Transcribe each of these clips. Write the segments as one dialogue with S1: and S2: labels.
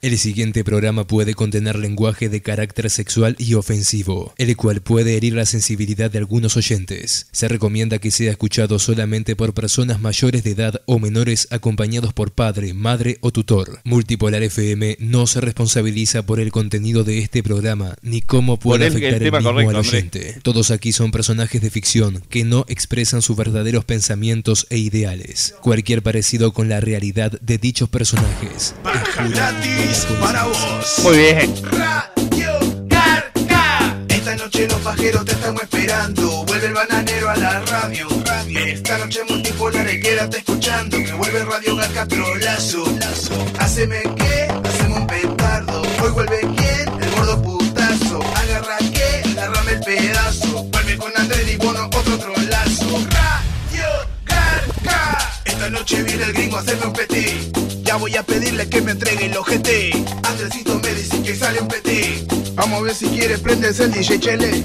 S1: El siguiente programa puede contener lenguaje de carácter sexual y ofensivo, el cual puede herir la sensibilidad de algunos oyentes. Se recomienda que sea escuchado solamente por personas mayores de edad o menores acompañados por padre, madre o tutor. Multipolar FM no se responsabiliza por el contenido de este programa ni cómo puede
S2: Pon el- el
S1: afectar el,
S2: tema
S1: mismo
S2: correcto,
S1: al
S2: Andrés.
S1: oyente. Todos aquí son personajes de ficción que no expresan sus verdaderos pensamientos e ideales. Cualquier parecido con la realidad de dichos personajes
S3: gratis para vos.
S2: Muy bien.
S3: Radio Carca. Esta noche los pajeros te estamos esperando. Vuelve el bananero a la radio. Esta noche multipolar el que la está escuchando. Que vuelve Radio Carca trolazo. Haceme que, haceme un petardo. Hoy vuelve quién, el gordo putazo. Agarra que, agarrame el pedazo. Vuelve con Andrés y Bono otro trolazo. Radio Carca. Esta noche viene el gringo a hacerme un petit. Ya voy a pedirle que me entregue el ojete. Andresito me dice que sale un petit. Vamos a ver si quiere prendes el DJ Chele.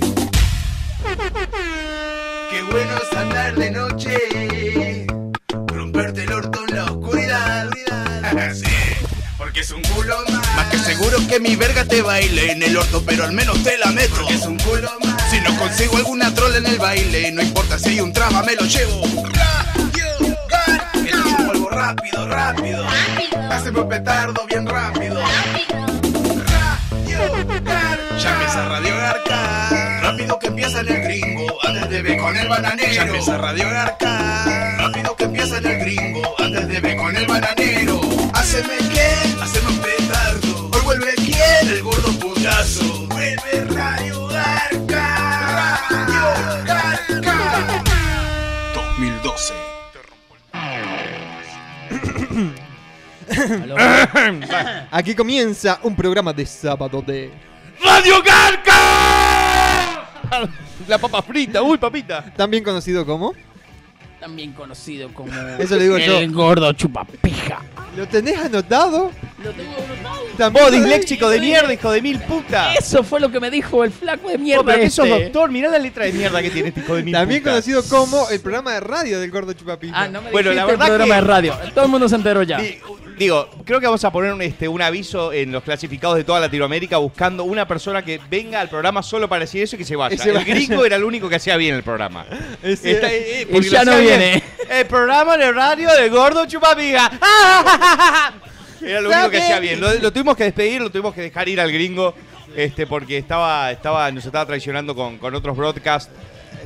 S3: Qué bueno es andar de noche. Romperte el orto en la oscuridad. Sí, porque es un culo más.
S2: Más que seguro que mi verga te baile en el orto, pero al menos te la meto.
S3: Porque es un culo más.
S2: Si no consigo alguna trola en el baile, no importa si hay un traba, me lo llevo.
S3: Radio Gar- Que yo vuelvo rápido, rápido. Haceme un petardo bien rápido. Radio Gar- Ya empieza Radio Garca. Rápido que empieza en el gringo. Antes de ver con el bananero. Ya empieza Radio Garca. Rápido que empieza en el gringo. Antes de ver con el bananero. Haceme que, haceme un petardo. Hoy vuelve quién, el gordo putazo. Vuelve Radio Garca. Radio Garca.
S2: 2012.
S4: Aquí comienza un programa de sábado de.
S2: ¡Radio Garca! La papa frita, uy papita.
S4: También conocido como.
S5: También conocido como
S4: Eso le digo
S5: el
S4: yo.
S5: gordo chupapija.
S4: ¿Lo tenés anotado?
S5: Lo tengo anotado.
S4: También
S6: disléxico de mierda, hijo de mil puta.
S5: Eso fue lo que me dijo el flaco de mierda.
S6: Oh, pero que sos
S5: este.
S6: doctor, mirá la letra de mierda que tiene este hijo de mil
S4: También
S6: puta.
S4: conocido como el programa de radio del Gordo Chupapita.
S5: Ah, no me
S6: Bueno,
S5: bueno,
S6: la
S5: la
S6: verdad
S5: el programa
S6: que-
S5: de radio. Todo el mundo se enteró ya.
S6: Di- Digo, creo que vamos a poner un, este, un aviso en los clasificados de toda Latinoamérica buscando una persona que venga al programa solo para decir eso y que se vaya.
S4: Que se
S6: el
S4: vaya.
S6: gringo era el único que hacía bien el programa.
S4: Es-
S6: Está- eh, eh,
S5: Y
S6: porque
S5: ya
S6: lo
S5: no
S6: hacía
S5: viene.
S6: bien. El programa de radio de Gordo Chupapiga. Era lo único que hacía bien. Lo, lo tuvimos que despedir, lo tuvimos que dejar ir al gringo. Este, porque estaba, estaba, nos estaba traicionando con, con otros broadcasts.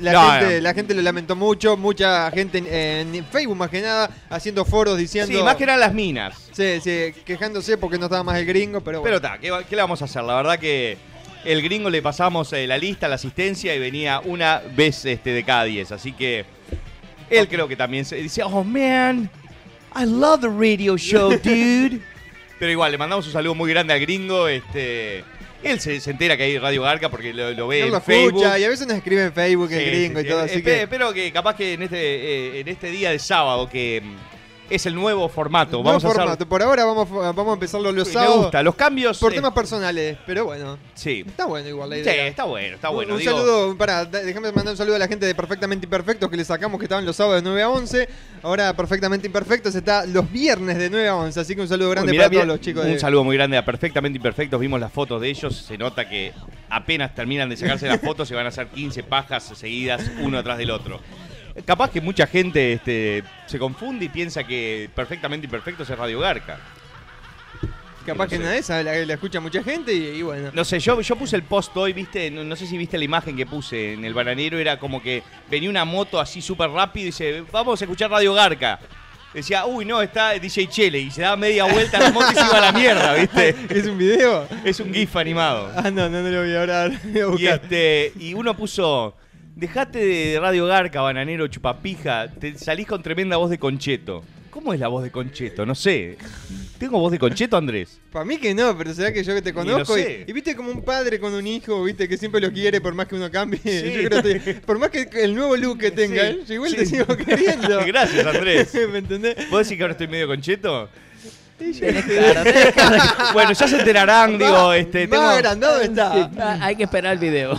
S4: La,
S6: No,
S4: gente,
S6: no.
S4: la gente lo lamentó mucho, mucha gente en, en Facebook más que nada, haciendo foros diciendo.
S6: Sí, más que eran las minas.
S4: Sí, sí, quejándose porque no estaba más el gringo, pero
S6: Pero
S4: bueno.
S6: está, ¿qué, va- qué le vamos a hacer? La verdad que el gringo le pasamos eh, la lista, la asistencia y venía una vez este, de cada 10. Así que él creo que también se dice, oh man, I love the radio show, dude. Pero igual, le mandamos un saludo muy grande al gringo. Este, él se, se entera que hay Radio Garca porque lo, lo ve
S4: Él
S6: en
S4: lo
S6: Facebook.
S4: escucha y a veces nos escribe en Facebook el
S6: Sí,
S4: gringo
S6: sí,
S4: y
S6: sí.
S4: todo, así
S6: Espe-
S4: que.
S6: Espero que capaz que en este, eh, en este día de sábado, que mm, es el nuevo formato,
S4: Nuevo
S6: vamos a hacer...
S4: formato. Por ahora vamos, vamos a empezarlo los
S6: Sí, me
S4: sábados.
S6: gusta, los cambios...
S4: Por
S6: eh,
S4: temas personales, pero bueno.
S6: Sí.
S4: Está bueno igual la
S6: Sí,
S4: idea.
S6: está bueno, está bueno.
S4: un
S6: digo,
S4: saludo, para, déjame mandar un saludo a la gente de Perfectamente Imperfectos que le sacamos que estaban los sábados de 9 a 11. Ahora Perfectamente Imperfectos está los viernes de 9 a 11. Así que un saludo
S6: uy,
S4: grande
S6: mirá,
S4: para todos
S6: mirá,
S4: los chicos.
S6: Un
S4: de-
S6: saludo muy grande a Perfectamente Imperfectos. Vimos las fotos de ellos. Se nota que apenas terminan de sacarse las fotos se van a hacer 15 pajas seguidas uno atrás del otro. Capaz que mucha gente este, se confunde y piensa que Perfectamente Imperfectos es Radio Garca.
S4: Capaz
S6: no
S4: que
S6: sé.
S4: nada de esa, la, la escucha mucha gente y, y bueno.
S6: No sé, yo, yo puse el post hoy, viste, no, no sé si viste la imagen que puse en el bananero, era como que venía una moto así súper rápido y dice, vamos a escuchar Radio Garca. Decía, uy, no, está DJ Chele. Y se daba media vuelta a la moto y se iba a la mierda, viste.
S4: ¿Es un video?
S6: Es un GIF animado.
S4: Ah, no, no, no lo voy a ahora. lo voy a
S6: Y,
S4: buscar.
S6: este, y uno puso, dejate de Radio Garca, bananero, chupapija, te salís con tremenda voz de Concheto. ¿Cómo es la voz de Concheto? No sé. ¿Tengo voz de Concheto, Andrés?
S4: Para mí que no, pero será que yo que te conozco. Y,
S6: sé.
S4: y viste como un padre con un hijo, viste, que siempre lo quiere por más que uno cambie.
S6: Sí.
S4: Yo creo que- por más que el nuevo look que tenga,
S6: Sí.
S4: ¿eh? yo igual
S6: Sí.
S4: te sigo queriendo.
S6: Gracias, Andrés.
S4: ¿Me entendés?
S6: ¿Vos decís que ahora estoy medio Concheto?
S5: Tenés cara, tenés cara.
S6: Bueno, ya se enterarán, digo, este,
S4: Más
S6: tengo-
S4: agrandado está.
S5: Ah, Hay que esperar el video.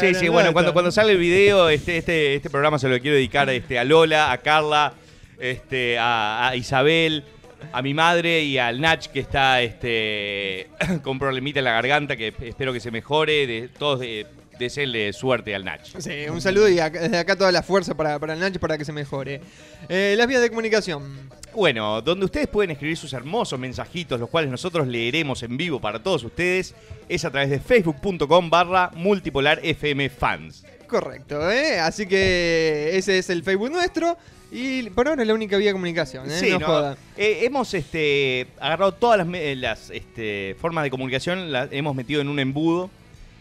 S6: Sí, sí, bueno, cuando, cuando salga el video, este, este, este programa se lo quiero dedicar este, a Lola, a Carla, este, a, a Isabel, a mi madre y al Nach que está este, con problemita en la garganta, que espero que se mejore. De, todos de, deseenle suerte al Nach.
S4: Sí, un saludo y acá- desde acá toda la fuerza para, para el Nacho para que se mejore. Eh, las vías de comunicación.
S6: Bueno, donde ustedes pueden escribir sus hermosos mensajitos, los cuales nosotros leeremos en vivo para todos ustedes, es a través de facebook.com barra multipolar FM fans.
S4: Correcto, ¿eh? Así que ese es el Facebook nuestro. Y por ahora es la única vía de comunicación, ¿eh?
S6: Sí,
S4: no,
S6: ¿no?
S4: joda.
S6: Eh, hemos este, agarrado todas las, me- eh, las, este, formas de comunicación, las hemos metido en un embudo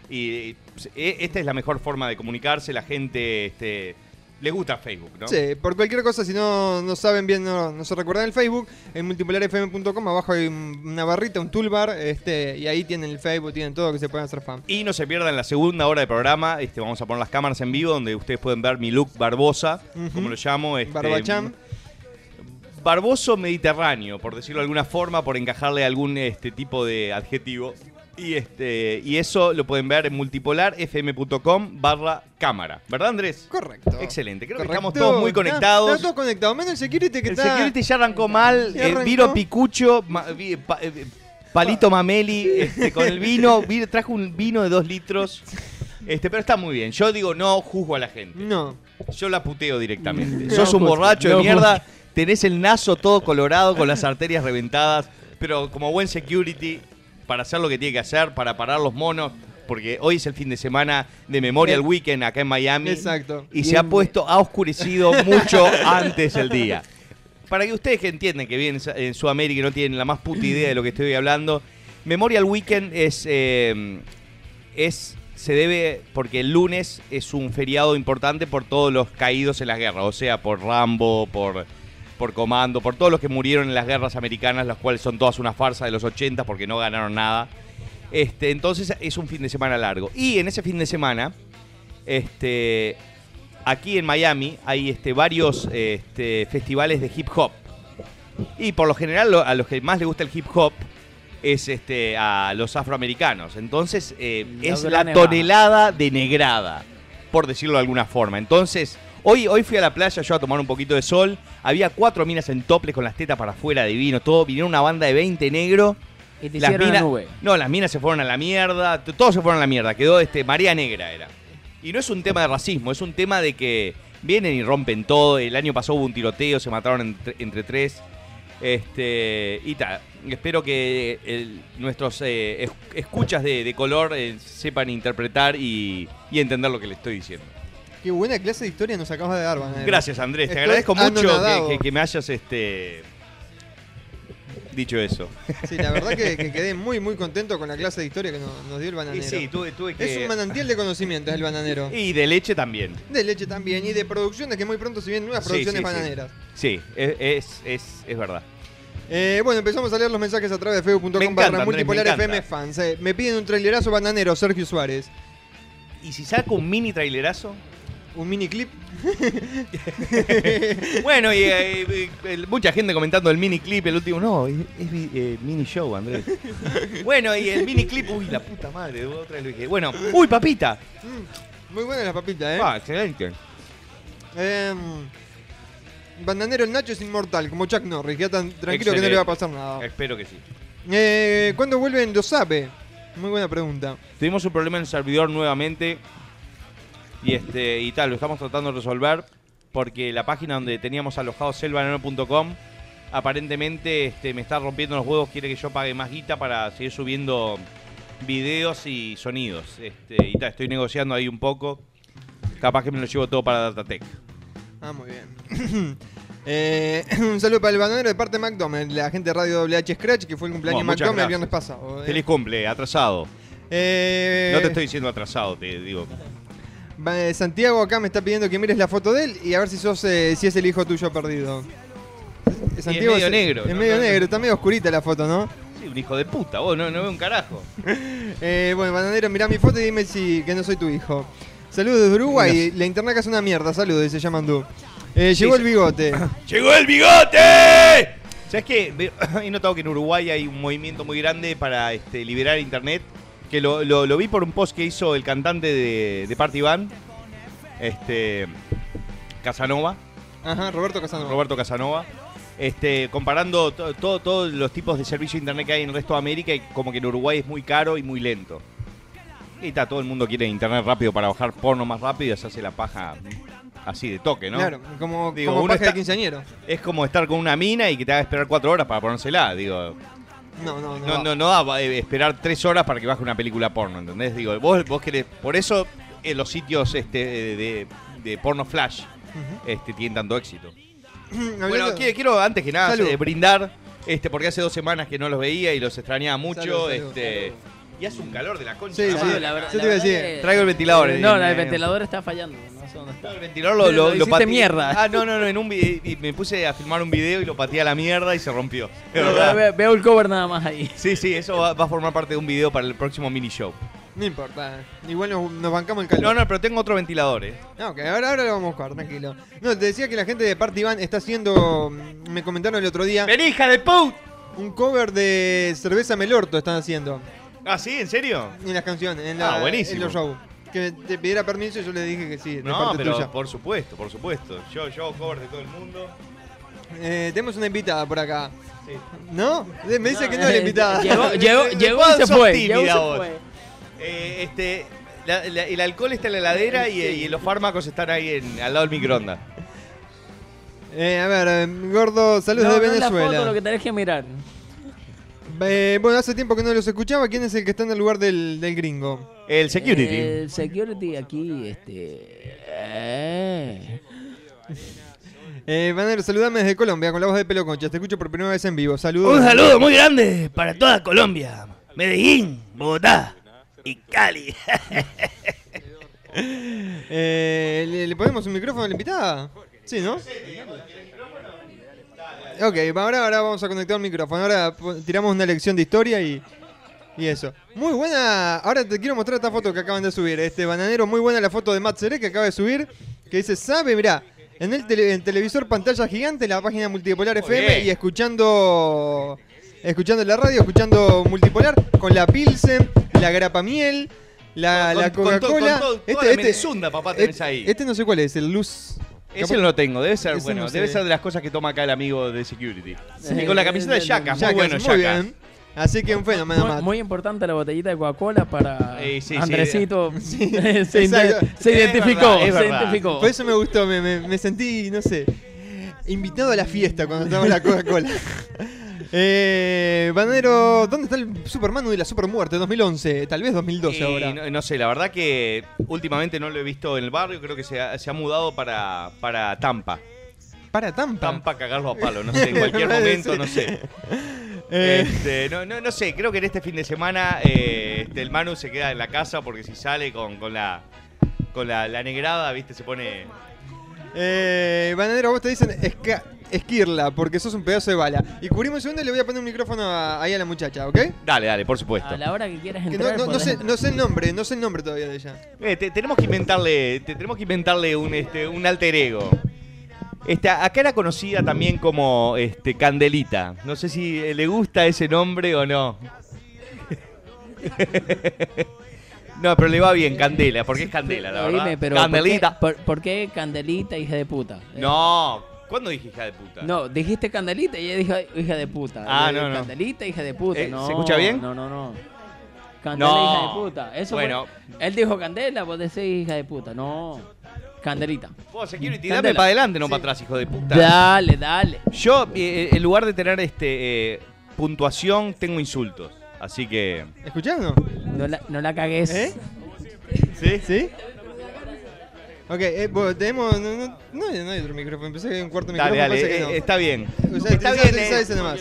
S6: y eh, esta es la mejor forma de comunicarse, la gente este, le gusta Facebook, ¿no?
S4: Sí, por cualquier cosa, si no, no saben bien, no, no se recuerdan el Facebook, en multipolarfm.com abajo hay un- una barrita, un toolbar, este, y ahí tienen el Facebook, tienen todo que se pueden hacer fan.
S6: Y no se pierdan la segunda hora del programa. Este, vamos a poner las cámaras en vivo donde ustedes pueden ver mi look barbosa,
S4: Ujú.
S6: como lo llamo. Este,
S4: Barbacham.
S6: Barboso mediterráneo, por decirlo de alguna forma, por encajarle algún este, tipo de adjetivo. Y, este, y eso lo pueden ver en multipolarfm.com barra cámara. ¿Verdad, Andrés?
S4: Correcto.
S6: Excelente. Creo
S4: Correcto.
S6: que estamos todos muy
S4: Está-
S6: conectados.
S4: Está todos conectados, menos el security que
S6: El
S4: está...
S6: security ya arrancó mal.
S4: Ya
S6: eh,
S4: arrancó.
S6: vino Picucho, ma- vi- pa- eh, Palito Mameli este, con el vino. vi- trajo un vino de dos litros. Este, pero está muy bien. Yo digo, no juzgo a la gente.
S4: No.
S6: Yo la puteo directamente.
S5: No
S6: Sos un
S5: juzgo,
S6: borracho
S5: no
S6: de mierda. Tenés el naso todo colorado con las arterias reventadas. Pero como buen security, para hacer lo que tiene que hacer, para parar los monos. Porque hoy es el fin de semana de Memorial
S4: Eh,
S6: Weekend acá en Miami.
S4: Exacto.
S6: Y se ha puesto, ha oscurecido mucho antes el día. Para que ustedes que entienden que viven en Sa- en Sudamérica y no tienen la más puta idea de lo que estoy hablando, Memorial Weekend es, eh, es se debe porque el lunes es un feriado importante por todos los caídos en las guerras, o sea, por Rambo, por por Comando, por todos los que murieron en las guerras americanas, las cuales son todas una farsa de los 80 porque no ganaron nada. Este, entonces es un fin de semana largo. Y en ese fin de semana, este, aquí en Miami hay este, varios este, festivales de hip hop. Y por lo general lo- a los que más les gusta el hip hop es este, a los afroamericanos. Entonces eh,
S5: La
S6: es
S5: gran
S6: la
S5: nevada.
S6: tonelada de negrada, por decirlo de alguna forma. Entonces, hoy, hoy fui a la playa yo a tomar un poquito de sol. Había cuatro minas en toples con las tetas para afuera, divino, todo. Vinieron una banda de 20 negros.
S5: Y te
S6: Las
S5: hicieron
S6: minas-
S5: la nube.
S6: No, las minas se fueron a la mierda, t- todos se fueron a la mierda, quedó este María Negra era. Y no es un tema de racismo, es un tema de que vienen y rompen todo, el año pasado hubo un tiroteo, se mataron entre, entre tres. Este, y tal, espero que el- nuestros eh, es- escuchas de, de color eh, sepan interpretar y, y entender lo que le estoy diciendo.
S4: Qué buena clase de historia nos acabas de dar, Van.
S6: Gracias Andrés, te
S4: Estoy
S6: agradezco mucho que-
S4: anonadado.
S6: que, que me hayas este, dicho eso.
S4: Sí, la verdad que, que quedé muy, muy contento con la clase de historia que nos, nos dio el
S6: Y
S4: bananero.
S6: sí, tuve, tuve que...
S4: Es un manantial de conocimientos el bananero.
S6: Y de leche también.
S4: De leche también y de producciones que muy pronto se vienen nuevas
S6: Sí,
S4: producciones
S6: sí, sí.
S4: bananeras.
S6: Sí, e, es, es, es, es verdad.
S4: Eh, bueno, empezamos a leer los mensajes a través de
S6: Me
S4: facebook.com
S6: encanta,
S4: barra
S6: Andrés,
S4: multipolar
S6: me
S4: FM
S6: encanta.
S4: fans. Eh, me piden un trailerazo bananero, Sergio Suárez.
S6: ¿Y si saco un mini trailerazo?
S4: Un mini clip.
S6: Bueno, y, eh, y, eh, mucha gente comentando el mini clip, el último. No, es, es vi- eh, mini show, Andrés. bueno, y el mini clip. Uy, la puta madre, otra vez lo dije. Bueno, uy, papita.
S4: Mm, muy buenas las papitas, eh.
S6: Ah, excelente.
S4: Em, bananero el Nacho es inmortal, como Chuck Norris. Queda tan tranquilo que no
S6: Excelente.
S4: le va a pasar nada.
S6: Espero que sí.
S4: Eh, ¿Cuándo vuelven los sabe? Muy buena pregunta.
S6: Tuvimos un problema en el servidor nuevamente. Y este y tal, lo estamos tratando de resolver. Porque la página donde teníamos alojado selvanano.com aparentemente este, me está rompiendo los huevos. Quiere que yo pague más guita para seguir subiendo videos y sonidos. Este, y tal, estoy negociando ahí un poco. Capaz que me lo llevo todo para Datatec.
S4: Ah, muy bien. Eh, un saludo para el bananero de parte de McDonald's, la gente de Radio WH Scratch, que fue el cumpleaños
S6: Bueno,
S4: de McDonald's
S6: muchas
S4: el viernes pasado. eh.
S6: Feliz cumple, atrasado.
S4: Eh,
S6: No te estoy diciendo atrasado, te digo.
S4: va- eh, Santiago acá me está pidiendo que mires la foto de él y a ver si sos eh, si es el hijo tuyo perdido. Eh,
S6: medio negro,
S4: Es
S6: ¿no?
S4: medio
S6: No, no.
S4: negro, está medio oscurita la foto, ¿no?
S6: Sí, un hijo de puta, vos no, no veo un carajo.
S4: Eh, bueno, bananero, mirá mi foto y dime si que no soy tu hijo. Saludos desde Uruguay, la internet acá es una mierda, saludos, dice Yamandú. Eh, llegó el bigote.
S6: ¡Llegó el bigote! ¿Sabes qué? Ve- He notado que en Uruguay hay un movimiento muy grande para este, liberar internet. Que lo, lo- lo vi por un post que hizo el cantante de, de Party Band, este, Casanova,
S4: Ajá, Roberto Casanova.
S6: Roberto Casanova. este, comparando to- todo- todos los tipos de servicio de internet que hay en el resto de América, y como que en Uruguay es muy caro y muy lento. Y está, todo el mundo quiere internet rápido para bajar porno más rápido y hacerse la paja así de toque, ¿no?
S4: Claro, como,
S6: Digo,
S4: como
S6: uno
S4: paja de
S6: está-
S4: quinceañero.
S6: Es como estar con una mina y que te haga esperar cuatro horas para ponérsela, digo.
S4: No, no, no.
S6: No, no, no da eh, esperar tres horas para que baje una película porno, ¿entendés? Digo, vos, vos querés. Por eso eh, los sitios este, de, de- de porno flash este, tienen tanto éxito. Bueno,
S4: Hablando-
S6: qui- quiero antes que nada
S4: Salud.
S6: eh, brindar, este, porque hace dos semanas que no los veía y los extrañaba mucho.
S4: Salud, salud.
S6: este, Y hace un calor de la concha.
S4: Sí,
S6: de la
S4: sí.
S6: madre.
S5: la verdad-
S4: Yo te
S5: la
S4: iba a
S5: verdad
S4: decir,
S5: que-
S6: Traigo el ventilador. eh,
S5: No, la-
S6: eh,
S5: el ventilador está fallando. No sé dónde está.
S6: El ventilador lo, lo,
S5: Lo hiciste
S6: pateé.
S5: mierda.
S6: Ah, no, no, no, en un vide- y me puse a filmar un video y lo pateé a la mierda y se rompió. De
S5: Pero
S6: verdad.
S5: ve- Veo el cover nada más ahí.
S6: Sí, sí, eso va, va a formar parte de un video para el próximo mini show.
S4: No importa. Igual nos, nos bancamos el calor.
S6: No, no, pero tengo otro ventilador, eh.
S4: No, que ahora, ahora lo vamos a buscar, tranquilo. No, te decía que la gente de Party Van está haciendo. mm, Me comentaron el otro día.
S6: ¡Vení, hija de put!
S4: Un cover de cerveza Melorto están haciendo.
S6: ¿Ah, sí? ¿En serio?
S4: En las canciones, en, la,
S6: Ah, buenísimo.
S4: en los shows. Que te pidiera permiso, yo le dije que sí. De
S6: No,
S4: parte
S6: pero
S4: tuya.
S6: por supuesto, por supuesto. Yo, yo hago covers de todo el mundo.
S4: Eh, tenemos una invitada por acá.
S6: Sí.
S4: ¿No? Me dice que no es la
S5: eh,
S4: invitada. Eh,
S5: Llegó, llegó,
S6: ¿De
S5: llegó
S6: cuándo
S5: y se
S6: sos
S5: fue.
S6: tímida
S5: Llegó y se
S6: vos?
S5: fue.
S6: Eh, este, la- la- el alcohol está en la heladera y, y los fármacos están ahí en- al lado del microondas.
S4: Eh, a ver, eh, gordo, saludos
S5: No,
S4: de
S5: no es la
S4: Venezuela.
S5: foto, lo que tenés que mirar.
S4: Eh, bueno, hace tiempo que no los escuchaba. ¿Quién es el que está en el lugar del, del gringo?
S6: El security.
S5: El security aquí, este. eh.
S4: Eh, Vanero, saludame desde Colombia con la voz de pelo concha. Te escucho por primera vez en vivo. Saludos.
S7: Un saludo muy grande para toda Colombia, Medellín, Bogotá y Cali.
S4: Eh, ¿le, le ponemos un micrófono a la invitada? Sí, ¿no? Ok, ahora, ahora vamos a conectar un micrófono. Ahora po- tiramos una lección de historia y, y eso. Muy buena. Ahora te quiero mostrar esta foto que acaban de subir. Este bananero, muy buena la foto de Matt Seré que acaba de subir. Que dice, sabe, mirá, en el tele- en televisor pantalla gigante, la página multipolar FM
S6: bien.
S4: y escuchando... Escuchando la radio, escuchando multipolar, con la Pilsen, la grapa miel, la,
S6: Con-
S4: la
S6: con to-
S4: Coca-Cola.
S6: con to- toda la merezunda, papá, tenés
S4: este-
S6: ahí.
S4: Este no sé cuál es, el luz.
S6: Ese no lo tengo, debe ser,
S4: Ese
S6: bueno,
S4: no se
S6: debe
S4: ve.
S6: ser de las cosas que toma acá el amigo de Security.
S5: Sí.
S6: Y con la camiseta de
S5: Sí,
S6: Shaka, muy
S4: Yacas,
S6: bueno Shaka.
S4: Eh, bien. Así que un fenómeno
S5: Muy,
S4: más.
S5: muy importante la botellita de Coca-Cola para
S6: Eh, sí, sí.
S5: Andresito. se,
S4: exacto.
S5: ide- se
S6: Es
S5: identificó,
S6: verdad, es
S5: se
S6: verdad.
S5: identificó.
S4: Por eso me gustó, me, me- me sentí, no sé, invitado a la fiesta cuando estaba la Coca-Cola. eh, Banero, ¿dónde está el Superman y la Supermuerte 2011? Tal vez 2012
S6: Y
S4: ahora.
S6: No, no sé, la verdad que últimamente no lo he visto en el barrio, creo que se ha, se ha mudado para, para Tampa.
S4: Para Tampa.
S6: Tampa cagarlo a palo, no sé, en cualquier momento, no sé.
S4: Eh,
S6: Este, no, no, no sé, creo que en este fin de semana eh, este, el Manu se queda en la casa porque si sale con, con la con la, la negrada, viste, se pone.
S4: eh, Banero, vos te dicen esca- esquirla porque sos un pedazo de bala. Y cubrimos un segundo y le voy a poner un micrófono a- ahí a la muchacha, ¿ok?
S6: Dale, dale, por supuesto.
S5: A la hora que quieras
S4: Que
S5: entrar.
S4: no, no- no
S5: podés
S4: sé,
S5: entrar.
S4: no sé el nombre, no sé el nombre todavía de ella.
S6: Eh, te- tenemos que inventarle, te- tenemos que inventarle un, este, un alter ego. Esta, acá era conocida también como este, Candelita. No sé si eh, le gusta ese nombre o no. no, pero le va bien, Candela, porque es Candela, la verdad.
S5: Oíme, pero ¿por qué-
S6: Candelita.
S5: ¿por qué, por qué Candelita, hija de puta? Eh,
S6: No, ¿cuándo dije hija de puta?
S5: No, dijiste Candelita y ella dijo hija de puta.
S6: Ah,
S5: Eh,
S6: no, no.
S5: Candelita, hija de puta.
S6: Eh, ¿se
S5: no,
S6: escucha bien?
S5: No, no, no. Candela,
S6: No.
S5: hija de puta. Eso fue-
S6: Bueno.
S5: él dijo Candela, vos decís hija de puta. No. Candelita.
S6: Vos, security,
S5: Candela.
S6: dame para adelante, no para atrás, hijo de puta.
S5: Dale, dale.
S6: Yo, eh, en lugar de tener este eh, puntuación, tengo insultos. Así que.
S4: ¿Escuchás o no?
S5: No la, no la cagues.
S4: ¿Eh?
S6: ¿Sí?
S4: ¿Sí? Ok, eh, bueno, tenemos. No, no, no hay, no hay otro micrófono, pensé que hay un cuarto
S6: Dale,
S4: micrófono.
S6: dale,
S4: parece que
S6: eh,
S4: no.
S6: está bien.
S4: O sea, utiliza-
S6: está bien,
S4: utiliza
S6: eh.
S4: ese nomás.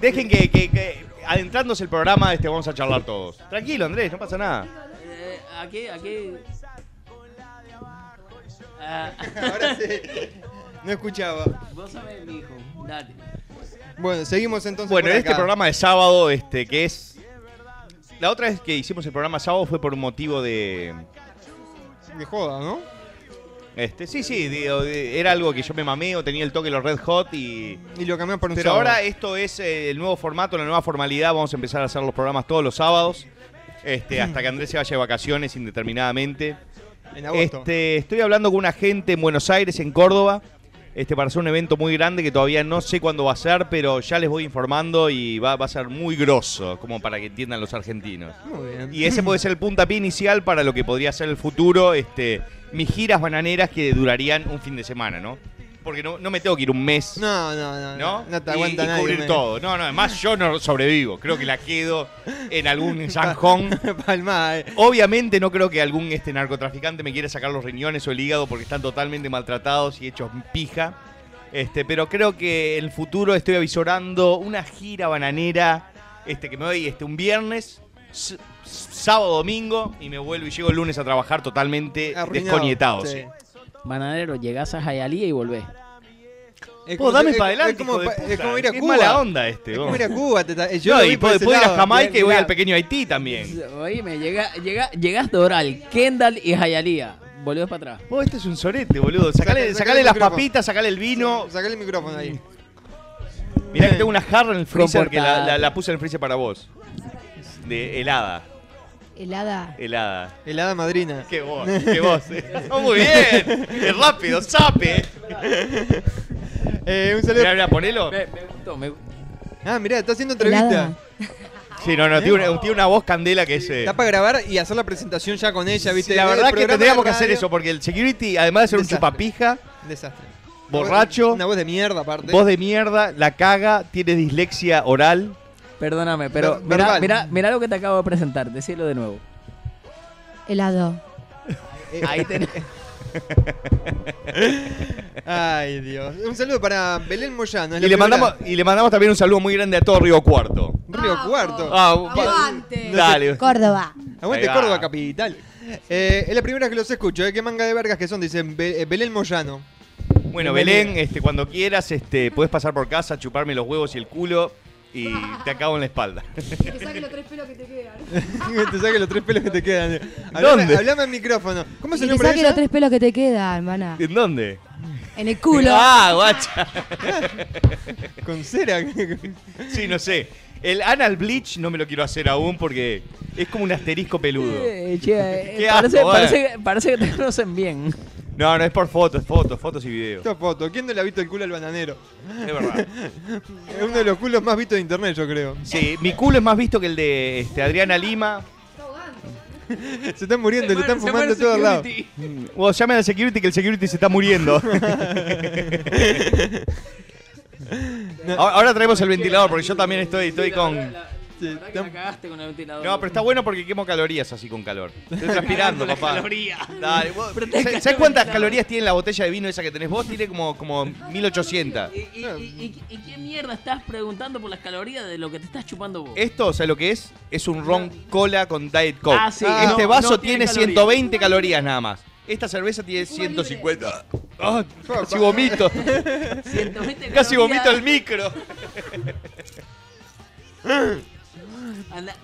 S6: Dejen que, que- que adentrándose el programa, este, vamos a charlar todos. Tranquilo, Andrés, no pasa nada.
S5: Eh, aquí, aquí. Ah,
S4: Ahora sí. No escuchaba.
S5: vos sabés, mijo. Dale.
S4: Bueno, seguimos entonces.
S6: Bueno,
S4: por
S6: en este
S4: acá.
S6: programa de sábado, este, que es. La otra vez que hicimos el programa sábado fue por un motivo de.
S4: De joda, ¿no?
S6: Este, sí, sí, digo, de- era algo que yo me mamé o tenía el toque de los Red Hot y.
S4: Y lo cambiamos por un
S6: Pero
S4: sábado.
S6: ahora esto es eh, el nuevo formato, la nueva formalidad. Vamos a empezar a hacer los programas todos los sábados. Este, hasta que Andrés se vaya de vacaciones indeterminadamente.
S4: En agosto.
S6: Este, estoy hablando con una gente en Buenos Aires, en Córdoba, este, para hacer un evento muy grande que todavía no sé cuándo va a ser, pero ya les voy informando y va, va a ser muy grosso, como para que entiendan los argentinos.
S4: Muy bien.
S6: Y ese puede ser el puntapié inicial para lo que podría ser el futuro, este, mis giras bananeras que durarían un fin de semana, ¿no? Porque no, no me tengo que ir un mes, ¿no?
S4: No, no, no. No, no te aguanta
S6: y, y
S4: nadie.
S6: cubrir
S4: me-
S6: todo. No, no, además yo no sobrevivo. Creo que la quedo en algún zanjón.
S4: Palma, eh.
S6: Obviamente no creo que algún este narcotraficante me quiera sacar los riñones o el hígado porque están totalmente maltratados y hechos pija. Este, pero creo que en el futuro estoy avisorando una gira bananera este, que me voy este, un viernes, s- s- sábado, domingo y me vuelvo y llego el lunes a trabajar totalmente
S4: Arruinado,
S6: desconectado.
S4: sí.
S6: sí.
S5: Bananero, llegás a Jayalía y volvés.
S4: Es
S6: Vos
S4: como-
S6: dame
S4: es-
S6: para
S4: es
S6: adelante.
S4: como
S6: hijo de
S4: pa-
S6: puta.
S4: es como ir a
S6: Qué
S4: Cuba.
S6: mala onda este.
S4: Es
S6: vos.
S4: como ir a Cuba. te
S5: Eh,
S4: ta- yo
S6: No,
S4: lo
S6: y
S4: vi por
S6: puedo,
S4: ese
S6: puedo ir a
S4: lado.
S6: Jamaica y voy
S4: Mirá,
S6: al pequeño Haití también.
S5: Oíme, llega, llega, llegas Doral, Kendall y Jayalía. Volvés para atrás.
S6: Vos, este es un sorete, boludo.
S4: Sacale- sacale
S6: Sacale, sacale
S4: el
S6: las
S4: micrófono.
S6: papitas, sacale el vino.
S4: Sacale el micrófono ahí.
S6: Mirá que tengo una jarra en el freezer que la, la-
S5: Comportate.
S6: la puse en el freezer para vos. De helada,
S8: Helada.
S6: helada.
S4: El hada madrina.
S6: Qué vos, qué vos. Oh, muy bien. Es rápido, sape.
S4: Eh, un saludo.
S6: Mirá, mirá, ponelo.
S5: Me, me gustó, me gustó.
S4: Ah, mirá, está haciendo entrevista.
S8: Helada.
S6: Sí, no, no, tiene una, tiene una voz candela que es. eh,
S4: Está para grabar y hacer la presentación ya con ella, ¿viste?
S6: la
S4: El
S6: verdad que
S4: programa de
S6: tendríamos que hacer
S4: radio.
S6: eso, porque el security, además de ser un
S4: Desastre.
S6: chupapija,
S4: Desastre.
S6: borracho,
S4: Una voz de mierda, aparte.
S6: voz de mierda, la caga, tiene dislexia oral.
S5: Perdóname, pero
S4: Ver-
S5: mira,
S4: verbal.
S5: mira, mira lo que te acabo de presentar. Decirlo de nuevo.
S8: Helado.
S5: Ahí tenés.
S4: Ay, Dios. Un saludo para Belén Moyano. es la
S6: Y le,
S4: primera.
S6: mandamos, y le mandamos también un saludo muy grande a todo Río Cuarto.
S4: Río
S8: Vamos.
S4: Cuarto.
S6: Ah,
S8: Aguante.
S6: Dale.
S8: Córdoba.
S4: Aguante
S6: Ahí va.
S4: Córdoba Capital. Eh, es la primera que los escucho. ¿eh? ¿Qué manga de vergas que son? Dicen Be- eh, Belén Moyano.
S6: Bueno,
S4: Bienvenida.
S6: Belén, este, cuando quieras, este, puedes pasar por casa, chuparme los huevos y el culo y te acabo en la espalda.
S8: Que saque los tres pelos que te quedan.
S4: te saque los tres pelos que te quedan. Hablame,
S6: ¿Dónde?
S4: hablame al micrófono. ¿Cómo es
S8: Que
S4: el
S8: te
S4: nombre de
S8: saque los
S4: ella?
S8: tres pelos que te quedan, maná.
S6: ¿En dónde?
S8: En el culo.
S6: Ah, guacha.
S4: Con cera.
S6: Sí, no sé. El anal bleach no me lo quiero hacer aún porque es como un asterisco peludo.
S5: Eh, che, eh,
S6: Qué
S5: parece,
S6: asco,
S5: parece
S6: eh.
S5: que- parece que te conocen bien.
S6: No, no, es por fotos, fotos, fotos y videos.
S4: Esta foto. ¿Quién no le ha visto el culo al bananero?
S6: Es verdad.
S4: Es uno de los culos más vistos de internet, yo creo.
S6: Sí, Eh, mi culo es más visto que el de este, Adriana Lima.
S4: Se está muriendo, le están fumando a todos lados.
S6: Mm, O llamen al security que el security se está muriendo. Ahora ahora traemos el ventilador porque yo también estoy, estoy con...
S4: Sí, están-
S6: No, pero está bueno porque quemo calorías así con calor. Estoy transpirando, papá. Dale, vos- ¿Sabes- ¿Sabes cuántas calorías tiene la botella de vino esa que tenés vos? Tiene como, como 1800.
S5: ¿Y, y, y- y- y qué mierda estás preguntando por las calorías de lo que te estás chupando vos?
S6: Esto, o sea, lo que es, es un ron cola con Diet Coke.
S5: Ah, sí,
S6: este
S5: no-
S6: vaso
S5: no
S6: tiene,
S5: tiene calorías.
S6: 120 calorías nada más. Esta cerveza tiene 150. Ah, casi vomito.
S5: 120
S6: Casi
S5: calorías.
S6: vomito el micro.
S5: Anda-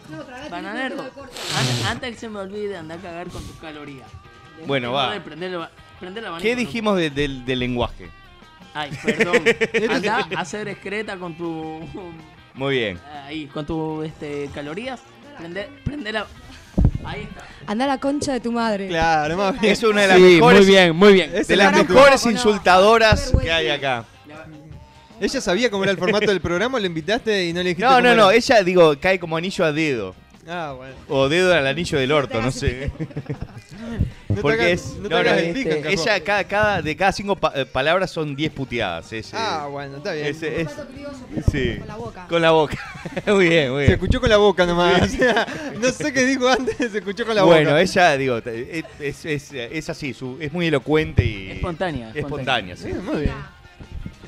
S5: bananero, an- antes que se me olvide, anda a cagar con tus calorías.
S6: Bueno, va.
S5: Joder, prende el ba- prende el abanico,
S6: ¿Qué
S5: no-
S6: dijimos de- del- del lenguaje?
S5: Ay, perdón. Anda a hacer excreta con tu.
S6: Muy bien.
S5: Ahí, con tu este, calorías. Prende, prende la. Ahí está.
S8: Anda a la concha de tu madre.
S4: Claro, más bien.
S6: Es una de las mejores,
S5: muy bien.
S4: Es
S6: de
S4: el
S6: las
S4: mejor-
S6: mejores
S8: No, no,
S6: insultadoras
S8: no,
S5: Pues
S6: que hay acá.
S4: ¿Ella sabía cómo era el formato del programa? ¿Le invitaste y no le dijiste
S6: No,
S4: cómo
S6: no,
S4: era?
S6: no, ella, digo, cae como anillo a dedo.
S4: Ah, bueno.
S6: O dedo al anillo del orto, no sé.
S4: No te
S6: Porque
S4: hagas-
S6: es-
S4: no te
S6: no,
S4: hagas
S6: no,
S4: el
S5: este-
S4: pica, encajó.
S6: Ella, cada, cada, de cada cinco pa- eh, palabras son diez puteadas. ese-
S4: Ah, bueno, está bien.
S6: ese- es- sí.
S8: Con la boca.
S6: Con la boca. muy bien, muy
S4: Se
S6: bien.
S4: escuchó con la boca nomás. O sea, no sé qué dijo antes, se escuchó con la
S6: bueno,
S4: boca.
S6: ella, digo, te- es, es- es así, su- es muy elocuente y...
S5: Espontánea,
S6: Espontánea, sí.
S4: Sí, muy bien.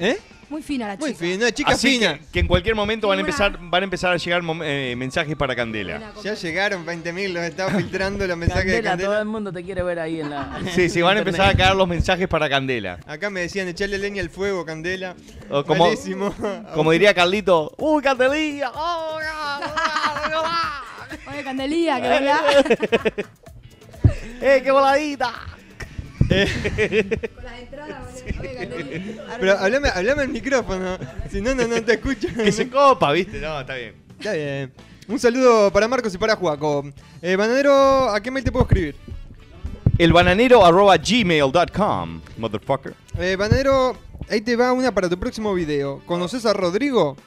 S4: ¿Eh?
S8: Muy fina la chica.
S4: Muy fina, una chica
S6: Así
S4: fina.
S6: que, que en cualquier momento van a
S8: Figura.
S6: empezar, van a empezar a llegar mom- eh, mensajes para Candela.
S4: Ya llegaron 20.000, los estaba filtrando los mensajes de
S5: Candela, todo
S4: Candela.
S5: el mundo te quiere ver ahí en la.
S6: Sí, sí, van a
S5: internet.
S6: empezar a caer los mensajes para Candela.
S4: Acá me decían echarle leña al fuego, Candela.
S6: O como-
S4: Malísimo.
S6: Como diría Carlito, ¡Uy, Candelilla!
S8: Oye, Candelía, que verdad.
S6: ¡Eh, qué voladita!
S8: Con las entradas, Oye, Candelía.
S4: Pero hablame, hablame al micrófono. Si no, no, no te escucho.
S6: Que se copa, ¿viste? No, está bien.
S4: Está bien. Un saludo para Marcos y para Juaco. Eh, Bananero, ¿a qué mail te puedo escribir?
S6: El bananero arroba gmail.com, motherfucker.
S4: Eh, Bananero, ahí te va una para tu próximo video. ¿Conoces a Rodrigo?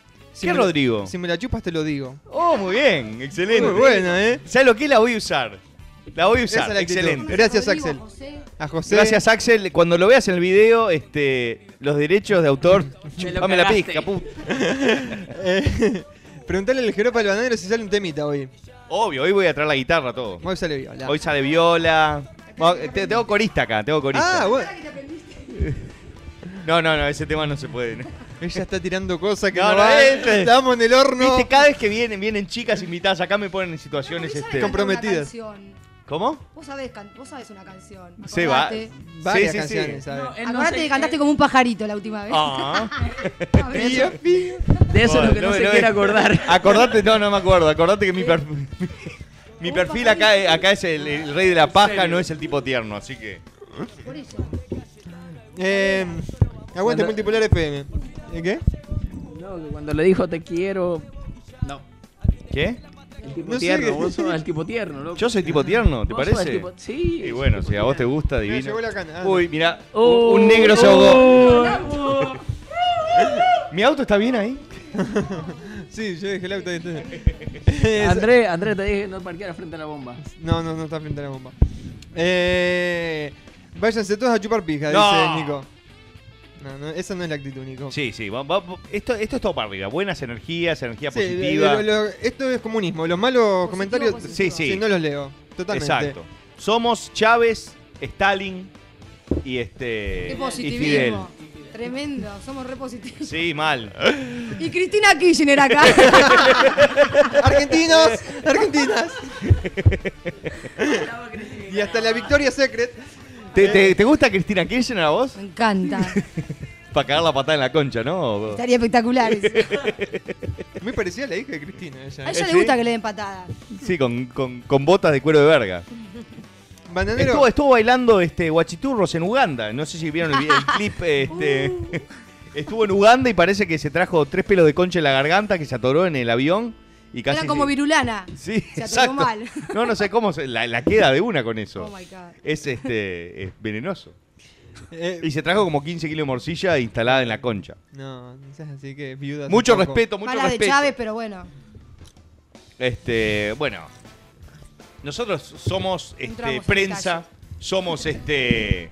S6: ¿Qué
S4: me la-
S6: Rodrigo?
S4: si me la chupas te lo digo.
S6: Oh, muy bien, excelente.
S4: Muy buena, ¿eh?
S6: ¿Sabes lo que la voy a usar? La voy a usar,
S4: Esa es la actitud.
S6: excelente.
S4: Gracias,
S8: Rodrigo,
S4: Axel.
S8: José.
S4: A José.
S6: Gracias, Axel. Cuando lo veas en el video, este, los derechos de autor, chupame la
S5: cagaste.
S6: pizca, puta.
S4: Eh, preguntale al jeropa del bananero si sale un temita hoy.
S6: Obvio, hoy voy a traer la guitarra, todo.
S4: Hoy sale viola.
S6: Hoy sale viola. Bueno, te- tengo corista acá, tengo corista.
S4: ah, bueno.
S6: No, no, no, ese tema no se puede. ¿no?
S4: Ella está tirando cosas que
S6: No,
S4: no,
S6: no,
S4: van.
S6: este.
S4: Estamos en el horno.
S6: Viste, cada vez que vienen, vienen chicas invitadas, acá me ponen en situaciones
S8: Vos sabés cantar
S6: este.
S8: una
S4: comprometidas.
S8: canción.
S6: ¿Cómo?
S8: Vos sabés, can- vos sabés una canción.
S6: Se va.
S8: Acordate.
S4: Varias
S6: Sí, sí, sí.
S4: canciones, ¿sabes?
S5: No, él no
S8: Acordate
S5: sé
S8: que cantaste
S5: qué-
S8: como un pajarito la última vez.
S6: Ah.
S8: A ver,
S4: Pío, pío.
S5: De eso es lo que no,
S6: me-
S5: se
S6: me-
S5: quiere acordar.
S6: Acordate, no, no me acuerdo. Acordate que
S4: Eh,
S6: mi perfil, mi perfil acá, eh, acá es el, el rey de la paja,
S5: serio.
S6: no es el tipo tierno, así que.
S8: Por eso.
S4: Eh, aguante
S5: Cuando-
S4: Multipolar FM. ¿Eh, ¿Qué?
S5: No, que cuando le dijo te quiero. No.
S6: ¿Qué?
S5: El tipo
S4: No sé
S5: tierno,
S4: qué-
S5: vos sos el tipo tierno, loco.
S6: Yo soy tipo tierno, ¿te
S5: Vos sos
S6: parece?
S5: el tipo- Sí.
S6: Y bueno, si a vos te gusta,
S4: Mira,
S6: divino.
S4: llegó la cana. Ah,
S6: Uy, mira,
S5: Oh,
S6: un negro se ahogó.
S5: ahogó.
S6: ¿Mi auto está bien ahí?
S4: Sí, yo dejé el auto ahí. Eh,
S5: André, André, te dije no parquear frente a la bomba.
S4: No, no, no está frente a la bomba. Eh, váyanse todos a chupar pija,
S6: No.
S4: dice Nico. No, no, esa no es la actitud, Nico.
S6: Sí, sí. va- va- esto, esto es todo para arriba. Buenas energías, energía
S4: Sí,
S6: positiva.
S4: lo- lo- esto es comunismo. Los malos comentarios
S8: positivo.
S6: Sí, sí.
S4: sí, no los leo. Totalmente.
S6: Exacto. Somos Chávez, Stalin y este.
S8: Qué
S6: Y Fidel.
S8: positivismo. Tremendo, somos repositivos.
S6: Sí, mal.
S8: Y Cristina Kirchner acá.
S4: Argentinos, argentinas. y hasta la Victoria Secret.
S6: ¿Te, te, te gusta Cristina Kirchner a vos?
S8: Me encanta.
S6: Para cagar la patada en la concha, ¿no?
S8: Estaría espectacular. eso.
S4: Muy parecida a la hija de Cristina. Ella.
S8: A ella
S6: ¿Eh, ¿Sí?
S8: le gusta que le den patada.
S6: Sí, con, con- con botas de cuero de verga.
S4: Bananero.
S6: Estuvo, estuvo bailando este guachiturros en Uganda. No sé si vieron el, vi- el clip. Este,
S4: Uh.
S6: estuvo en Uganda y parece que se trajo tres pelos de concha en la garganta que se atoró en el avión y casi.
S8: Era como
S6: se-
S8: virulana.
S6: Sí,
S8: Se atoró
S6: exacto.
S8: mal.
S6: No, no sé cómo se- la, la queda de una con eso.
S8: Oh my God.
S6: Es este es venenoso.
S4: eh,
S6: Y se trajo como 15 kilos de morcilla instalada en la concha.
S4: no, no seas así que viuda.
S6: Mucho
S4: tampoco.
S6: respeto, mucho
S8: Mala de
S6: respeto.
S8: Chávez, pero bueno.
S6: Este, bueno, nosotros somos este,
S8: Entramos en
S6: prensa, somos este,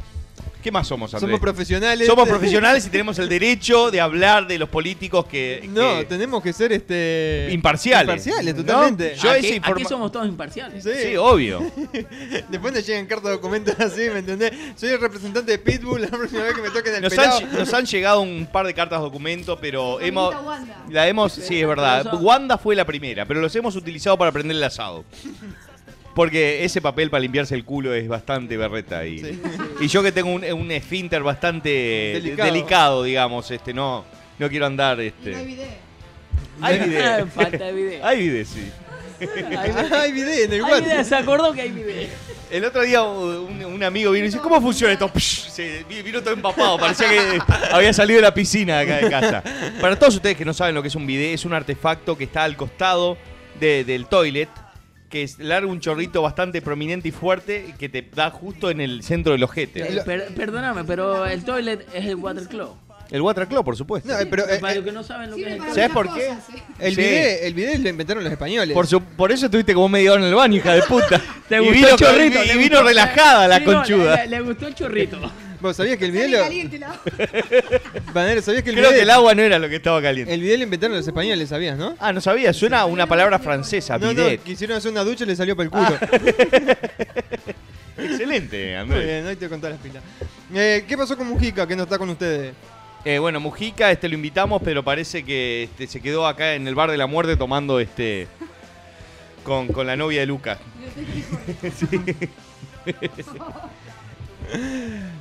S6: ¿qué más somos, Andrés?
S4: Somos profesionales.
S6: Somos profesionales y tenemos el derecho de hablar de los políticos que,
S4: No,
S6: que-
S4: tenemos que ser este
S6: imparciales.
S4: Imparciales,
S6: ¿no?
S4: totalmente.
S6: Yo
S5: aquí,
S6: esa informa-
S5: aquí somos todos imparciales.
S4: Sí.
S6: Sí, obvio.
S4: Después nos llegan cartas de documentos así, ¿me entendés? Soy el representante de Pitbull, la próxima vez que me toquen el
S6: Nos
S4: pelado.
S6: han, nos han llegado un par de cartas documento, pero
S8: Mamita
S6: hemos
S8: Wanda.
S6: la hemos, sí es verdad. Wanda fue la primera, pero los hemos utilizado para prender el asado. Porque ese papel para limpiarse el culo es bastante berreta y,
S4: Sí.
S6: y yo que tengo un, un esfínter bastante delicado.
S4: Delicado.
S6: digamos, este no no quiero andar
S8: Y no hay
S6: este.
S8: video.
S6: Hay
S5: Ah,
S6: video.
S5: Falta de video.
S6: Hay video, sí.
S5: Hay video.
S4: Ah, hay video en el
S5: Hay video,
S4: WhatsApp.
S5: se acordó que hay video.
S6: El otro día un, un amigo vino y dice, ¿cómo funciona esto? Psh, se- vi- vino todo empapado, parecía que había salido de la piscina de acá de casa. Para todos ustedes que no saben lo que es un bidet, es un artefacto que está al costado de- del toilet, que es, larga un chorrito bastante prominente y fuerte que te da justo en el centro del
S5: Eh,
S6: ojete.
S5: per- perdóname, pero el toilet es el water club.
S6: El water club, por supuesto.
S4: No, eh, pero eh,
S5: Para
S4: eh,
S5: los que no saben lo que es
S8: Sirve
S5: el
S8: para
S5: club.
S6: ¿Sabes
S8: muchas
S6: por
S8: cosas, eh.
S4: el,
S6: Sí.
S4: video, el video lo inventaron los españoles.
S6: Por, su- por eso estuviste como media hora en el baño, hija de puta.
S5: Te
S6: y
S5: gustó
S6: vino,
S5: el chorrito,
S6: y
S5: te
S6: vino
S5: gustó.
S6: relajada la
S5: Sí, no,
S6: conchuda.
S5: le- le gustó el chorrito.
S4: ¿Vos sabías que el
S8: Sale
S4: video
S8: caliente la hoja.
S4: lo... Bananero, ¿sabías que el
S6: Creo que el
S4: video...
S6: agua no era lo que estaba caliente.
S4: El video lo inventaron los españoles,
S5: Eh,
S4: ¿sabías, no?
S6: Ah, no sabía, suena a una palabra francesa,
S4: No,
S6: bidet. Ah.
S4: no, quisieron hacer una ducha y le salió para el culo.
S6: Excelente,
S4: Muy
S6: Andrés.
S4: bien, hoy te contás las pilas. Eh, ¿Qué pasó con Mujica que no está con ustedes?
S6: Eh, bueno, Mujica, este lo invitamos, pero parece que este, se quedó acá en el bar de la muerte tomando este con, con la novia de Lucas.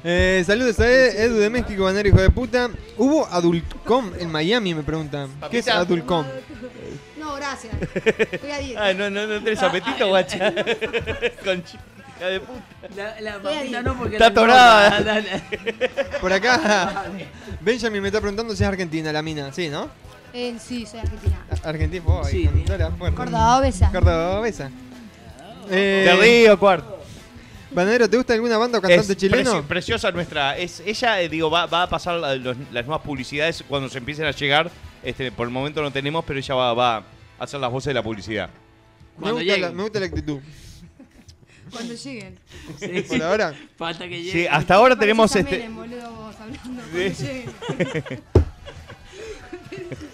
S4: Eh, saludos a Ed- Edu de México, banero hijo de puta. ¿Hubo Adulcom en Miami? Me preguntan. ¿Qué es
S6: Papita.
S4: Adulcom?
S8: No, gracias. Estoy a
S6: Ah,
S8: dieta.
S6: no, no, no tenés apetito, guacha. Conchita de puta.
S5: La, la papita no porque
S6: Está
S5: la- Ah,
S6: atorada.
S5: la- la-
S4: Por acá, Benjamin me está preguntando si es argentina la mina. Sí, ¿no?
S8: En sí, soy argentina.
S4: A- Argentina, oh,
S5: Sí,
S4: con toda la fuerza.
S8: Cordobesa.
S4: Cordobesa.
S6: Te
S4: Eh,
S6: río, cuarto.
S4: Bananero, ¿te gusta alguna banda o cantante
S6: Es
S4: chileno?
S6: preci- preciosa nuestra. Es, ella, eh, digo, va, va a pasar la- los- las nuevas publicidades cuando se empiecen a llegar. Este, por el momento no tenemos, pero ella va, va a hacer las voces de la publicidad.
S4: Me
S5: Cuando
S4: gusta, la,
S5: lleguen.
S4: me gusta la actitud.
S8: Cuando lleguen.
S5: Sí,
S4: Por ahora,
S5: Falta que llegue.
S6: Sí, hasta ahora
S8: Parece
S6: tenemos
S8: Tamela,
S6: este.
S8: boludo, vos hablando. Cuando
S6: Sí.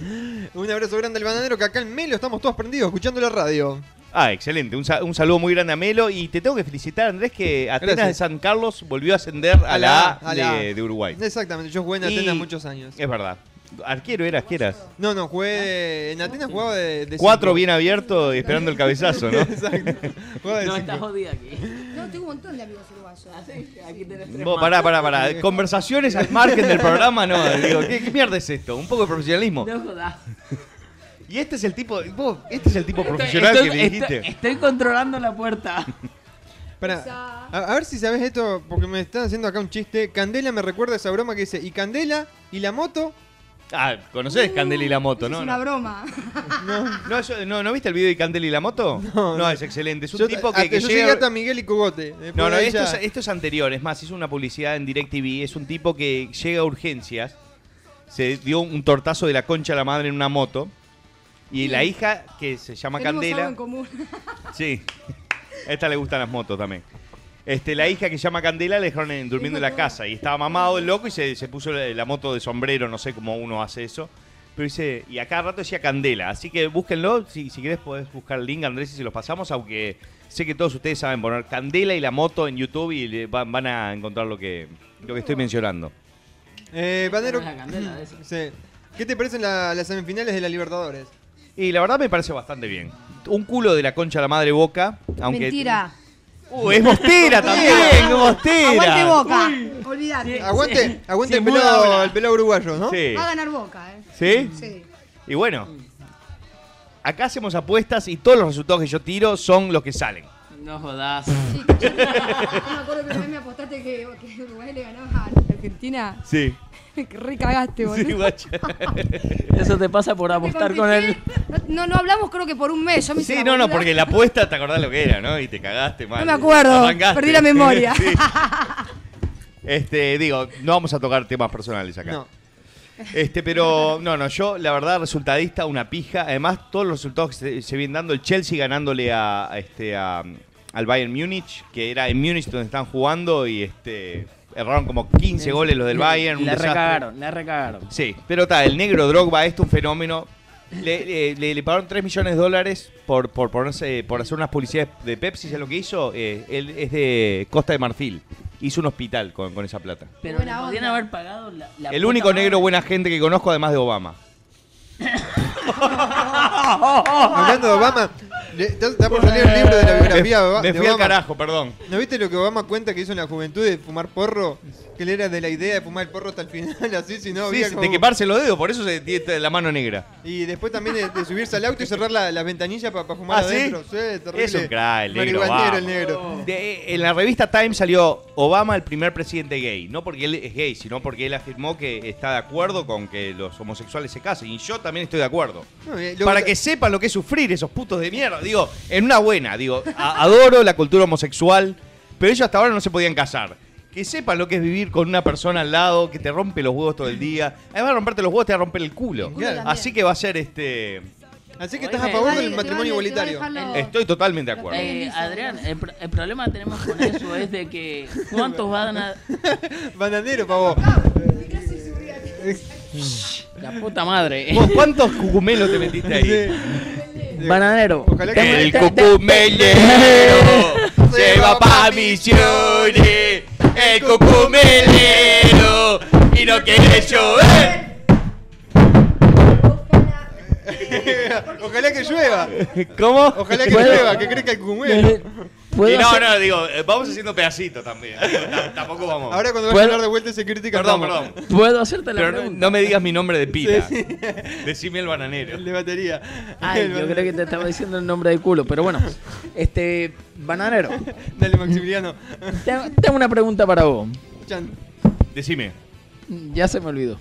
S8: lleguen.
S4: un abrazo grande al bananero que acá en Melo estamos todos prendidos escuchando la radio.
S6: Ah, excelente. Un, sa- un saludo muy grande a Melo. Y te tengo que felicitar, Andrés, que Atenas
S4: Gracias.
S6: de San Carlos volvió a ascender a, la A
S4: a
S6: de,
S4: la A.
S6: de Uruguay.
S4: Exactamente, yo jugué en
S6: Y-
S4: Atenas muchos años.
S6: Es verdad. Arquero era, arqueras.
S4: No, no, jugué. En Atenas jugaba de. de
S6: Cuatro
S4: cinco.
S6: bien abiertos y esperando el cabezazo, ¿no?
S4: Exacto. Jugaba de
S5: No,
S4: cinco.
S5: está jodida aquí.
S8: No, tengo un montón de amigos uruguayos.
S5: Así, aquí tenés tres
S6: Vos,
S5: más.
S6: pará, pará, pará. Conversaciones al margen del programa, no. Digo, ¿qué, qué mierda es esto? Un poco de profesionalismo.
S5: No jodas.
S6: Y este es el tipo, vos, este es el tipo
S5: Estoy-
S6: profesional
S5: estoy-
S6: que me
S5: estoy-
S6: dijiste.
S5: estoy controlando la puerta.
S4: Pará, a, a ver si sabes esto, porque me están haciendo acá un chiste. Candela me recuerda esa broma que dice: ¿Y Candela? ¿Y la moto?
S6: Ah, conocés Candela y la moto,
S8: Es
S6: ¿no?
S8: una
S6: No,
S8: broma.
S6: no, eso- no, ¿no viste el video de Candela y la moto? No, es excelente. Es un
S4: Yo-
S6: tipo
S4: hasta-
S6: que, que
S4: yo
S6: llega-
S4: llegué hasta Miguel y Cogote.
S6: No,
S4: Después de
S6: no,
S4: eh, ahí
S6: esto es,
S4: ya-
S6: esto es anterior, es más, hizo una publicidad en DirecTV, es un tipo que llega a urgencias, se dio un tortazo de la concha a la madre en una moto, y la hija, que se llama
S8: Tenemos algo
S6: Candela,
S8: en común.
S6: sí, a esta le gustan las motos también, este, la hija que se llama Candela le dejaron en- durmiendo en la casa, y estaba mamado el loco y se, se puso la, la moto de sombrero, no sé cómo uno hace eso, pero dice, y a cada rato decía Candela, así que búsquenlo, si, si querés podés buscar el link, Andrés, y se los pasamos, aunque sé que todos ustedes saben poner Candela y la moto en YouTube y le van, van a encontrar lo que, lo que estoy mencionando.
S4: Eh, Banero,
S5: La candela esa.
S4: sí. ¿Qué te parecen la- las semifinales de la Libertadores?
S6: Y la verdad me parece bastante bien. Un culo de la concha a la madre boca, aunque...
S8: Mentira.
S6: Uh, es Bostera también, Bostera.
S8: Aguante Boca. Olvídate.
S5: Sí.
S4: Aguante,
S5: Sí.
S4: aguante
S5: Se
S4: el,
S5: muda
S4: pelado,
S5: ahora.
S4: el pelado uruguayo, ¿no?
S6: Sí.
S8: Va a ganar Boca, eh.
S6: ¿Sí?
S8: Sí.
S6: Y bueno, acá hacemos apuestas y todos los resultados que yo tiro son los que salen.
S5: No jodas.
S8: Sí, yo no me acuerdo que una vez me apostaste que, que Uruguay le ganaba a Argentina.
S6: Sí.
S8: Que re cagaste, boludo.
S6: Sí, guacha.
S5: Eso te pasa por
S8: Te
S5: apostar con él.
S8: contesté. No, no hablamos creo que por un mes. Yo me hice
S6: Sí,
S8: la
S6: no, no,
S8: boluda.
S6: porque la apuesta te acordás lo que era, ¿no? Y te cagaste mal.
S8: No me acuerdo.
S6: Arrancaste.
S8: Perdí la memoria.
S6: Sí. Este, digo, no vamos a tocar temas personales acá.
S4: No.
S6: Este, pero no, no, yo la verdad resultadista, una pija. Además, todos los resultados que se, se vienen dando, el Chelsea ganándole a, a este a- al Bayern Múnich, que era en Múnich donde están jugando y este erraron como 15 goles los del Bayern. un
S5: La
S6: desastre.
S5: recagaron, la recagaron.
S6: Sí, pero está, el negro Drogba, esto un fenómeno. Le, le- le- le pagaron 3 millones de dólares por, por, ponerse, por hacer unas publicidades de Pepsi. ¿Sabes lo que hizo? Eh, él es de Costa de Marfil. Hizo un hospital con, con esa plata.
S5: Pero
S8: Buena
S5: le podían
S8: onda.
S5: haber pagado la, la
S6: el
S5: puta
S6: único
S5: madre.
S6: negro buena gente que conozco, además de Obama.
S4: Hablando de Obama, le- está, está por salir el libro de la biografía de Oba-
S6: Oh, me
S4: de
S6: fui al
S4: Obama.
S6: carajo, perdón.
S4: ¿No viste lo que Obama cuenta que hizo en la juventud de fumar porro? Que él era de la idea de fumar el porro hasta el final, así, si no
S6: Sí,
S4: había como-
S6: de queparse los dedos, por eso se tiene la mano negra.
S4: Y después también de, de subirse al auto y cerrar la, la ventanilla para fumar
S6: ¿Ah, sí?
S4: adentro. Sí, terrible.
S6: Es un crack, el negro,
S4: Marihuanero,
S6: vamos.
S4: el negro.
S6: De- en la revista Time salió Obama el primer presidente gay. No porque él es gay, sino porque él afirmó que está de acuerdo con que los homosexuales se casen. Y yo también estoy de acuerdo.
S4: No, eh, lo-
S6: Para que sepan lo que es sufrir esos putos de mierda. Digo, en una buena, digo, a- adoro la cultura homosexual, pero ellos hasta ahora no se podían casar. Que sepan lo que es vivir con una persona al lado que te rompe los huevos todo el día. Además de romperte los huevos, te va a romper el culo.
S8: culo también.
S6: Así que va a ser este.
S4: Así que estás a
S5: Oye,
S4: favor
S8: Te
S4: del
S8: van-
S4: matrimonio
S8: te van a- te
S4: igualitario.
S8: van a dejarlo-
S6: Eh, Estoy totalmente de acuerdo.
S5: Eh,
S8: Listo,
S5: Adrián,
S8: gracias.
S5: el, pro- el problema que tenemos con eso es de que cuántos van a
S4: Bananero, pavo.
S5: la puta madre.
S6: ¿Vos cuántos cucumelos te metiste ahí?
S5: Bananero.
S4: Ojalá que-
S6: El cucumelero se va pa' misiones. El cucumelero y no quiere llover.
S4: Ojalá que llueva.
S6: ¿Cómo?
S4: Ojalá que
S5: Bueno.
S4: llueva, que crezca el cumuelo.
S5: ¿Puedo
S6: Y no,
S5: hacer-
S6: no, digo, eh, vamos haciendo pedacitos también. Digo, ta- Tampoco vamos.
S4: Ahora cuando vaya a
S5: Bueno.
S4: hablar de vuelta se critica.
S6: perdón,
S4: vamos.
S6: perdón.
S5: ¿Puedo hacerte la
S6: Pero no,
S5: pregunta?
S6: no me digas mi nombre de pila. Decime el bananero.
S4: El de batería.
S5: Ay,
S4: El
S5: yo
S4: bananero.
S5: creo que te estaba diciendo el nombre de culo, pero bueno. Este, bananero,
S4: Dale, Maximiliano.
S5: te- tengo una pregunta para vos.
S4: Chan.
S6: Decime.
S5: Ya se me olvidó.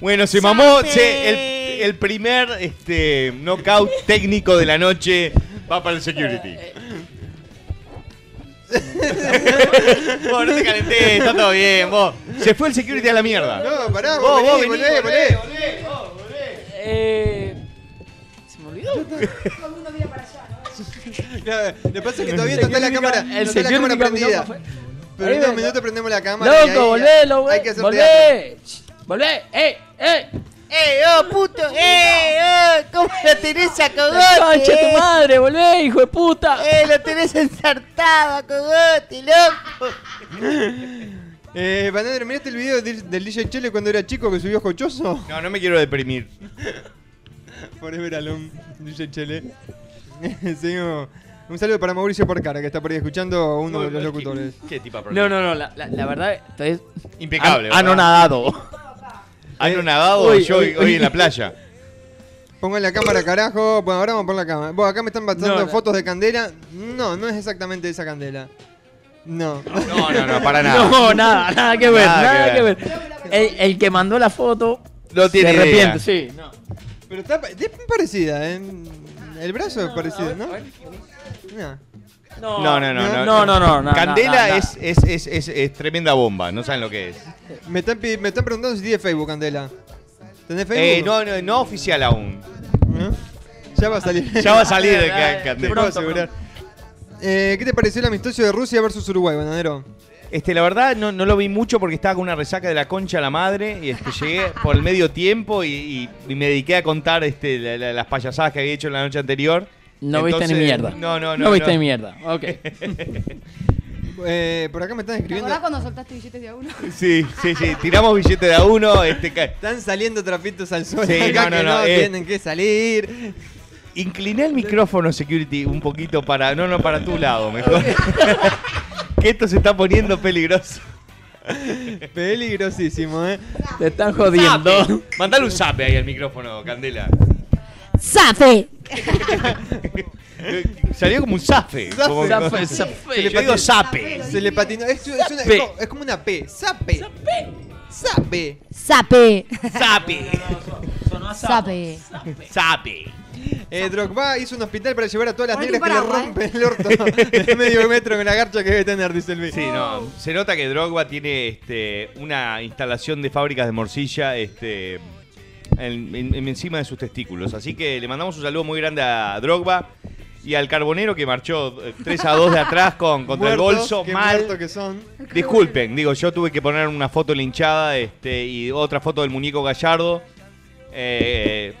S6: Bueno, se mamó che, el, el primer este, knockout técnico de la noche. Va para el security. Vos, no te calenté, está todo bien, vos. Se fue el security a la mierda.
S4: No, pará, vos,
S6: Vos, vos,
S4: vení,
S6: vení,
S4: volvé, volvé.
S5: Eh, ¿Se me olvidó?
S8: Todo el mundo mira para allá, ¿no?
S4: Claro, Lo que pasa es que todavía no está la
S5: Security
S4: cámara,
S5: cam-
S4: no
S5: el
S4: está la cámara
S5: security caminó
S4: prendida.
S5: para afuera.
S4: Pero
S5: Ahí
S4: en unos
S5: ven,
S4: minutos prendemos la cámara. y ahí
S5: Loco, volvé, lo
S4: Hay que hacer teatro.
S5: volvé. Ch, Volvé, eh, eh.
S9: ¡Eh, oh, puto! ¡Eh, oh! ¿Cómo lo tenés a
S5: Concha
S9: cogote?
S5: tu
S9: eh?
S5: madre, volvé, hijo de puta.
S9: ¡Eh, lo tenés ensartado a cogote, loco!
S4: Eh, Banadero, ¿miraste el video del, del DJ Chele cuando era chico que subió Jochoso?
S6: No, no me quiero deprimir.
S4: Forever alone, DJ Chele. Seguimos. Un saludo para Mauricio Porcara, que está por ahí escuchando uno de los locutores.
S6: ¿Qué, tipo de
S5: No,
S6: problema?
S5: no, no, la, la, la verdad, entonces,
S6: Impecable.
S7: Ah, no
S6: ¿verdad?
S7: nadado.
S6: Anonadado
S5: Uy,
S6: yo
S5: uy,
S6: hoy
S5: uy.
S6: en la playa.
S4: Pongan la cámara, carajo. Bueno, ahora vamos a poner la cámara. Bueno, acá me están pasando
S5: No, no.
S4: fotos de candela. No, no es exactamente esa candela. No.
S6: No, no, no, para nada.
S5: no, nada, nada que ver,
S6: Nada
S5: nada,
S6: que
S5: que ver. El, el que mandó la foto
S6: No tiene
S5: se
S6: idea.
S5: arrepiente, sí, no.
S4: Pero está, pa- es parecida, ¿eh? El brazo es parecido, ¿no? No.
S6: No, no, no, no.
S5: no, no, no, no,
S6: Candela
S5: no, no.
S6: Es, es, es, es, es tremenda bomba, no saben lo que es.
S4: Me están, pi- me están preguntando si tiene Facebook, Candela. ¿Tenés Facebook?
S6: Eh, no, no, no oficial aún.
S4: ¿Eh? Ya va a salir.
S6: Ya va a salir de
S5: Ah,
S6: ca-
S4: Te
S6: Candela.
S4: puedo
S5: Pronto,
S4: asegurar. Eh, ¿Qué te pareció el amistoso de Rusia versus Uruguay, Bananero?
S6: Este, la verdad, no, no lo vi mucho porque estaba con una resaca de la concha a la madre y este, llegué por el medio tiempo y, y- y me dediqué a contar este, la- la- las payasadas que había hecho la noche anterior.
S5: No viste ni
S6: Entonces,
S5: mierda.
S6: No, no, no.
S5: No viste ni mierda, ok.
S4: Eh, por acá me están
S8: ¿Te
S4: escribiendo.
S8: acordás cuando soltaste billetes de a uno?
S6: Sí, sí, sí. Tiramos billete de a uno. Este, ca-
S4: Están saliendo trapitos al sol.
S6: Sí,
S4: acá
S6: no, no,
S4: que no,
S6: no, eh.
S4: tienen que salir.
S6: Incliné el micrófono, security, un poquito para. No, no, para tu lado, mejor. que esto se está poniendo peligroso.
S4: Peligrosísimo, ¿eh?
S5: Te están jodiendo.
S6: Mandale un zape ahí al micrófono, Candela.
S9: ¡Safe!
S6: Salió como un zafe.
S4: Zafe.
S6: como-
S5: Zafe,
S6: Yo
S5: zafe.
S6: digo zape.
S4: Se le patinó. Es, es una- es como, es como una P. Sape. Sape. Sape.
S9: ¡Sape!
S6: Zape.
S9: ¡Sape!
S6: Zape.
S4: Eh, Drogba hizo un hospital para llevar a todas las
S8: Ponete
S4: negras que
S8: un
S4: le
S8: paraguas,
S4: rompen el orto de medio metro con la garcha que debe tener, dice el B.
S6: Sí, no.
S4: Oh.
S6: Se nota que Drogba tiene este, una instalación de fábricas de morcilla este, en- en- en- encima de sus testículos. Así que le mandamos un saludo muy grande a Drogba y al carbonero que marchó eh, 3 a 2 de atrás con, contra el bolso.
S4: Qué
S6: Mal.
S4: muertos que son.
S6: Disculpen, digo, yo tuve que poner una foto linchada este, y otra foto del muñeco Gallardo. Eh,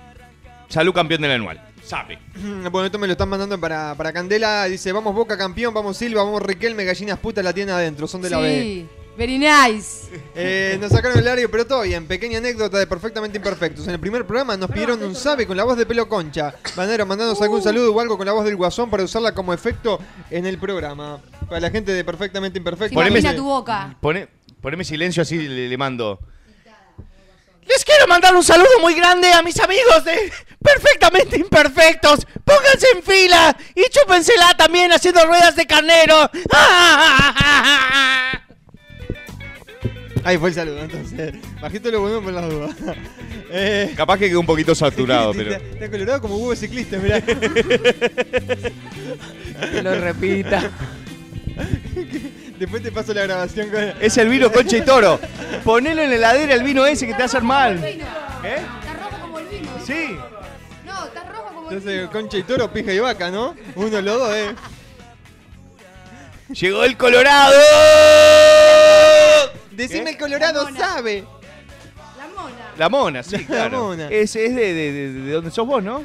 S6: salud campeón del anual. Sabe.
S4: Bueno, esto me lo están mandando para, para Candela. Dice, vamos Boca campeón, vamos Silva, vamos Riquelme, gallinas putas la tienen adentro, son de la B.
S8: Sí, very nice.
S4: Eh, nos sacaron el área, pero todo bien. Pequeña anécdota de Perfectamente Imperfectos. En el primer programa nos pidieron un sabe con la voz de pelo concha. Manero, mandanos
S5: Uh.
S4: algún saludo o algo con la voz del guasón para usarla como efecto en el programa. Para la gente de Perfectamente Imperfectos.
S6: Poneme
S8: Imagina
S6: ese-
S8: tu boca.
S6: Pone, poneme silencio así le, le mando.
S7: Les quiero mandar un saludo muy grande a mis amigos de Perfectamente Imperfectos. Pónganse en fila y chúpensela también haciendo ruedas de carnero. Ah,
S4: Ahí fue el saludo, entonces. Bajito lo volvemos por las dudas. Eh,
S6: Capaz que quedó un poquito saturado, pero.
S4: Está, está colorado como huevo de ciclista, mirá.
S5: Que lo repita.
S4: Después te paso la grabación con...
S6: Es el vino concha y toro. Ponelo en la heladera el vino ese que te va a hacer mal.
S8: ¿Eh? Está rojo como el vino.
S6: Sí.
S8: No, está rojo como el
S4: Entonces,
S8: vino.
S4: concha y toro, pija y vaca, ¿no? Uno de los dos, eh.
S6: Llegó el Colorado.
S4: Decime el Colorado
S8: Ramona.
S4: sabe.
S8: La mona.
S6: La mona, sí,
S4: La
S6: claro.
S4: mona.
S6: Es, es de, de- de- de donde sos vos, ¿no?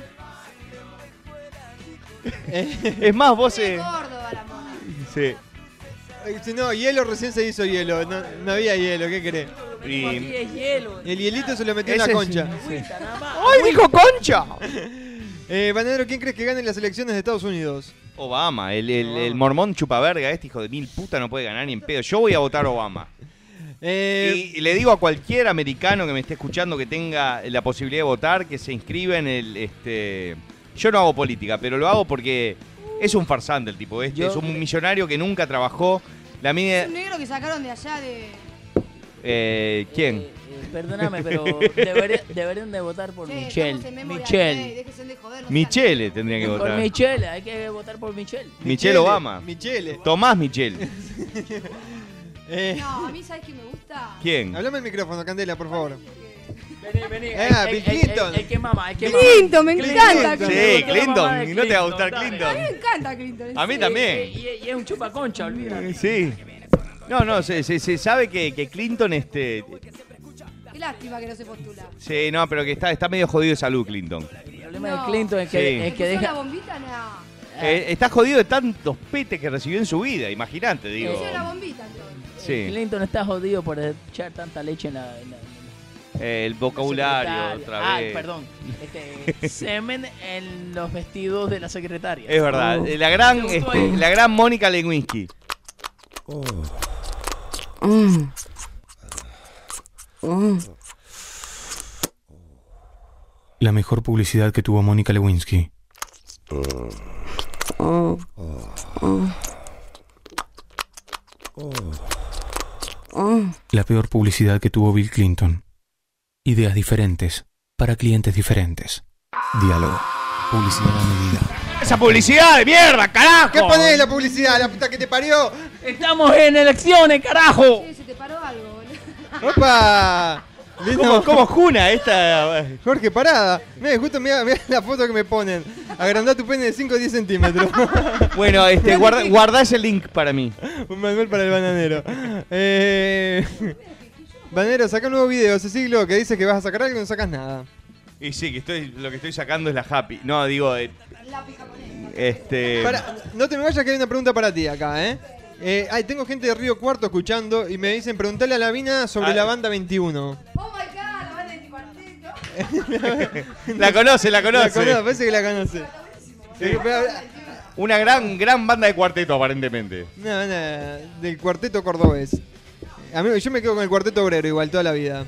S6: es más, vos.
S8: De
S6: eh,
S8: Córdoba, la mona.
S6: sí.
S4: Eh, si No, hielo recién se hizo hielo. No, no había hielo, ¿qué querés?
S6: Y-
S5: es hielo.
S4: El hielito se lo metió en
S6: Ese
S4: la
S6: es-
S4: concha.
S6: ¡Ay, dijo concha!
S4: Eh, Banadero, ¿quién crees que gane las elecciones de Estados Unidos?
S6: Obama, el, el, el mormón chupaverga, este hijo de mil puta no puede ganar ni en pedo. Yo voy a votar Obama.
S4: Eh,
S6: Y, y le digo a cualquier americano que me esté escuchando que tenga la posibilidad de votar, que se inscriba en el. Este... Yo no hago política, pero lo hago porque es un farsante el tipo este.
S5: Yo-
S6: es un millonario que nunca trabajó. La mía.
S8: Es un negro que sacaron de allá de.
S6: Eh, ¿Quién?
S5: Perdóname, pero debería- deberían de votar por
S8: Che, estamos
S5: Michelle.
S8: en Memoria Day,
S5: Michelle.
S8: déjense de joder, no
S6: Michelle tendría que
S5: Por
S6: votar.
S5: Michelle, hay que votar por Michelle.
S6: Michelle Obama.
S4: Michele.
S6: Tomás Michelle.
S4: Eh,
S8: sean- No, a mí sabes que me gusta.
S6: ¿Quién?
S4: hablame el micrófono, Candela, por favor.
S5: Vení, vení.
S4: Eh,
S5: el-
S4: Bill
S5: el- el-
S4: Clinton.
S5: El el que mama, el que mama.
S8: Clinton, me encanta.
S4: Clinton.
S6: Sí,
S8: Clinton.
S6: Eh, Clinton. No te va a gustar
S5: Dale.
S8: A mí me
S6: Clinton.
S8: encanta Clinton. en
S6: A mí
S8: serio.
S6: también.
S5: Y, y- y es un chupaconcha, olvídate.
S6: Sí. No, no, se, se- se sabe que, que Clinton este.
S8: Qué lástima que no se postula.
S6: Sí, no, pero que está, está medio jodido de salud, Clinton.
S5: El problema
S8: No.
S5: de Clinton es que,
S6: Sí.
S5: es que
S8: ¿Le puso la
S5: deja.
S8: bombita? No.
S6: Eh, está jodido de tantos petes que recibió en su vida, imagínate,
S8: Le
S6: digo.
S8: pusieron la bombita entonces.
S6: Sí.
S5: Clinton está jodido por echar tanta leche en la. en la- en
S6: El
S5: la
S6: vocabulario
S5: secretaria.
S6: otra
S5: Ay,
S6: vez.
S5: perdón. Este, semen en los vestidos de la secretaria.
S6: Es verdad.
S5: Uh.
S6: eh, La gran,
S5: Me gustó
S6: este,
S5: ahí. Oh.
S6: la gran Mónica Lewinsky.
S5: Mm.
S10: La mejor publicidad que tuvo Mónica Lewinsky. La peor publicidad que tuvo Bill Clinton. Ideas diferentes para clientes diferentes. Diálogo. Publicidad a medida.
S6: ¡Esa publicidad de mierda, carajo!
S4: ¿Qué ponés la publicidad, la puta que te parió?
S5: ¡Estamos en elecciones, carajo!
S8: Che, se te paró algo, boludo.
S4: ¡Opa!
S6: ¿Cómo,
S4: Lindo.
S6: cómo juna esta?
S4: Jorge, parada. Mira, justo mirá, mirá la foto que me ponen. Agrandá tu pene de 5 o 10 centímetros.
S6: Bueno, este, guarda, guardá ese link para mí.
S4: Un manual para el bananero. Eh... Bananero, saca un nuevo video, ese siglo que dice que vas a sacar algo y no sacas nada.
S6: Y sí, que estoy, lo que estoy sacando es la happy. No, digo, eh,
S8: Lápiz japonés.
S6: este.
S4: Pará, no te me vayas que hay una pregunta para ti acá, ¿eh? Eh, ay, tengo gente de Río Cuarto escuchando y me dicen, preguntale a Lavina sobre
S6: Ah.
S4: la banda 21.
S8: Oh my god, la banda de Ticuarteto.
S6: La conoce, la
S4: La
S6: conoce.
S4: conoce, parece que la conoce. Eh, pero-
S6: Una gran, gran banda de cuarteto, aparentemente.
S4: Una banda del cuarteto cordobés. A mí- yo me quedo con el cuarteto obrero igual toda la vida.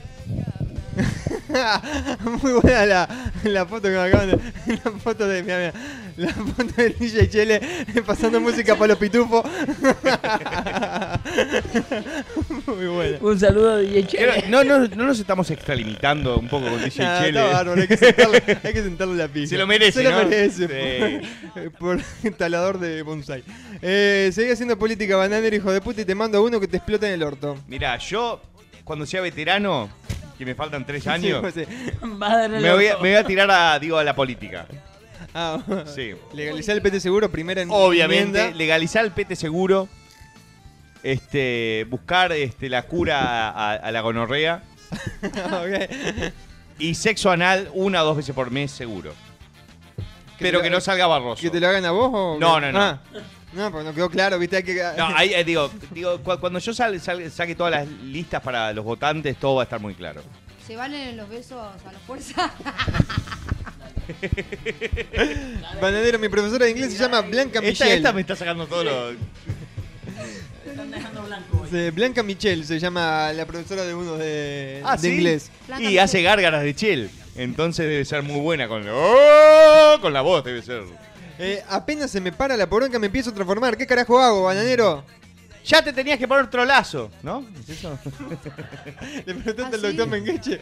S4: Muy buena la, la foto que me acaban de. La foto de. Mira, mira. La foto de DJ Chele pasando música para los pitufos. Muy buena.
S5: Un saludo de DJ
S6: Creo-
S5: Chele.
S6: no, no, no nos estamos extralimitando un poco con DJ
S4: Nah,
S6: Chele.
S4: está bárbaro, hay que sentarle, hay que sentarle la pija.
S6: Se lo merece,
S4: Se lo
S6: ¿no?
S4: merece. Por, por talador de bonsai. Eh, seguí haciendo política bananero, hijo de puta, y te mando a uno que te explota en el orto.
S6: Mirá, yo, cuando sea veterano, que me faltan tres años,
S4: Sí, pues sí.
S5: Va a dar el
S6: me, voy a,
S5: orto.
S6: me voy a tirar a, digo, a la política.
S4: Ah,
S6: Sí.
S4: Legalizar el PT seguro, primera en-
S6: Obviamente,
S4: enmienda.
S6: legalizar el pete seguro. Este, buscar este, la cura a, a la gonorrea.
S4: Ok.
S6: Y sexo anal una o dos veces por mes seguro. Pero
S4: te
S6: que
S4: lo-
S6: no salga barroso.
S4: ¿Que te lo hagan a vos o.?
S6: No, no, no.
S4: Ah, no, porque no quedó claro, viste, hay que.
S6: No, ahí eh, digo, digo cu- cuando yo sal- sal- saque todas las listas para los votantes, todo va a estar muy claro.
S8: ¿Se valen los besos a la fuerza?
S4: Bananero, mi profesora de inglés se llama Blanca
S6: Esta,
S4: Michelle.
S6: esta me está sacando todo lo.
S5: Están dejando blanco hoy.
S4: Sí, Blanca Michelle se llama la profesora de uno de,
S6: Ah,
S4: de
S6: ¿sí?
S4: inglés.
S6: Y hace gárgaras de chill. Entonces debe ser muy buena con. ¡Oh! Con la voz debe ser.
S4: Eh, apenas se me para la poronca, me empiezo a transformar. ¿Qué carajo hago, bananero?
S6: Ya te tenías que poner otro lazo, ¿no? ¿Es eso?
S4: Le preguntaste al
S8: ¿Ah, sí?
S4: doctor Mengeche.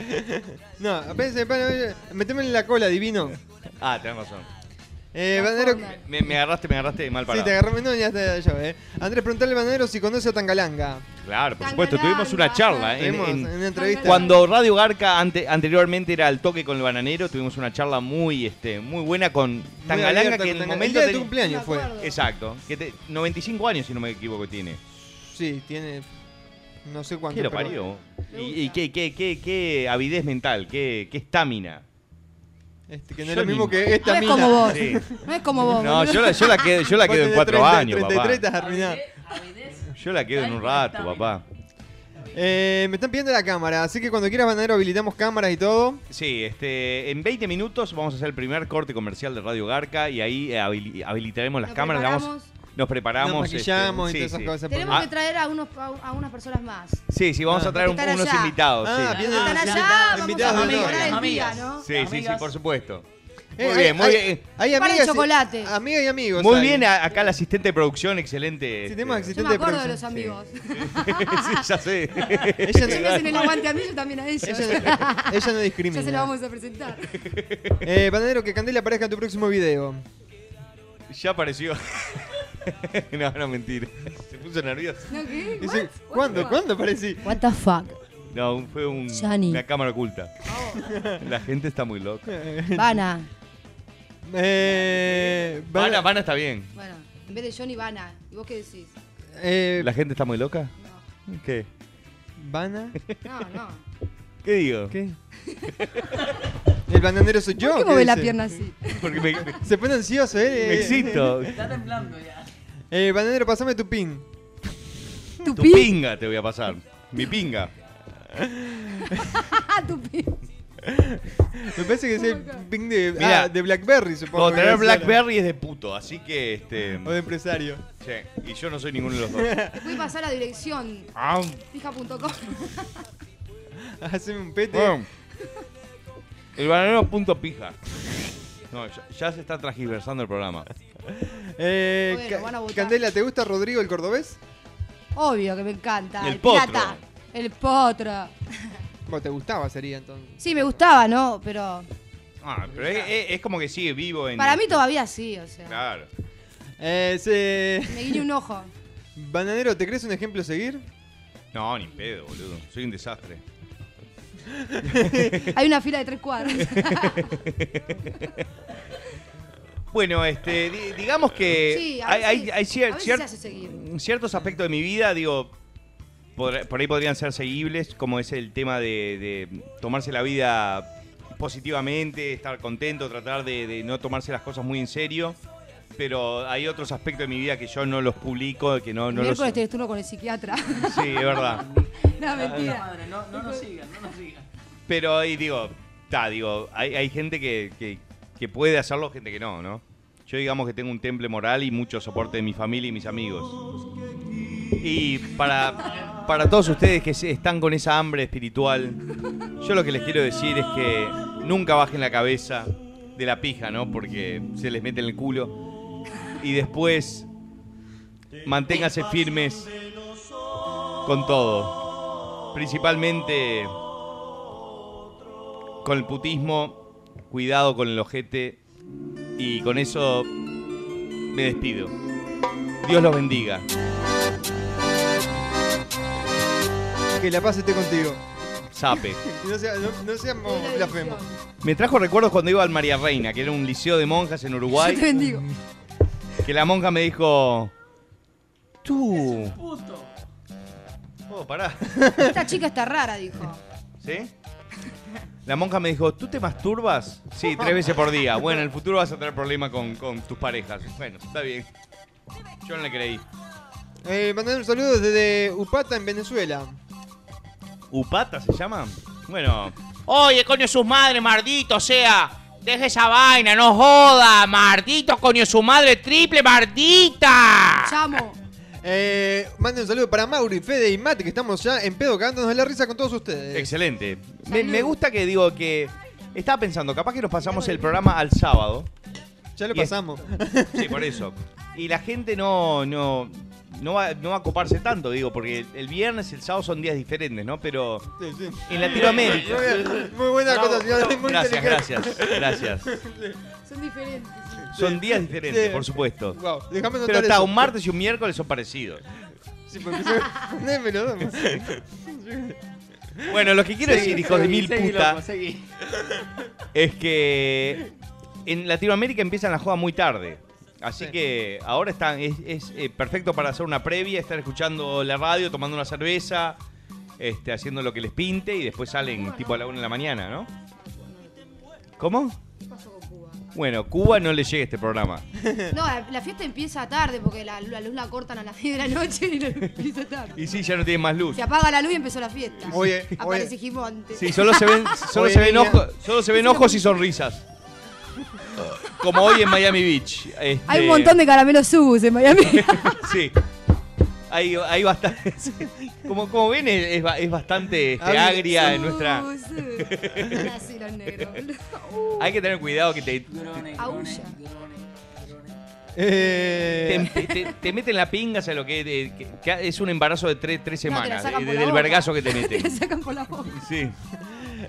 S4: No, apenas se me para. eh, Meteme en la cola, divino.
S6: Ah, tenés razón.
S4: Eh, bananero.
S6: Me, me agarraste, me agarraste mal
S4: Sí,
S6: parado.
S4: te agarré, no, ya está yo, eh. Andrés, preguntale al bananero si conoce a Tangalanga.
S6: Claro, por supuesto. Tuvimos una charla. Ah, ¿eh? En,
S4: Tuvimos
S6: en-
S4: una entrevista.
S6: Cuando Radio Garca ante- anteriormente era al toque con el bananero, tuvimos una charla muy, este, muy buena con
S4: Muy
S6: Tangalanga,
S4: abierta con
S6: que en el
S4: Tangalanga. día
S6: momento.
S4: de tu
S6: tenía-
S4: cumpleaños
S8: Me
S4: fue.
S8: acuerdo.
S6: Exacto. Que te- 95 años, si no me equivoco, tiene.
S4: Sí, tiene. No sé cuánto.
S6: ¿Qué lo
S4: pero-
S6: parió?
S8: Me
S6: Y, y
S8: gusta.
S6: qué, qué, qué, qué avidez mental, qué qué estamina.
S4: Este, que no
S6: Yo
S4: es lo mismo
S6: ni-
S4: que esta
S8: No es
S4: mina.
S8: como vos.
S6: Sí.
S8: No es como vos.
S6: No,
S8: boludo.
S6: yo la, yo la quedo, yo la
S4: Vos
S6: quedo en
S4: tenés
S6: cuatro
S4: 30,
S6: años,
S4: 33
S6: papá.
S4: estás arruinada.
S6: Yo la quedo en un rato, papá.
S4: Eh, me están pidiendo la cámara, así que cuando quieras, Bananero, habilitamos cámaras y todo.
S6: Sí, este, en 20 minutos vamos a hacer el primer corte comercial de Radio Garca y ahí eh, habili- habilitaremos las
S8: Nos
S6: cámaras, le vamos-
S8: preparamos.
S6: nos preparamos.
S4: Nos maquillamos
S6: este,
S4: y
S6: sí,
S4: todas esas
S6: sí.
S4: cosas. por-
S8: Tenemos
S6: Ah.
S8: que traer a, unos, a, a unas personas más.
S6: Sí, sí, vamos
S4: Ah.
S6: a traer un-
S8: Están
S6: unos
S8: allá.
S6: invitados.
S4: Ah,
S6: sí.
S4: bien.
S8: Están allá, vamos
S4: Invitados
S8: a
S4: de honor.
S8: mejorar el
S5: Amigas.
S8: día, ¿no?
S6: Sí, sí, sí,
S5: Amigas.
S6: por supuesto.
S4: Eh,
S6: Muy
S4: hay-
S6: bien, muy
S4: hay-
S6: bien.
S4: Hay
S8: Para el
S4: amigas,
S8: chocolate.
S4: amigas y amigos.
S6: Muy
S4: hay.
S6: bien, ah. a- acá el asistente de producción, excelente.
S4: Sí, tenemos
S6: este,
S8: Yo
S4: asistente
S8: me
S4: de
S8: acuerdo de los
S4: producción.
S8: amigos.
S6: sí, ya sé.
S4: Ella
S8: Si me hacen el aguante a mí, yo también a ellos.
S4: no, ella no discrimina.
S8: Ya se lo vamos a presentar.
S4: Eh, Bananero, que Candela aparezca en tu próximo video.
S6: Ya apareció. no, no, mentira. Se puso nervioso.
S8: ¿No qué?
S4: Dice,
S8: What? What
S4: ¿Cuándo?
S8: the
S4: ¿Cuándo aparecí?
S9: What the fuck.
S6: No, un- fue un-
S9: Yani.
S6: una cámara oculta. La gente está muy loca.
S9: Vana.
S4: Eh, Ban-
S6: Vana, Vana está bien.
S8: fuck? Bueno, en vez de Johnny, Vana. ¿Y vos qué decís?
S4: eh,
S6: ¿La gente está muy loca? ¿Qué?
S4: ¿Bana?
S8: No, no.
S6: ¿Qué digo?
S4: ¿Qué? ¿El bananero soy yo?
S8: ¿Por qué
S4: ¿Qué
S8: mueve la
S4: dice?
S8: pierna así?
S6: Porque me, me-
S4: Se pone ansioso, eh.
S6: me excito.
S5: Está temblando ya.
S4: Eh, bananero, pasame tu pin.
S8: ¿Tu
S6: Tu
S8: pi?
S6: pinga te voy a pasar. Mi pinga.
S8: Ah, tu Oh pi.
S4: Me parece que es el pin de,
S6: Mira.
S4: ah, de Blackberry, supongo.
S6: No,
S4: que
S6: tener
S4: debe ser.
S6: Blackberry es de puto, así que este.
S4: O de empresario.
S6: sí, y yo no soy ninguno de los dos.
S8: Te Voy a pasar la dirección.
S6: Ah,
S8: Fija.com.
S4: Haceme un pete.
S6: bueno. El bananero punto pija. No, ya, ya se está transgiversando el programa.
S4: Eh,
S8: Bueno,
S4: Ca-
S8: van a votar.
S4: Candela, ¿te gusta Rodrigo el cordobés?
S9: Obvio que me encanta.
S6: El
S9: El,
S6: potro.
S9: pirata. El potro.
S4: Bueno, te gustaba sería entonces.
S9: Sí, me gustaba, ¿no? Pero
S6: Ah, pero es, es- es como que sigue vivo en.
S9: para mí todavía sí, o sea.
S6: Claro.
S4: Eh, se-
S9: Me guiño un ojo.
S4: Bananero, ¿te crees un ejemplo a seguir?
S6: No, ni pedo, boludo. Soy un desastre.
S9: Hay una fila de tres cuadros.
S6: Bueno, este, di- digamos que
S8: Sí, a
S6: hay,
S8: veces-
S6: hay- hay cier-
S8: a veces
S6: cier- mm,
S8: se hace seguir.
S6: ciertos aspectos de mi vida, digo, por, por ahí podrían ser seguibles, como es el tema de, de tomarse la vida positivamente, estar contento, tratar de, de no tomarse las cosas muy en serio. Pero hay otros aspectos de mi vida que yo no los publico, que no,
S9: El
S6: no los...
S9: miércoles
S6: Sí,
S9: tenés turno con el psiquiatra.
S6: es verdad.
S9: no, mentira.
S5: Madre, no, no nos sigan, no nos sigan.
S6: Pero ahí digo, ta, digo, hay, hay gente que, que- que puede hacerlo, gente que no, ¿no? Yo digamos que tengo un temple moral y mucho soporte de mi familia y mis amigos. Y para, para todos ustedes que se- están con esa hambre espiritual, yo lo que les quiero decir es que nunca bajen la cabeza de la pija, ¿no? Porque se les mete en el culo. Y después, manténganse firmes con todo. Principalmente con el putismo, cuidado con el ojete y con eso me despido. Dios los bendiga.
S4: Que la paz esté contigo.
S6: Sape.
S4: No, sea- no- no seamos
S8: Doble
S4: blasfemos.
S8: dirección.
S6: Me trajo recuerdos cuando iba al María Reina, que era un liceo de monjas
S9: Yo
S6: en
S9: te
S6: Uruguay,
S9: bendigo.
S6: que la monja me dijo, tú...
S5: Puto.
S6: Oh, pará.
S9: Esta chica está rara, dijo.
S6: ¿Sí? La monja me dijo, ¿tú te masturbas? Sí, tres veces por día. Bueno, en el futuro vas a tener problemas con, con tus parejas. Bueno, está bien. Yo no le creí.
S4: Eh, mandar un saludo desde Upata, en Venezuela.
S6: ¿Upata se llama? Bueno,
S7: Oye, coño, su madre, mardito, o sea. Deje esa vaina, no joda, mardito, coño, su madre, triple, mardita.
S9: Chamo.
S4: Eh, manden un saludo para Mauri, Fede y Mate, que estamos ya en pedo cagándonos de la risa con todos ustedes.
S6: Excelente. Me, me gusta que digo que. Estaba pensando, capaz que nos pasamos el programa al sábado.
S4: ya lo
S6: y es-
S4: pasamos.
S6: Sí, por eso. Y la gente no, no, no, va, no va a coparse tanto, digo, porque el, el viernes y el sábado son días diferentes, ¿no? Pero
S4: Sí, sí.
S6: en
S4: Muy,
S6: Latinoamérica.
S4: bien, muy buena
S6: Bravo.
S4: cosa, señor, muy
S6: Gracias,
S4: inteligente.
S6: gracias, gracias.
S8: Son diferentes.
S6: Son días
S4: Sí.
S6: diferentes, por supuesto.
S4: Wow, déjame notar
S6: Pero está,
S4: eso.
S6: un martes y un miércoles son parecidos.
S4: Sí, porque se- nadie me lo da más.
S6: Bueno, lo que quiero decir, hijos de
S5: Seguí,
S6: mil
S5: seguí,
S6: putas,
S5: loco, seguí.
S6: es que en Latinoamérica empiezan las jodas muy tarde. Así
S4: Sí.
S6: que ahora están, es, es, eh, perfecto para hacer una previa, estar escuchando la radio, tomando una cerveza, este, haciendo lo que les pinte y después salen tipo a la una de la mañana, ¿no? ¿Cómo?
S8: ¿Qué pasó con Cuba?
S6: Bueno, Cuba no le llega este programa.
S9: No, la fiesta empieza tarde porque la, la luz la cortan a las 10 de la noche y la luz empieza tarde.
S6: Y sí, ya no tienen más luz.
S9: Se apaga la luz y empezó la fiesta.
S4: Oye,
S9: Aparece
S4: oye.
S9: Gimonte.
S6: Sí, solo se ven, solo
S4: Oye,
S6: se ven,
S4: niña.
S6: ojos, solo se ven ojos y sonrisas. Como hoy en Miami Beach. este,
S9: Hay un montón de caramelos subus en Miami.
S6: Sí. Hay, hay bastante. sí. Como, como ven, es, es ba- es bastante este,
S4: Habla-
S6: agria en nuestra.
S9: Subus. Nacieron
S7: negro.
S6: Hay que tener cuidado que te,
S7: Aulla.
S4: Eh.
S6: te, te- te meten la pinga, o lo que, de- que- que es un embarazo de tres, tres
S4: No, te la
S6: semanas,
S4: sacan
S6: de-
S4: por la
S6: del
S4: boca.
S6: vergazo que te meten.
S7: sacan por la boca.
S6: Sí.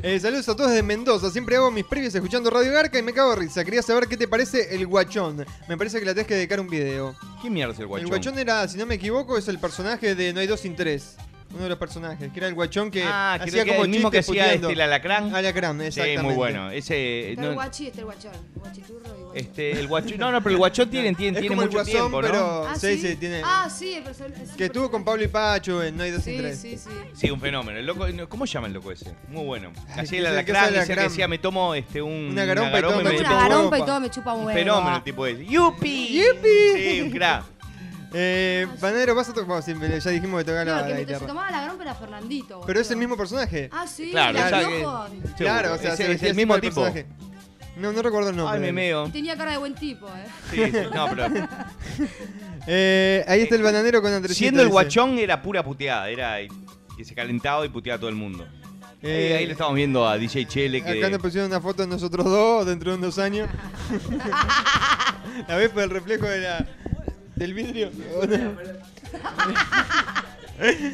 S4: Eh, saludos a todos desde Mendoza. Siempre hago mis previos escuchando Radio Garca y me cago de risa. Quería saber qué te parece el guachón. Me parece que la tenés que dedicar un video.
S6: ¿Qué mierda es el guachón?
S4: El guachón era, si no me equivoco, es el personaje de No hay dos sin tres. Uno de los personajes, que era el guachón que
S6: Ah, creo
S4: hacía
S6: que
S4: como
S6: el mismo que
S4: chistes
S6: hacía
S4: puteando. Mm.
S6: este, el alacrán.
S4: Alacrán,
S6: Sí,
S4: exactamente.
S6: muy bueno. Ese,
S7: Está
S6: no,
S7: el guachi, está el guachón. Guachiturro y guachón.
S6: este, el guachón, no, no, pero el guachón tiene, tiene,
S4: Es
S6: tiene
S4: como el
S6: mucho
S4: guasón,
S6: tiempo, ¿no?
S4: pero-
S7: Ah,
S4: sí, sí, tiene-
S7: Ah, sí, el personaje.
S4: Que estuvo con Pablo y Pacho en No hay dos sin
S7: Sí,
S4: tres.
S7: sí, sí.
S6: Sí, un fenómeno. El loco, no, ¿Cómo se llama el loco ese? Muy bueno. Así
S4: que sea-
S6: el
S4: que
S6: alacrán,
S4: sea
S6: decía que
S4: alacrán.
S6: decía, me tomo este, un,
S4: Una garompa y todo,
S6: me
S4: me
S7: Una
S4: chupa un
S7: garompa y
S4: huevo.
S7: todo me chupa un
S6: Un
S7: huevo.
S6: fenómeno el tipo ese. ¡Yupi! Sí, un crack.
S4: Eh, Banero, vas a tocar. bueno, sí, ya dijimos que tocaba
S6: Ah,
S7: No,
S4: la,
S7: el
S4: la
S7: que me- se
S4: guitarra.
S7: tomaba la garompa era Fernandito. boludo.
S4: Pero es el mismo personaje.
S7: Ah, sí,
S6: Claro,
S7: claro,
S6: o sea que-
S7: anteojos.
S4: Claro, o sea,
S6: Ese
S4: se
S6: es
S4: vestía
S6: el
S4: así
S6: mismo
S4: para
S6: tipo.
S4: No, no recuerdo el nombre.
S6: Ay, me meo.
S7: Tenía cara de buen tipo, eh.
S6: Sí, sí, no, pero Este,
S4: Eh, ahí está el bananero con Andresito.
S6: siendo el
S4: dice.
S6: guachón era pura puteada. Era que se calentaba y puteaba a todo el mundo.
S4: Eh,
S6: Eh, ahí lo estamos viendo a DJ Chele que...
S4: Acá nos pusieron una foto de nosotros dos dentro de unos años. la ves por el reflejo de la, del vidrio.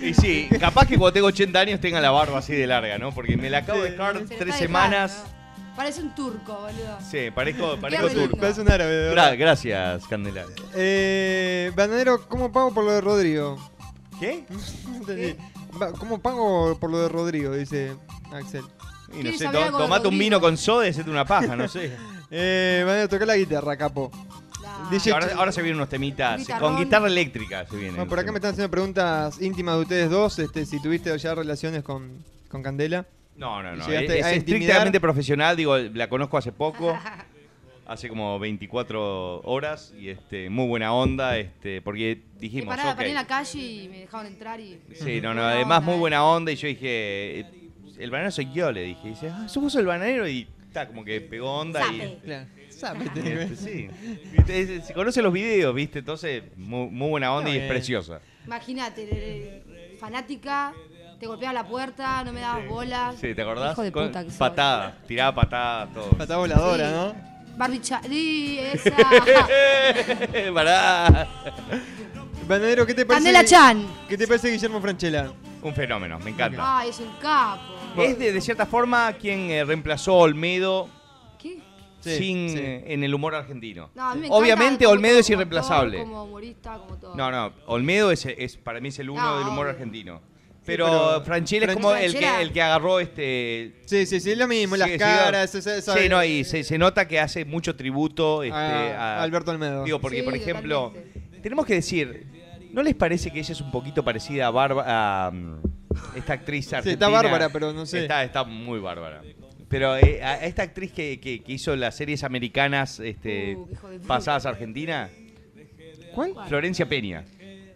S6: Y sí, capaz que cuando tengo 80 años tenga la barba así de larga, ¿no? Porque me la acabo de dejar
S7: Pero
S6: tres
S7: está de
S6: semanas.
S7: raro, ¿no? Parece un turco, boludo.
S6: Sí, parezco, parezco
S7: Qué lindo.
S6: turco.
S4: Parece un árabe, de
S6: Gra-
S4: verdad.
S6: gracias, Candela.
S4: Eh, bananero, ¿cómo pago por lo de Rodrigo?
S6: ¿Qué?
S4: No entendí. Va- ¿Cómo pago por lo de Rodrigo? Dice Axel.
S6: Y no
S7: Sí,
S6: sé,
S7: sabía
S6: to-
S7: algo de
S6: tomate un
S7: Rodrigo.
S6: vino con soda y hacete una paja, no sé.
S4: Eh, bananero, toca la guitarra, capo.
S6: Ah. Y
S4: DJ
S6: ahora, ahora se vienen unos temitas.
S7: Guitarrón.
S6: Con guitarra eléctrica se vienen.
S4: Bueno, por acá me están haciendo preguntas íntimas de ustedes dos, este, si tuviste ya relaciones con, con Candela.
S6: No, no, no. Es,
S4: Llegaste
S6: es
S4: a intimidar.
S6: estrictamente profesional, digo, la conozco hace poco. Hace como 24 horas y este muy buena onda, este porque
S7: Me
S6: dijimos,
S7: paraba,
S6: ok.
S7: paré en la calle y me dejaban entrar y.
S6: Sí, no, no, además muy buena onda eh. y yo dije, eh, el bananero soy yo, le dije. Y dice, ah, somos el bananero y está como que pegó onda y...
S4: Claro.
S6: y este, sí. Viste, es- Se conoce los videos, ¿viste? Entonces, muy, muy buena onda
S4: Está
S6: y es
S4: bien.
S6: preciosa.
S7: Imagínate, eh, fanática, te golpeaba la puerta, no me dabas bolas.
S6: Sí, ¿te acordás?
S7: Hijo de
S6: Con-
S7: puta que soy.
S6: patada, tiraba patadas, todo.
S4: Patada voladora, ¿no?
S7: Barbie Charlie, esa.
S6: Pará.
S4: Bananero, ¿qué te parece?
S7: Candela Chan.
S4: ¿Qué te parece Guillermo Franchella?
S6: Un fenómeno, me encanta.
S7: Ay, es un capo.
S6: Es de, de cierta forma quien eh, reemplazó a Olmedo
S7: ¿Qué?
S4: Sí,
S6: sin,
S4: sí.
S6: eh, en el humor argentino.
S7: No, a mí me encanta
S6: Obviamente
S7: como-
S6: Olmedo es
S7: como actor,
S6: irreemplazable.
S7: Como humorista, como todo.
S6: No, no, Olmedo es, es- para mí es el uno
S7: No,
S6: del humor
S7: obvio.
S6: argentino. Pero,
S4: pero-
S6: Franchella es
S4: Fran-
S6: como el que,
S7: Franchella-
S6: el que agarró este...
S4: Sí, sí, sí, es lo mismo, las
S6: sí, sí,
S4: caras,
S6: sí,
S4: esa- esa-
S6: sí, no, y se, se nota que hace mucho tributo este,
S4: a
S6: a-
S4: Alberto Almedo.
S6: Digo, porque,
S7: Sí,
S6: por ejemplo, tenemos que decir, ¿no les parece que ella es un poquito parecida a, Barba- a mm, esta actriz argentina?
S4: está bárbara, pero no sé.
S6: Está, está muy bárbara. Pero eh, a esta actriz que, que- que hizo las series americanas este,
S7: Uh, hijo de puta.
S6: pasadas a Argentina,
S4: ¿Cuál?
S6: Florencia Peña.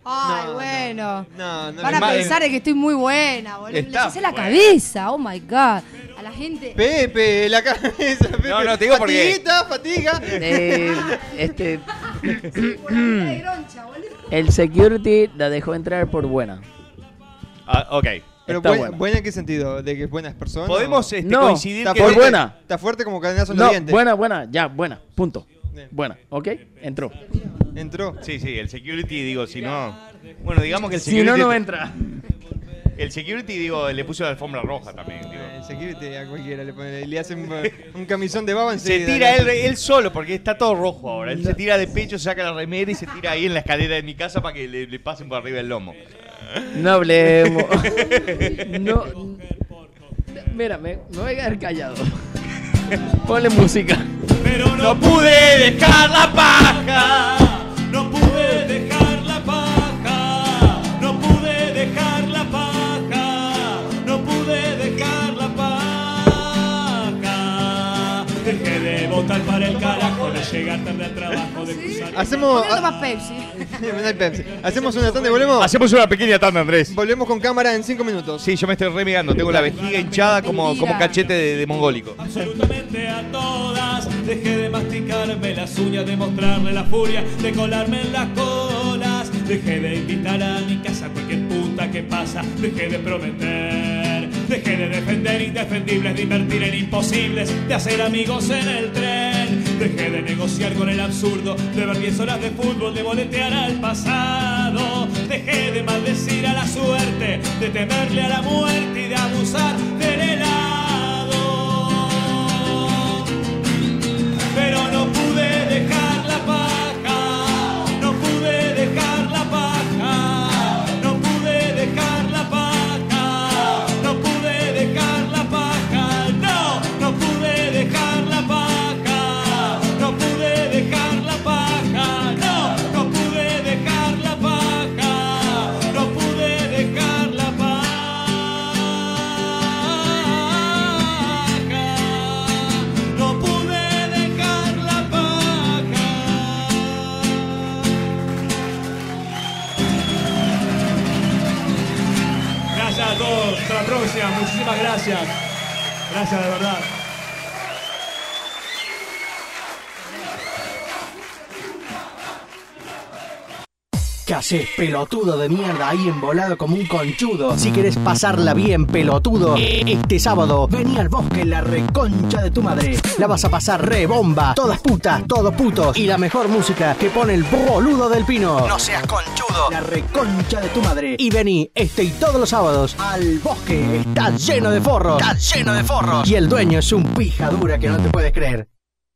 S7: Ay,
S4: No, no.
S7: bueno.
S4: No, no.
S7: Van
S4: le-
S7: a
S6: Ma-
S7: pensar de que estoy muy buena, boludo.
S6: Está
S7: Les hice la
S6: buena.
S7: cabeza, oh my god. A la gente.
S4: Pepe, la cabeza, Pepe.
S6: No, no, te digo porque-
S4: Fatiguita, fatiga.
S5: Eh, este,
S7: Por la mitad de groncha, boludo.
S5: el security la dejó entrar por buena.
S6: Ah, ok.
S4: Pero
S5: está
S4: buena,
S5: buena.
S4: buena en qué sentido, de que es buenas personas.
S6: Podemos
S4: ¿O?
S6: este,
S5: No,
S6: coincidir
S4: Está
S6: que...
S5: por
S4: fuerte,
S5: buena.
S4: Está fuerte como cadenazo en
S5: No,
S4: dientes.
S5: buena, buena, ya, buena, punto.
S4: Bien.
S5: Buena, ¿ok? Entró.
S4: Entró.
S6: Sí, sí, el security, digo, si no... Bueno, digamos que el
S5: Si
S6: security...
S5: no, no entra.
S6: El security, digo, le puso la alfombra roja también, digo.
S4: Eh, security a cualquiera le pone, le hace un, un camisón de baba
S6: Se
S4: enseguida.
S6: tira él, él solo, porque está todo rojo ahora. Él se tira de pecho, saca la remera y se tira ahí en la escalera de mi casa para que le, le pasen por arriba el lomo.
S5: No hablemos. No. Mira, me, me voy a quedar callado. Ponle música.
S6: Pero no pude dejar la paja.
S11: No pude dejar la paja, no pude dejar la paja, no pude dejar la paja. Dejé de votar para el carajo, de llegar tarde al trabajo, de cruzar.
S4: Hacemos.
S7: ¿Por qué no tomas Pepsi?
S4: No hay Pepsi. Hacemos una tanda y volvemos.
S6: Hacemos una pequeña tanda, Andrés.
S4: Volvemos con cámara en 5 minutos.
S6: Sí, yo me estoy remigando. Tengo la vejiga hinchada como, como cachete de, de mongólico.
S11: Absolutamente a todas, dejé de masticarme las uñas, de mostrarle la furia, de colarme en las colas, dejé de invitar a mi casa a cualquier puta que pasa, dejé de prometer
S2: de que de defender indefendibles, de invertir en imposibles, de hacer amigos en el tren. Dejé de negociar con el absurdo, de ver 10 horas de fútbol, de boletear al pasado. Dejé de maldecir a la suerte, de temerle a la muerte y de abusar del helado. Pero no pude dejar la paja, no pude dejar la paja, no pude dejar la paja, no pude dejar la paja, no, no pude dejar la paja, no pude dejar la paja, no, no pude dejar la paja, no pude dejar la paja. No pude dejar la paja. Gracias a todos. Hasta la próxima. Muchísimas gracias. Gracias de verdad.
S12: ¿Qué haces, pelotudo de mierda, ahí embolado como un conchudo? Si quieres pasarla bien, pelotudo, este sábado vení al bosque la reconcha de tu madre. La vas a pasar re bomba, todas putas, todos putos y la mejor música que pone el boludo del pino. No seas conchudo, la reconcha de tu madre. Y vení este y todos los sábados al bosque. Está lleno de forros, está lleno de forros. Y el dueño es un pijadura que no te puedes creer.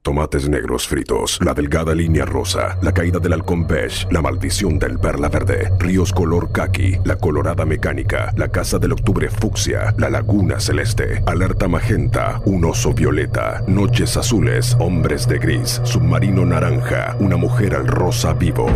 S13: Tomates negros fritos, la delgada línea rosa, la caída del halcón beige, la maldición del perla verde, ríos color caqui, la colorada mecánica, la casa del octubre fucsia, la laguna celeste, alerta magenta, un oso violeta, noches azules, hombres de gris, submarino naranja, una mujer al rosa vivo.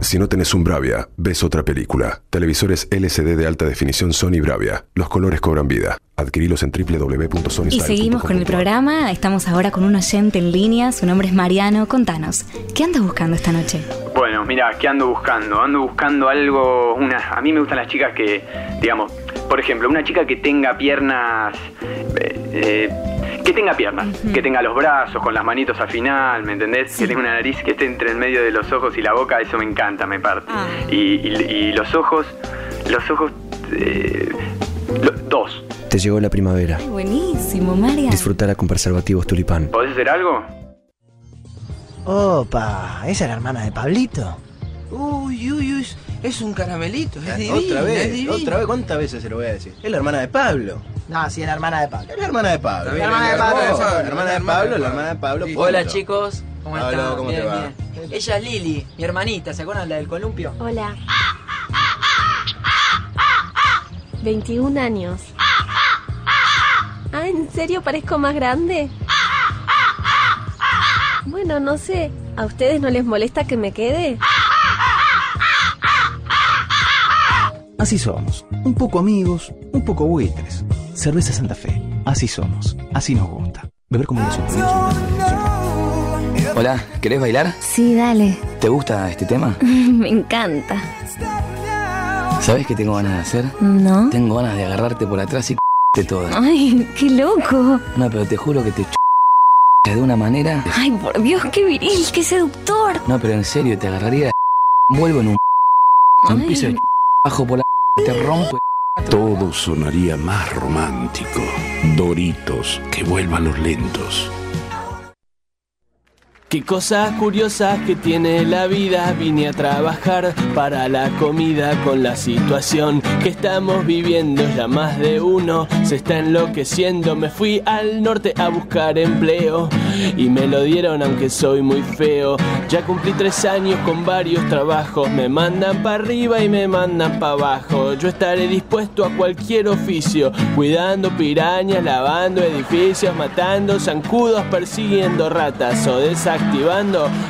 S13: Si no tenés un Bravia, ves otra película. Televisores LCD de alta definición Sony Bravia. Los colores cobran vida. Adquirilos en
S5: Y
S13: www.sonystyles.com.
S5: seguimos con el programa, estamos ahora con un oyente en línea, su nombre es Mariano, contanos, ¿qué andas buscando esta noche?
S14: Bueno, mira, ¿qué ando buscando? Ando buscando algo, una, a mí me gustan las chicas que, digamos, por ejemplo, una chica que tenga piernas, eh, eh, que tenga piernas, que tenga los brazos con las manitos al final, ¿me entendés? Que tenga una nariz que esté entre el medio de los ojos y la boca, eso me encanta, me parte.
S5: Ah.
S14: Y, y- y los ojos, los ojos, eh, lo- dos.
S15: Te llegó la primavera.
S5: Buenísimo, Marian.
S15: Disfrutala con preservativos tulipán.
S14: ¿Podés hacer algo?
S16: Opa, esa es la hermana de Pablito.
S17: Uy, uy, uy, es un caramelito,
S6: Ah,
S17: es divino,
S16: otra
S17: es
S16: vez,
S17: divino.
S16: otra vez, ¿cuántas veces se lo voy a decir? Es la hermana de Pablo.
S17: No, sí, es la hermana de Pablo.
S16: Es la hermana de Pablo.
S17: La hermana de Pablo.
S16: Oh, La hermana de Pablo, la hermana de Pablo.
S17: Hola
S16: punto.
S17: chicos, ¿cómo
S16: Pablo,
S17: están?
S16: ¿cómo te
S17: Bien,
S16: va?
S17: bien. Ella es Lili, mi hermanita, ¿se acuerdan la del columpio?
S18: Hola. 21 años. Ah, ¿en serio parezco más grande? Bueno, no sé. ¿A ustedes no les molesta que me quede?
S10: Así somos. Un poco amigos, un poco buitres. Cerveza Santa Fe. Así somos. Así nos gusta. Beber como nosotros.
S8: Hola, ¿querés bailar?
S5: Sí, dale,
S8: ¿Te gusta este tema?
S5: me encanta.
S8: ¿Sabes qué tengo ganas de hacer?
S5: ¿No?
S8: Tengo ganas de agarrarte por atrás y de todo.
S5: Ay, qué loco.
S8: No, pero te juro que te de una manera.
S5: Ay, por Dios, qué viril, qué seductor.
S8: No, pero en serio, te agarraría. Vuelvo en un. en
S5: Ay.
S8: un piso de bajo por la. Te rompo.
S19: Todo sonaría más romántico. Doritos, que vuelvan los lentos.
S20: Qué cosas curiosas que tiene la vida, vine a trabajar para la comida con la situación que estamos viviendo, ya más de uno se está enloqueciendo, me fui al norte a buscar empleo y me lo dieron aunque soy muy feo, ya cumplí tres años con varios trabajos, me mandan para arriba y me mandan para abajo, yo estaré dispuesto a cualquier oficio, cuidando pirañas, lavando edificios, matando zancudos, persiguiendo ratas o desactivando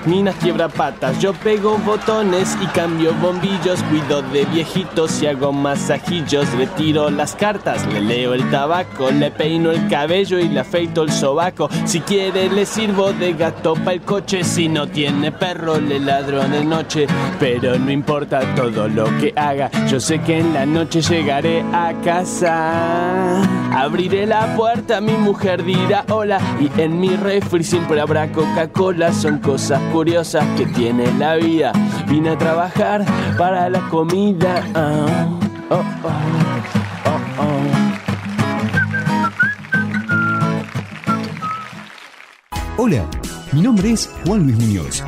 S20: minas quiebra patas. Yo pego botones y cambio bombillos, cuido de viejitos y hago masajillos, retiro las cartas, le leo el tabaco, le peino el cabello y le afeito el sobaco. Si quiere le sirvo de gato para el coche, si no tiene perro le ladro de noche, pero no importa todo lo que haga, yo sé que en la noche llegaré a casa. Abriré la puerta, mi mujer dirá hola y en mi refri siempre habrá Coca-Cola, son cosas curiosas que tiene la vida. Vine a trabajar para la comida. Ah, oh, oh, oh, oh.
S15: Hola, mi nombre es Juan Luis Muñoz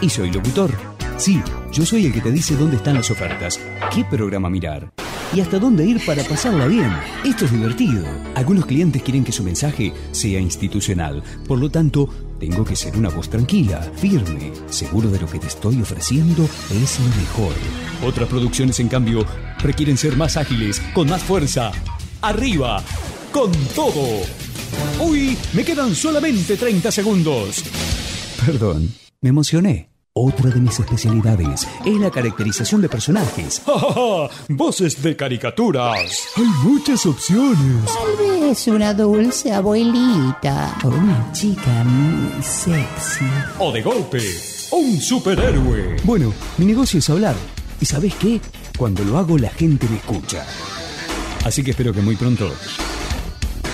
S15: y soy locutor. Sí, yo soy el que te dice dónde están las ofertas, qué programa mirar y hasta dónde ir para pasarla bien. Esto es divertido. Algunos clientes quieren que su mensaje sea institucional, por lo tanto, tengo que ser una voz tranquila, firme, seguro de lo que te estoy ofreciendo es lo mejor. Otras producciones, en cambio, requieren ser más ágiles, con más fuerza. Arriba, con todo. Uy, me quedan solamente 30 segundos. Perdón, me emocioné. Otra de mis especialidades es la caracterización de personajes.
S21: ¡Ja, ja, ja! voces de caricaturas.
S15: Hay muchas opciones.
S8: Tal vez una dulce abuelita. O una chica muy sexy.
S21: O de golpe, un superhéroe.
S15: Bueno, mi negocio es hablar. ¿Y sabes qué? Cuando lo hago la gente me escucha. Así que espero que muy pronto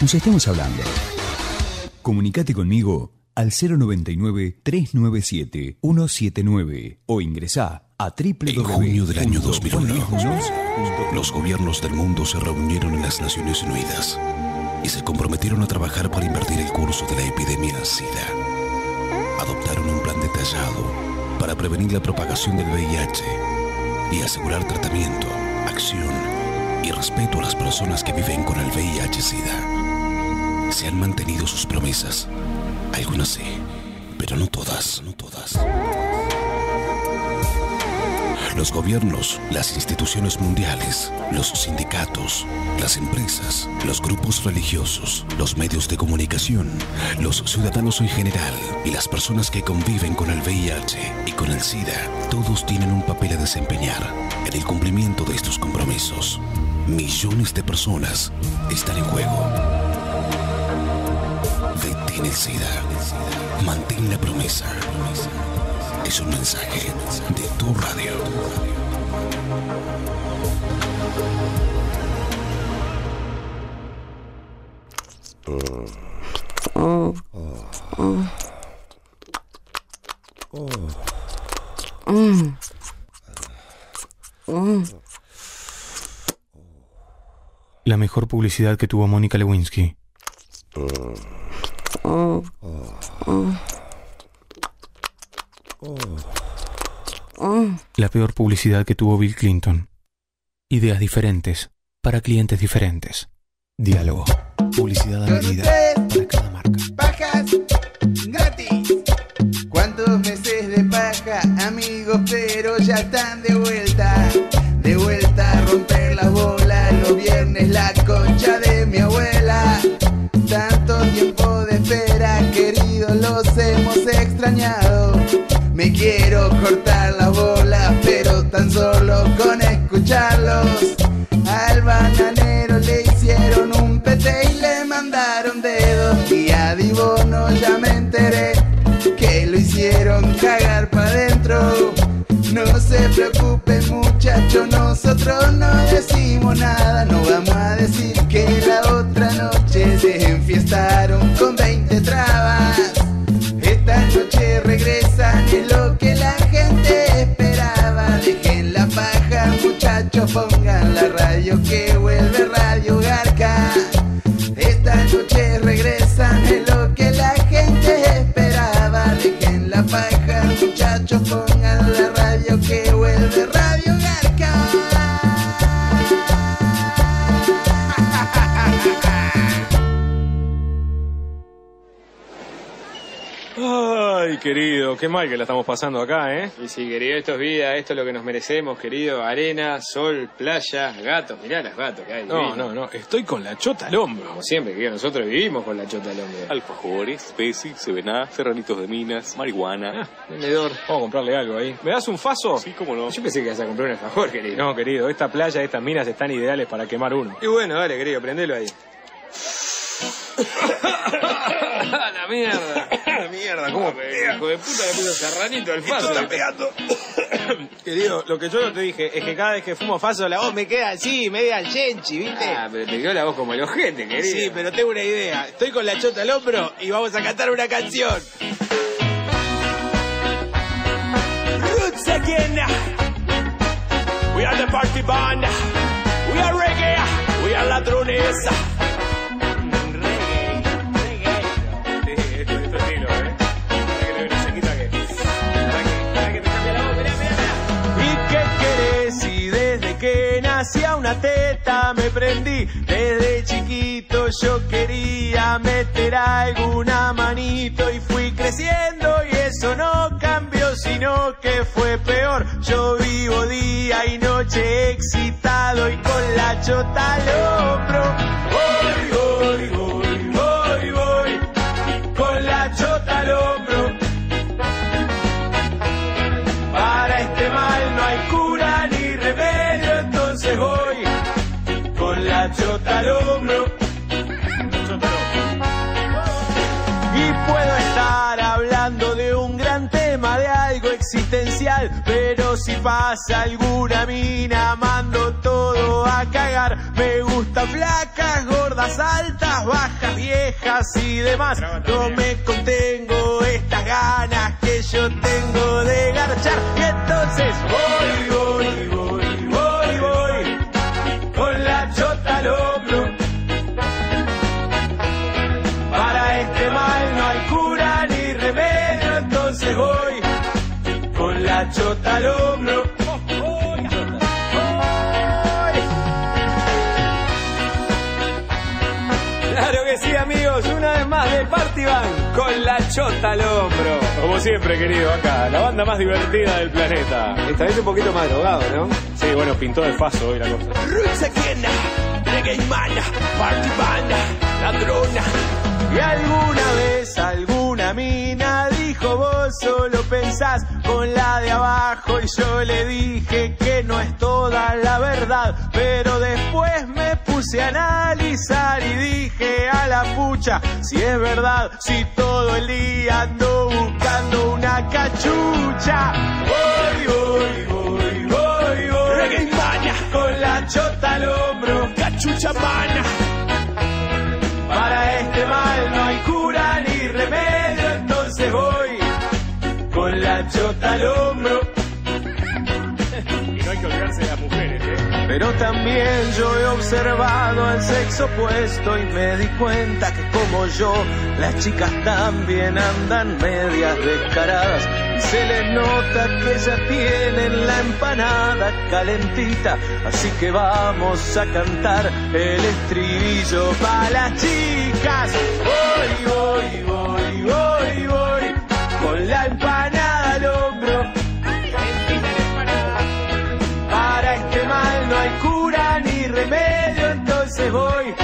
S15: nos estemos hablando. Comunicate conmigo al 099-397-179 o ingresá a
S19: En junio del año 2001,
S15: www.juanluismuñoz.com.
S19: los gobiernos del mundo se reunieron en las Naciones Unidas y se comprometieron a trabajar para invertir el curso de la epidemia SIDA. Adoptaron un plan detallado para prevenir la propagación del VIH y asegurar tratamiento, acción y respeto a las personas que viven con el VIH-SIDA. Se han mantenido sus promesas, algunas sí, pero no todas, no todas. Los gobiernos, las instituciones mundiales, los sindicatos, las empresas, los grupos religiosos, los medios de comunicación, los ciudadanos en general y las personas que conviven con el VIH y con el SIDA, todos tienen un papel a desempeñar en el cumplimiento de estos compromisos. Millones de personas están en juego. Detén el SIDA. Mantén la promesa. Es un mensaje de tu radio.
S22: Mm. Mm.
S10: La mejor publicidad que tuvo Mónica Lewinsky.
S22: Oh. Oh.
S15: 어.
S22: Oh.
S10: La peor publicidad que tuvo Bill Clinton. Ideas diferentes, para clientes diferentes. Diálogo. Publicidad a medida.
S17: Pajas gratis. ¿Cuántos meses de paja, amigos? Pero ya están de vuelta. De vuelta a romper la bola. Los viernes la concha de mi abuela. Tanto tiempo de espera, queridos, los hemos extrañado. Me quiero cortar las bolas, pero tan solo con escucharlos. Al bananero le hicieron un pete y le mandaron dedos. Y a Dibono ya me enteré que lo hicieron cagar para adentro. No se preocupen muchachos, nosotros no decimos nada, no vamos a decir que la otra noche se enfiestaron con 20 trabas. Esta noche regresan es lo que la gente esperaba. Dejen la paja, muchachos, pongan la radio que vuelve Radio Garca. Esta noche regresan es lo que la gente esperaba. Dejen la paja, muchachos, pongan la radio que vuelve Radio Garca.
S11: Ay, querido, qué mal que la estamos pasando acá, ¿eh? Y sí, querido, esto es vida, esto es lo que nos merecemos, querido. Arena, sol, playas, gatos. Mirá las gatos que hay. No, no, no, estoy con la chota al hombro. Como siempre, querido, nosotros vivimos con la chota al hombro.
S23: Alfajores, Pesi, Sevená, Serranitos de Minas, marihuana.
S11: Ah, Vendedor, vamos a comprarle algo ahí. ¿Me das un faso? Sí, cómo no. Yo pensé que ibas a comprar un alfajor, querido. No, querido, esta playa, estas minas están ideales para quemar uno. Y bueno, dale, querido, prendelo ahí. la mierda. la mierda, ¿cómo Hijo de puta le puso serranito al faso. Está pegando. Querido, lo que yo no te dije es que cada vez que fumo faso la voz me queda así, media al yenchi, ¿viste? Ah, pero te quedó la voz como el ojete, querido. Sí, pero tengo una idea. Estoy con la chota al hombro y vamos a cantar una canción.
S2: Roots again. We are the party band. We are reggae. We are ladrones.
S11: ¿eh?
S2: Reggae, reggae. hacia una teta me prendí. Desde chiquito yo quería meter alguna manito y fui creciendo y eso no cambió, sino que fue peor. Yo vivo día y noche excitado y con la chota al hombro. Voy, voy, voy, voy, voy, con la chota al hombro. Para este mal no hay cura ni remedio, entonces voy con la chota al hombro. Y puedo estar hablando de un gran tema, de algo existencial, pero si pasa alguna mina, mando todo a cagar. Me gusta flacas, gordas, altas, bajas, viejas y demás. No me contengo estas ganas que yo tengo de garchar. Y entonces voy, voy, voy, voy, voy, con la chota al hombro. Para este mal no hay cura ni remedio, entonces voy con la chota al hombro. Claro que sí, amigos, una vez más de Party Band con la chota al hombro.
S24: Como siempre, querido, acá, la banda más divertida del planeta. Esta vez un poquito más drogado, ¿no? Sí, bueno, pintó de paso hoy la cosa.
S2: Roots again, reggae man, party band, ladrona. Y alguna vez alguna mina dijo vos solo pensás con la de abajo y yo le dije que no es toda la verdad, pero después me puse a analizar y dije a la pucha si es verdad, si todo el día ando buscando una cachucha. Voy, voy, voy, voy, voy. con la chota al hombro, cachucha pana. Para este mal no hay cura ni remedio, entonces voy con la chota al hombro.
S24: Y no hay que olvidarse de las mujeres, ¿eh?
S2: Pero también yo he observado al sexo opuesto y me di cuenta que como yo, las chicas también andan medias descaradas. Y se les nota que ya tienen la empanada calentita, así que vamos a cantar el estribillo para las chicas. Voy, voy, voy, voy, voy, con la empanada al hombro. Para este mal no hay cura ni remedio, entonces voy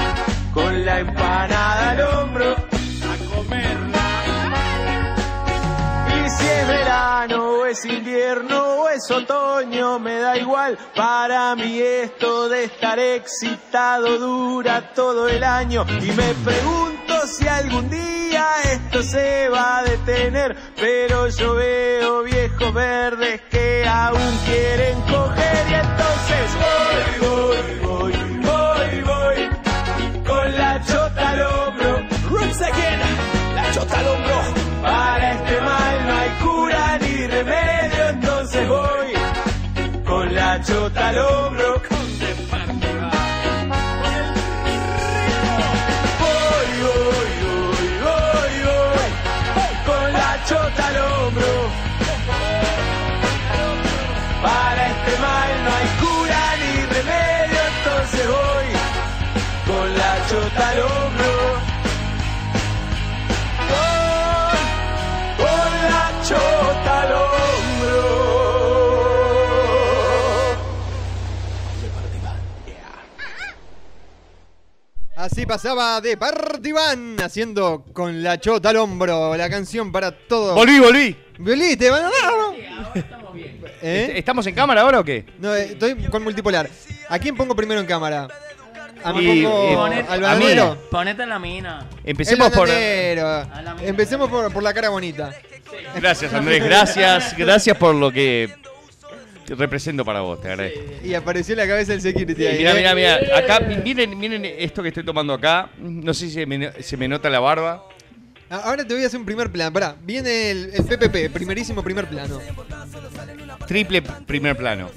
S2: con la empanada al hombro a comerla. Y si es verano o es invierno o es otoño, me da igual. Para mí esto de estar excitado dura todo el año. Y me pregunto si algún día esto se va a detener. Pero yo veo viejos verdes que aún quieren coger. Y entonces voy, voy, voy, voy, voy con la chota al hombro. Roots again, la chota al hombro. Para este mal no hay cura ni remedio, entonces voy con la chota al hombro. Voy, voy, voy, voy, voy, con la chota al hombro. Para este mal no hay cura ni remedio, entonces voy con la chota al hombro. Voy con la chota al hombro.
S4: Así pasaba de Partivan haciendo con la chota al hombro la canción para todo.
S5: Volví, volví.
S4: Volviste, van a ¿Eh?
S5: ¿Estamos en cámara ahora o qué?
S4: No, eh, estoy con multipolar. ¿A quién pongo primero en cámara? ¿A
S5: Y-
S4: mí pongo
S5: y-
S4: al
S5: a mí.
S4: bananero?
S6: Ponete en la mina.
S5: Empecemos
S4: El
S5: por-
S4: bananero. Empecemos por, por la cara bonita.
S5: Gracias, Andrés. Gracias, gracias por lo que te represento para vos. Te agradezco.
S4: Y apareció la cabeza del security ahí.
S5: Mira,
S4: ¿eh?
S5: mira, mira. Acá, miren, miren esto que estoy tomando acá. No sé si se me, se me nota la barba.
S4: Ah, Ahora te voy a hacer un primer plan. Pará, viene el, el PPP, primerísimo primer plano.
S5: Triple p- primer plano.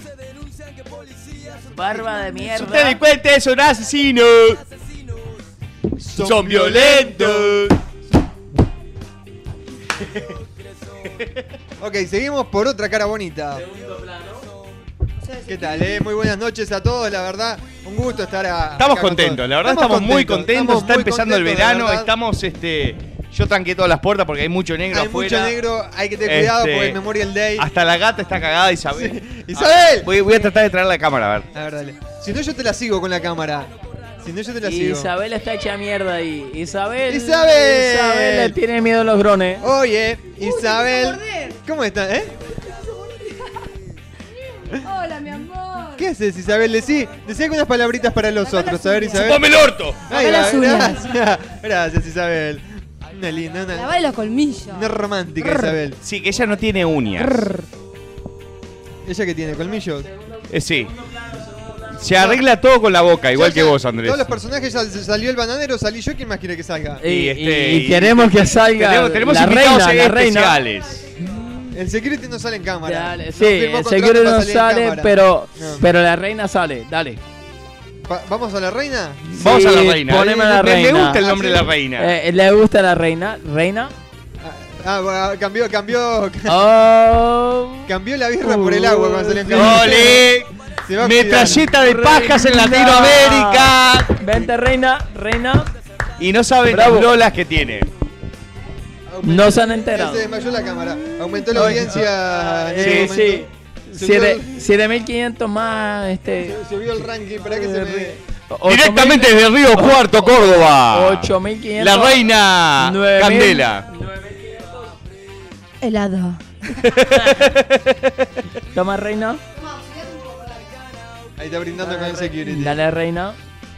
S6: Barba de
S5: Si
S6: mierda.
S5: usted delincuente, son asesinos. Son, violentos.
S4: Ok, seguimos por otra cara bonita. ¿Qué tal? eh? Muy buenas noches a todos, la verdad. Un gusto estar a-
S6: Estamos
S4: acá con
S6: contentos,
S4: todos.
S6: la verdad estamos, muy contentos,
S4: estamos
S6: está
S4: muy
S6: empezando el
S4: contentos, la
S6: verano,
S4: verdad.
S6: estamos este yo tranqué todas las puertas porque hay mucho negro
S4: Hay
S6: afuera.
S4: mucho negro, hay que tener cuidado
S6: Este,
S4: porque es Memorial Day.
S6: Hasta la gata está cagada, Isabel. Ah,
S4: Isabel.
S6: voy, voy a tratar de traer la cámara, a ver.
S4: A ver, dale. Si no, yo te la sigo con la cámara. Si no, yo te la sigo.
S5: Isabel está hecha mierda ahí. Isabel.
S4: Isabel.
S5: Isabel le tiene miedo a los
S4: Oh,
S5: drones.
S4: Oye, Isabel. ¿Cómo estás? ¿Eh?
S7: Hola, mi amor.
S4: ¿Qué haces, Isabel? Decí, decí algunas palabritas para los otros. A ver, Isabel.
S6: ¡Chupame el orto!
S4: Ahí va,
S7: Chupame las uñas.
S4: gracias. Gracias, Isabel. Una linda, una,
S7: Lavale los colmillos.
S4: una romántica, Isabel.
S6: Sí, que ella no tiene uñas.
S4: ¿Ella que tiene? ¿Colmillos?
S6: Eh, sí. Se arregla todo con la boca, igual que vos, Andrés.
S4: Todos los personajes ya se- salió el bananero, salí yo. ¿Quién más quiere que salga?
S6: Y, este,
S5: y queremos que salga
S6: Tenemos, tenemos
S5: la
S6: invitados
S5: reina, la reina.
S6: especiales.
S4: El security no sale en cámara.
S5: Sí, el seguro no sale, pero, pero la reina sale. Dale.
S4: ¿Vamos a la reina?
S6: Vamos a la reina.
S5: Poneme a
S6: Me-
S5: la
S6: me
S5: reina.
S6: gusta el nombre de la reina.
S5: Eh, le gusta la reina. Reina.
S4: Ah, bueno, cambió, cambió.
S5: Ah.
S4: Cambió la birra por el agua cuando salió en cámara.
S6: ¡Ole!
S4: Se va
S6: Metralleta de
S4: cuidando.
S6: pajas en
S4: Reina.
S6: Latinoamérica.
S5: Vente, reina, reina.
S6: Y no saben
S5: Bravo.
S6: las lolas que tiene.
S5: No se han
S4: Ya
S5: enterado.
S4: se desmayó la cámara. Aumentó la
S5: ah.
S4: audiencia. en
S5: Sí,
S4: este
S5: sí.
S4: momento.
S5: Siete-
S4: Subió-
S5: 7500 más. Este, eh,
S4: Subió el ranking, para que se me.
S6: Directamente desde Río Cuarto, Córdoba.
S5: 8500.
S6: Ah. La reina
S5: 9000.
S6: Candela.
S7: Helado.
S5: Toma, reina.
S4: Ahí está brindando con el security.
S5: Dale, reina.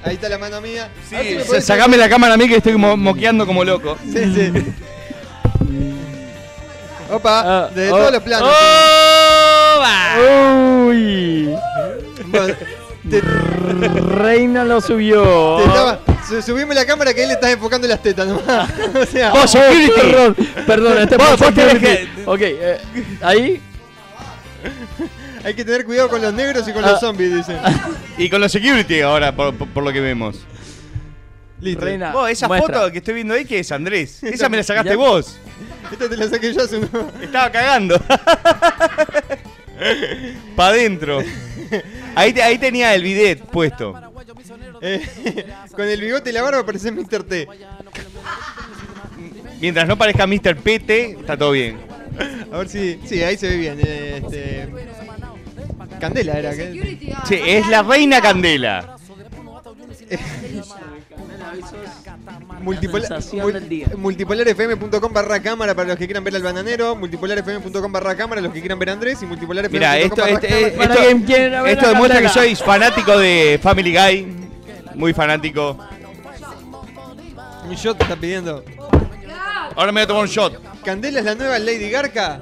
S4: Ahí está la mano mía. Ah, Sí,
S6: Sa- Sacame la cámara a mí que estoy mo- moqueando como loco.
S4: Sí, sí.
S5: Ah,
S4: Opa, de
S6: oh,
S4: todos los planos.
S5: Uy.
S4: Bueno,
S5: Reina lo subió.
S4: te estaba- su- subime la cámara que él le está enfocando las tetas nomás. o sea,
S5: Oh, Perdón, perdón, este
S4: Vos-
S5: es
S4: vos tenés
S5: security. Ok, eh, ahí.
S4: Hay que tener cuidado con los negros y con los
S5: Ah.
S4: zombies, dicen.
S6: Y con los security ahora, por, por- por lo que vemos.
S4: Listo.
S5: Reina,
S6: Vos, esa
S5: muestra.
S6: foto que estoy viendo ahí, que es Andrés? Esa me la sacaste vos.
S4: Esta te la saqué yo hace un...
S6: Estaba cagando. Pa' adentro. Ahí, te- ahí tenía el bidet puesto.
S4: Eh, con el bigote y la barba parece Mr. T.
S6: Mientras no parezca Mr. Pete, está todo bien.
S4: A ver si. Sí, ahí se ve bien. eh, este, Candela era. que-
S6: Sí, es la reina Candela.
S4: Multipolar,
S5: Sensación
S4: mul-
S5: del día.
S4: multipolarfm.com barra cámara para los que quieran ver al bananero, multipolarfm.com barra cámara los que quieran ver a Andrés y multipolarfm.com
S6: Mira, esto,
S4: barra
S6: este-
S4: cámara.
S6: esto- esto demuestra que sois fanático de Family Guy. Muy fanático.
S4: Un shot te está pidiendo.
S6: Ahora me voy a tomar un shot.
S4: ¿Candela es la nueva Lady Garca?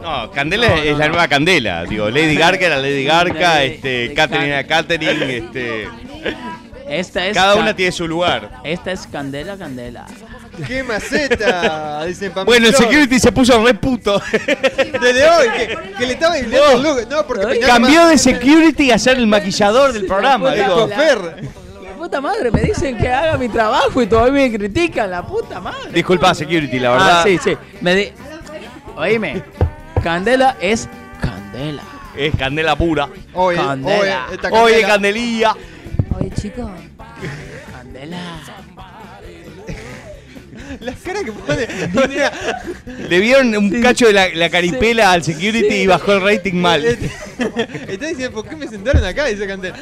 S6: No, Candela es la nueva Candela. Digo, Lady Garca era Lady Garca, este, Catherine era Catherine, este.
S5: Esta es
S6: Cada
S5: Ca-
S6: una tiene su lugar.
S5: Esta es Candela Candela.
S4: ¡Qué maceta! Dicen Pamela
S6: Bueno, el
S4: Flor.
S6: security se puso re puto.
S4: Desde hoy, que, que le estaba diciendo
S6: Oh.
S4: el look. No, porque peinaba
S6: Cambió
S4: más-
S6: de security a ser el maquillador del programa.
S5: puta
S6: Digo,
S5: la-
S4: Fer.
S5: La puta madre, me dicen que haga mi trabajo y todavía me critican, la puta madre.
S6: disculpa, security, la verdad.
S5: Ah, sí, sí. Me di- Oíme, Candela es Candela.
S6: Es candela pura.
S4: Oye,
S5: Candela.
S4: oye, esta
S6: Oye,
S4: candela.
S6: candelilla.
S7: Oye, chicos.
S5: Candela.
S4: Las caras que pone.
S6: Le vieron un cacho de la, la caripela al security y bajó el rating mal.
S4: Está diciendo, ¿por qué me sentaron acá? Dice Candela.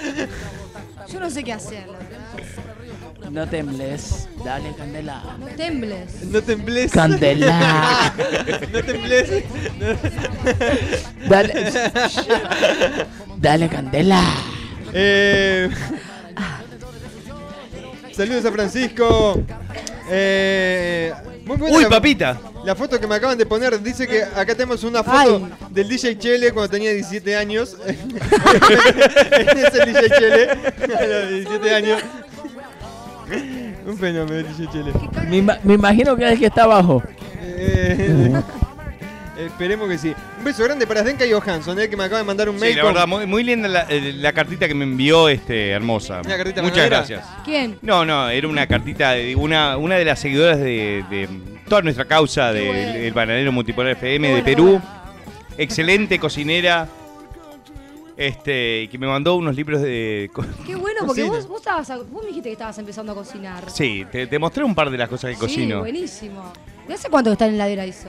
S7: Yo no sé qué hacer. la verdad.
S5: No tembles. Dale, Candela.
S7: No tembles.
S4: No tembles.
S5: Candela.
S4: no tembles.
S5: Dale. Dale, Candela.
S4: Eh, saludos a Francisco. Eh, muy buena
S6: Uy,
S4: la-
S6: papita.
S4: La foto que me acaban de poner dice que acá tenemos una foto del DJ Chele cuando tenía 17 años. este es el DJ Chele a los 17 años. Un fenómeno, DJ Chele.
S5: Me, ima- me imagino que es que está abajo.
S4: Eh, esperemos que sí. Un beso grande para Zdenka y Johansson, eh, que me acaba de mandar un
S6: Sí,
S4: mail.
S6: la
S4: con-
S6: verdad, muy, muy linda la, eh, la cartita que me envió este hermosa.
S4: Una cartita
S6: Muchas
S4: manadera.
S6: gracias.
S7: ¿Quién?
S6: No, no, era una cartita de una, una de las seguidoras de, de toda nuestra causa del bananero multipolar FM de Perú. Excelente cocinera. Este, y que me mandó unos libros de. co-
S7: Qué bueno, porque
S6: Cocina.
S7: vos, vos, estabas, a- vos me dijiste que estabas empezando a cocinar.
S6: Sí, te, te mostré un par de las cosas que
S7: Sí,
S6: cocino.
S7: buenísimo. ¿Y hace cuánto que está en la heladera eso?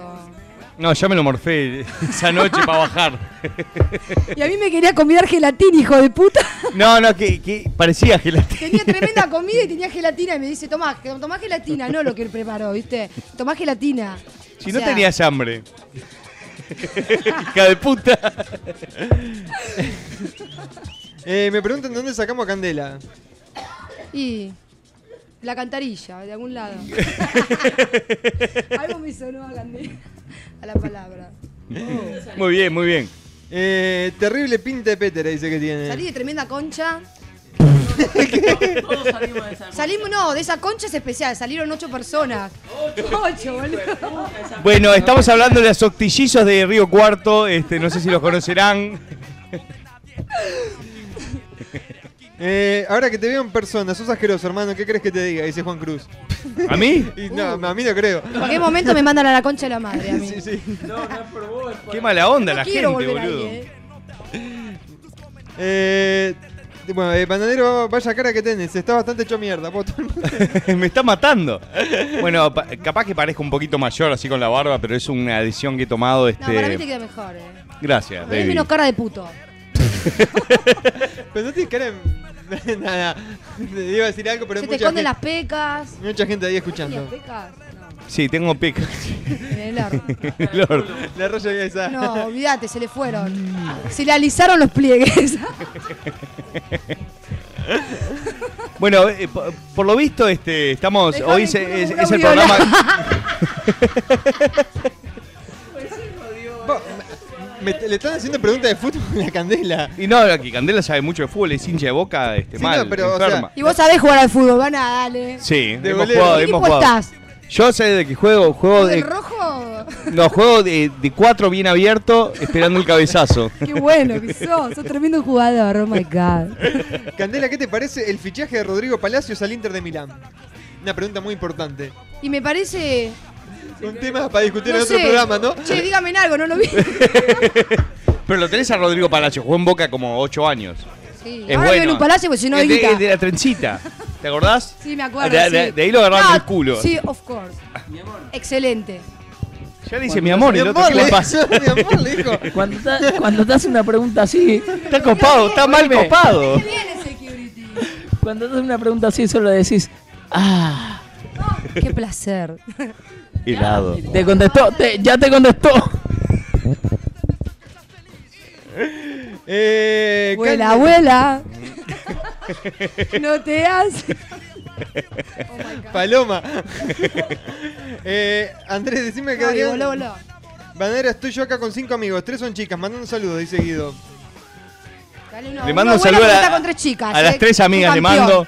S6: No, ya me lo morfé esa noche para bajar.
S7: Y a mí me quería convidar gelatina, hijo de puta.
S6: No, no, que, que parecía gelatina.
S7: Tenía tremenda comida y tenía gelatina. Y me dice, tomá, que- tomá gelatina, no lo que él preparó, ¿viste? Tomá gelatina.
S6: Si
S7: O
S6: no
S7: sea,
S6: tenías hambre. Hija de puta.
S4: Eh, me preguntan de dónde sacamos a Candela.
S7: Y. La cantarilla, de algún lado. Algo me sonó a Candela, a la palabra.
S6: Oh.
S7: Oh.
S6: Muy bien, muy bien.
S4: Eh, terrible pinta de pétera dice que tiene.
S7: Salí de tremenda concha. Salimos, no, de esa concha es especial, salieron ocho personas. Ocho, boludo.
S6: Bueno, estamos hablando de los octillizos de Río Cuarto. Este, no sé si los conocerán.
S4: Eh, ahora que te veo en persona, sos asqueroso, hermano. ¿Qué crees que te diga? Dice Juan Cruz.
S6: ¿A mí?
S4: no, a mí no creo.
S7: En cualquier momento me mandan a la concha de la madre a mí.
S6: Qué mala onda la gente,
S7: Quiero volver
S6: boludo.
S7: ahí, ¿eh?
S4: Eh, bueno, eh, Bananero, vaya cara que tenés. Está bastante hecho mierda. vos, todo el mundo.
S6: Me está matando. Bueno, pa- capaz que parezco un poquito mayor así con la barba, pero es una decisión que he tomado.
S7: No, para mí
S6: Este...
S7: te queda mejor, eh.
S6: Gracias,
S7: Tenés
S6: David.
S7: menos cara de puto.
S4: Pero no tienes cara en... Nada. Iba a decir algo, pero
S7: Se
S4: hay
S7: te
S4: mucha gente,
S7: esconden las pecas.
S4: mucha gente ahí
S7: ¿Tenías
S4: escuchando.
S7: pecas?
S6: Sí, tengo pica.
S7: En el ar-
S6: Lord.
S4: La raya que esa.
S7: No, olvídate, se le fueron. Se le alisaron los pliegues.
S6: Bueno, eh, po- por, lo visto, este, estamos.
S7: Dejame
S6: hoy
S7: el
S6: se-
S7: culo
S6: es,
S7: como
S6: es el
S7: una viola.
S6: programa.
S4: Vos, me- me- le están haciendo preguntas de fútbol a Candela.
S6: Y no, que Candela sabe mucho de fútbol, es hincha de boca, este,
S4: Sí,
S6: mal,
S4: no, pero, o sea,
S6: enferma.
S7: Y vos sabés jugar al fútbol, van a dale.
S6: Sí,
S4: De
S6: hemos
S4: golero.
S6: jugado,
S4: ¿Qué
S6: hemos
S7: equipo
S6: jugado.
S7: estás?
S6: Yo sé de que juego, juego
S7: ¿El
S6: de,
S7: rojo?
S6: no, juego de, de cuatro bien abierto, esperando el cabezazo.
S7: Qué bueno que sos. Sos tremendo jugador, oh my god.
S4: Candela, ¿qué te parece el fichaje de Rodrigo Palacios al Inter de Milán? Una pregunta muy importante.
S7: Y me parece.
S4: Un tema para discutir en
S7: no
S4: otro
S7: sé.
S4: programa, ¿no?
S7: Che, dígame en algo, no lo vi.
S6: Pero lo tenés a Rodrigo Palacio, jugó en Boca como ocho años.
S7: Sí.
S6: Es
S7: Ahora
S6: bueno.
S7: vivo en un palacio, pues si no
S6: Es
S7: hay
S6: de,
S7: guita.
S6: de la trencita. ¿Te acordás? Ah,
S7: Sí, me acuerdo.
S6: De, de-
S7: sí.
S6: de ahí lo agarraron
S7: No,
S6: el culo.
S7: Sí, of course. Excelente.
S6: Ya le dice mi amor, el otro, ¿qué le pasa?
S5: Cuando, ta- cuando te hace una pregunta así.
S6: Está copado, está mal copado.
S5: Cuando te hace una pregunta así, solo decís. ¡Ah!
S7: Qué placer.
S6: Helado.
S5: Te contestó, te- ya te contestó.
S4: Eh, Candela-
S7: Abuela, abuela. No te hagas.
S4: Paloma. Eh, Andrés, decime que
S7: Ay,
S4: Adrián.
S7: voló, voló.
S4: Bananero, estoy yo acá con cinco amigos. Tres son chicas. Mandando saludos, dice Guido.
S7: Dale una-
S6: Le
S7: una
S6: mando un
S7: abuela
S6: saludo
S7: que
S6: a la-
S7: está con tres chicas,
S6: A
S7: eh.
S6: las tres
S7: Un
S6: amigas le
S7: campeón.
S6: mando.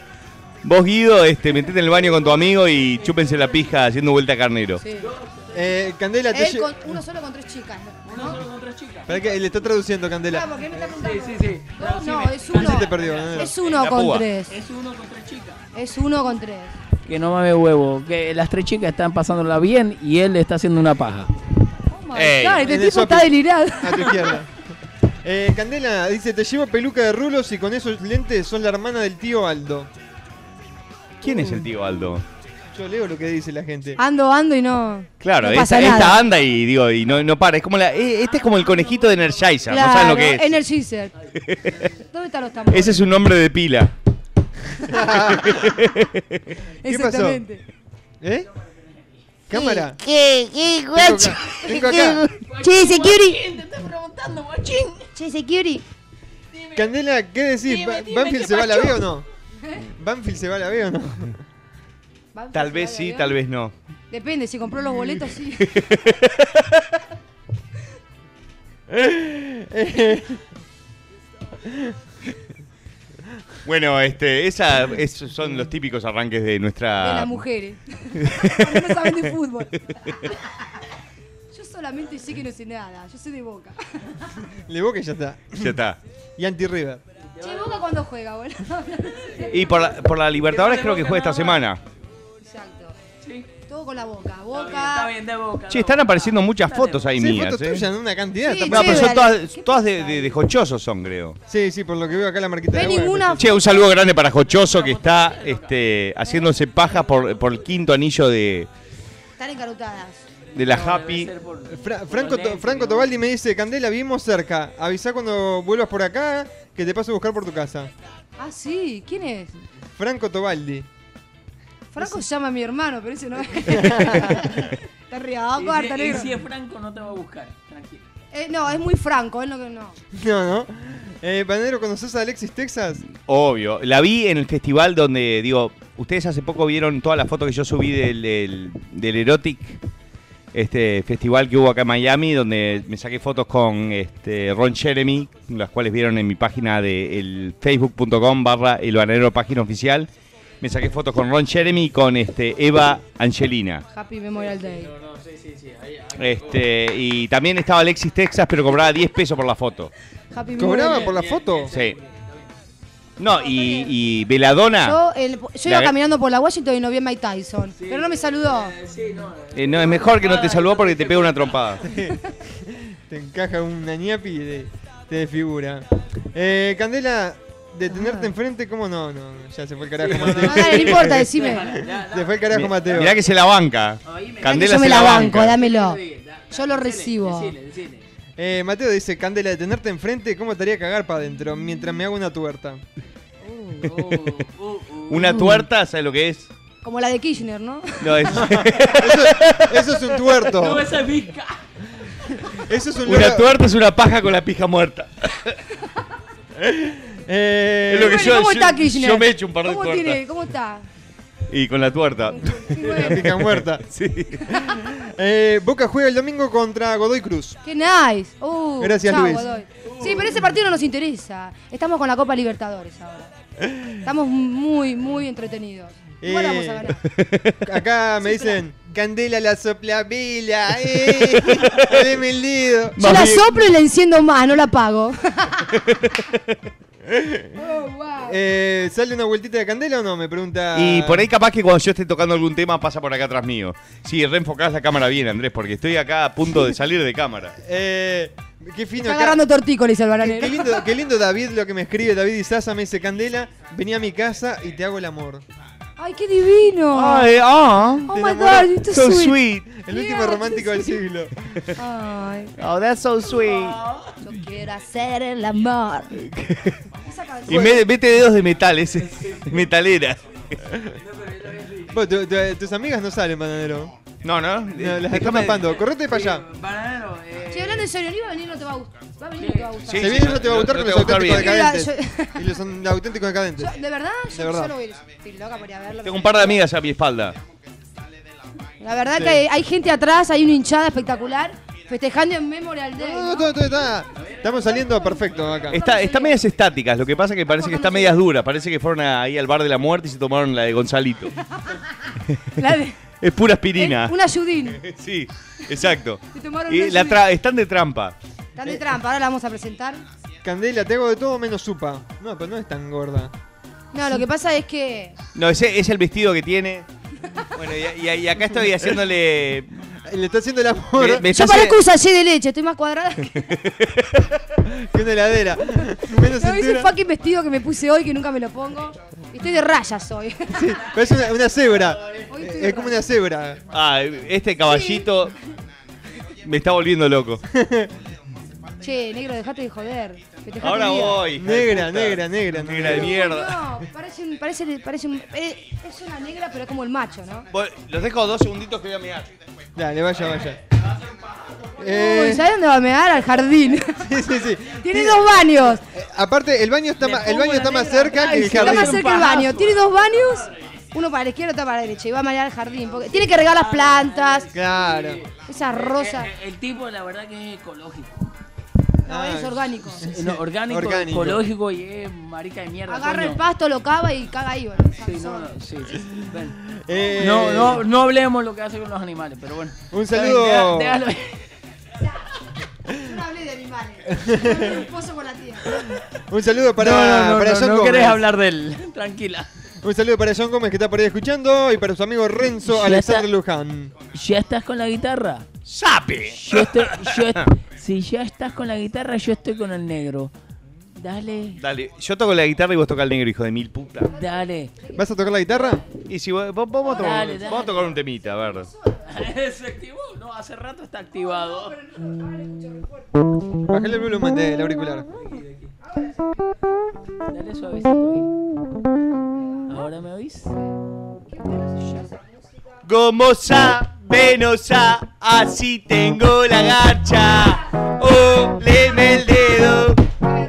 S6: Vos, Guido, este, metete en el baño con tu amigo y chúpense la pija haciendo vuelta a carnero.
S7: Sí.
S4: Eh, Candela, te
S7: Él
S4: lle-
S7: con- uno solo con tres chicas. Uno solo con tres chicas.
S4: Pará que le está traduciendo, Candela.
S7: Vamos, que él me está preguntando. Sí, sí, sí. No, es
S4: Ah, sí te
S7: uno.
S4: perdió, Bananero.
S7: Es uno
S5: La
S7: con
S5: púa.
S7: tres. Es uno con tres chicas. Es uno con tres.
S5: Que no mames huevo. Que las tres chicas están pasándola bien y él le está haciendo una paja.
S6: Ey.
S7: Claro, este
S4: En el
S7: tipo está
S4: shopping.
S7: delirado.
S4: A tu izquierda. Eh, Candela dice: Te llevo peluca de rulos y con esos lentes son la hermana del tío Aldo.
S6: ¿Quién es el tío Aldo?
S4: Yo leo lo que dice la gente.
S7: Ando, ando y no.
S6: Claro,
S7: no pasa
S6: esta, esta
S7: nada.
S6: anda y digo, y no, no para. Es como la, eh, este es como el conejito de Energizer,
S7: Claro,
S6: no saben lo que es.
S7: Energizer. ¿Dónde están los tambores?
S6: Ese es un nombre de pila.
S4: ¿Qué pasó? ¿Eh? Cámara.
S8: ¿Qué? ¿Qué, guacho?
S4: Tengo acá.
S8: Che, security.
S5: Te estoy preguntando, guachín.
S7: Che, security.
S4: Candela, ¿qué decís?
S5: Dime,
S4: Ba-
S5: dime,
S4: ¿Banfield
S5: ¿qué
S4: se va a la B
S5: pasó?
S4: o no? ¿Banfield se va a la B o no?
S6: Tal vez sí, tal vez no.
S7: Depende, si compró los boletos, sí.
S4: Eh,
S6: Bueno, este, esa, esos son los típicos arranques de nuestra.
S7: De las mujeres. Porque no saben de fútbol. Yo solamente sé que no sé nada. Yo sé de Boca.
S4: Le Boca y ya está.
S6: Ya está.
S4: Y anti-River.
S7: Che, Boca cuando juega, boludo.
S6: Y por la, por la Libertadores creo que juega esta semana.
S7: Exacto. Todo con la boca. Boca.
S5: Está bien, de boca.
S6: Che, están apareciendo muchas fotos ahí
S4: Sí,
S6: mías.
S4: fotos
S6: eh.
S4: tuyas, una cantidad.
S6: No, pero son todas, todas de, de- de jochosos son, creo.
S4: Sí, sí, por lo que veo acá la marquita.
S7: No
S4: de
S7: hay
S4: la web.
S7: ninguna.
S6: Che, un saludo grande para Jochoso que está este, haciéndose paja por, por el quinto anillo de,
S7: Están encarutadas.
S6: de la Happy.
S4: Fra- Franco, To- Franco Tobaldi me dice, Candela, vivimos cerca. Avisa cuando vuelvas por acá que te paso a buscar por tu casa.
S7: Ah, sí. ¿Quién es?
S4: Franco Tobaldi.
S7: Franco se llama a mi hermano, pero ese no es. Está arriba,
S5: Y
S7: abajo,
S5: si-
S7: harta
S5: y
S7: negro.
S5: si es franco, no te va a buscar. Tranquilo.
S7: Eh, no, es muy franco, es lo que no.
S4: No, no. Eh, Panero, ¿conoces a Alexis Texas?
S6: Obvio. La vi en el festival donde, digo, ustedes hace poco vieron todas las fotos que yo subí del, del- del Erotic, este festival que hubo acá en Miami, donde me saqué fotos con este, Ron Jeremy, las cuales vieron en mi página de el facebook.com barra el bananero página oficial. Me saqué fotos con Ron Jeremy y con este, Eva Angelina.
S7: Happy Memorial Day.
S6: Este, y también estaba Alexis Texas, pero cobraba 10 pesos por la foto.
S7: Happy
S4: ¿Cobraban
S7: Memorial
S4: por la
S7: Day.
S4: foto?
S6: Sí. No, y, y Veladona.
S7: Yo, el- yo
S6: La
S7: iba
S6: ga-
S7: caminando por la Washington y no vi a Mike Tyson. Pero no me saludó.
S6: Eh, no, es mejor que no te saludó porque te pega una trompada.
S4: Te encaja una ñapi y te, te desfigura. Eh, Candela, de tenerte enfrente, ¿cómo no? No, ya se fue el carajo Mateo.
S7: no, dale, no importa, decime.
S4: Se fue el carajo
S6: Mi-
S4: Mateo.
S6: Mirá que se la banca. Candela
S7: yo
S6: se
S7: me
S6: la
S7: la
S6: banca.
S7: banco, dámelo. Yo lo recibo.
S4: Eh, Mateo dice, Candela, de tenerte enfrente, ¿cómo estaría cagar para adentro mientras me hago una tuerta?
S6: Una tuerta, ¿sabes lo que es?
S7: Como la de Kirchner, ¿no?
S6: No, es
S4: Eso es un tuerto.
S5: No, esa es visca.
S4: Eso es un
S6: una
S4: logro-
S6: tuerta es una paja con la pija muerta.
S4: Eh,
S6: Es lo que
S7: Bueno, ¿Cómo está Kirchner?
S6: yo me echo un par de
S7: ¿Cómo
S6: tuertas.
S7: tiene? ¿Cómo está?
S6: Y con la tuerta.
S4: La pica muerta. Eh, Boca juega el domingo contra Godoy Cruz.
S7: Qué nice. Uh,
S4: Gracias,
S7: chao,
S4: Luis.
S7: Godoy. Sí, pero ese partido no nos interesa. Estamos con la Copa Libertadores ahora. Estamos muy, muy entretenidos. Igual vamos a
S4: Eh,
S7: ganar.
S4: Acá me dicen, Candela la sopla vela. Eh, deme el dedo.
S7: Yo la soplo y la enciendo más, no la apago.
S4: Eh, ¿Sale una vueltita de Candela o no? Me pregunta.
S6: Y por ahí capaz que cuando yo esté tocando algún tema pasa por acá atrás mío. Sí, reenfocás la cámara bien, Andrés, porque estoy acá a punto de salir de cámara.
S4: Eh, qué fino
S7: Está
S4: acá.
S7: agarrando tortícolis el
S4: Qué,
S7: bananero.
S4: qué lindo, qué lindo David lo que me escribe. David Izaza me dice, Candela, vení a mi casa y te hago el amor.
S7: Ay, qué divino.
S6: Ay, ah.
S7: Oh
S4: Te
S7: my
S4: enamoró.
S7: god, you're too
S6: So
S7: sweet.
S6: sweet.
S4: El último
S7: Yeah,
S4: romántico del siglo.
S7: Ay,
S6: Oh, that's so sweet.
S7: yo quiero hacer el amor.
S6: Y me, mete dedos de metal, ese. Metalera.
S4: Vos, tu- tu- tus amigas no salen, bananero.
S6: No, no.
S4: No, las están tapando. Correte para allá.
S7: Che, hablando en serio, ni va a venir, no te va a gustar. Va a venir, no te va a gustar.
S4: Se viene no te va a gustar
S6: no
S4: con
S6: te
S4: los
S6: va a gustar
S4: auténticos
S6: bien.
S4: decadentes. Y los an- auténticos decadentes.
S7: Yo- ¿De verdad? Yo,
S4: De verdad.
S7: yo no voy a ir. Estoy loca por ir a verlo.
S6: Tengo un par de amigas a mi espalda.
S7: La verdad
S4: Sí.
S7: que hay, hay gente atrás, hay una hinchada espectacular festejando en Memorial Day.
S4: No, no, todo- todo está- Estamos saliendo perfecto acá.
S6: Está, está medias estáticas, lo que pasa que parece que está medias duras. Parece que fueron a- ahí al bar de la muerte y se tomaron la de Gonzalito.
S7: La de-
S6: Es pura aspirina.
S7: una Judin.
S6: Sí, exacto.
S7: Se tomaron
S6: Y
S7: una
S6: Ah. la
S7: Judin.
S6: tra- están de trampa.
S7: Están de trampa, ahora la vamos a presentar.
S4: Candela, te hago de todo menos supa. No, pero no es tan gorda.
S7: No, lo que pasa es que.
S6: No, ese es el vestido que tiene. Bueno, y, y- y acá estoy haciéndole.
S4: Le está haciendo el amor.
S6: Me- me
S7: Yo
S6: está
S7: parezco un sachet de leche, estoy más cuadrada que
S4: Que una heladera. Menos
S7: no, es un
S4: cintura.
S7: fucking vestido que me puse hoy que nunca me lo pongo. Estoy de rayas hoy.
S4: Sí, parece una, una cebra. Es como una cebra.
S6: Ah, este caballito me está volviendo loco.
S7: che, negro, dejate de joder. Festejá
S6: Ahora
S7: tu día.
S6: voy. hija de
S4: Negra,
S6: puta.
S4: negra, negra,
S6: Negra de
S4: negra.
S6: mierda.
S7: No, parece un. Parece, parece un eh, es una negra, pero es como el macho, ¿no?
S6: Voy- Los dejo dos segunditos que voy a mirar.
S4: Dale, vaya, vaya.
S7: Uy, ¿sabes dónde va a mear? Al jardín.
S4: Sí, sí, sí.
S7: Tiene dos baños.
S4: Eh, Aparte, el baño está, ma- el baño está más cerca que el
S7: Está
S4: jardín.
S7: más cerca el baño. Tiene dos baños. Uno para la izquierda, otro para la derecha. Y va a marear el jardín. Porque tiene que regar las plantas.
S4: Claro.
S7: Esas rosas.
S5: Eh, eh, El, tipo, la verdad, que es ecológico.
S7: No, es orgánico.
S5: Eh, no, orgánico,
S4: Ah, Orgánico.
S5: ecológico y es marica de mierda.
S7: Agarra
S5: coño.
S7: el pasto, lo cava y caga ahí. Bueno,
S5: Sí, no, no, sí, sí. Ven.
S4: Eh,
S5: No, no, no hablemos lo que hace con los animales, pero bueno.
S4: Un
S5: Está bien,
S4: saludo.
S5: deja- déjalo ahí.
S7: Yo no hablé de animales. Yo hablé de un pozo con la tía.
S4: Un saludo para,
S5: no, no, no,
S4: para
S5: no,
S4: John
S5: no
S4: Gómez.
S5: querés hablar de él. Tranquila.
S4: Un saludo para John Gómez que está por ahí escuchando y para su amigo Renzo
S5: Ya
S4: Alexander
S5: está.
S4: Luján.
S5: ¿Ya estás con la guitarra?
S6: ¡Sape!
S5: Yo estoy- yo est- si ya estás con la guitarra, yo estoy con el negro. Dale,
S6: Dale, yo toco la guitarra y vos tocas el negro, hijo de mil puta.
S5: dale.
S4: ¿Vas a tocar la guitarra?
S6: Y si vos, vos- vamos, a tocar,
S5: Dale, dale.
S6: vamos a tocar un temita, a ver.
S5: Se activó, no, hace rato está activado.
S4: Bajale el volumen del auricular.
S5: Dale suavecito ahí. ¿Ahora me oís?
S6: Gomosa, venosa, así tengo la garcha. Oh, leme el dedo,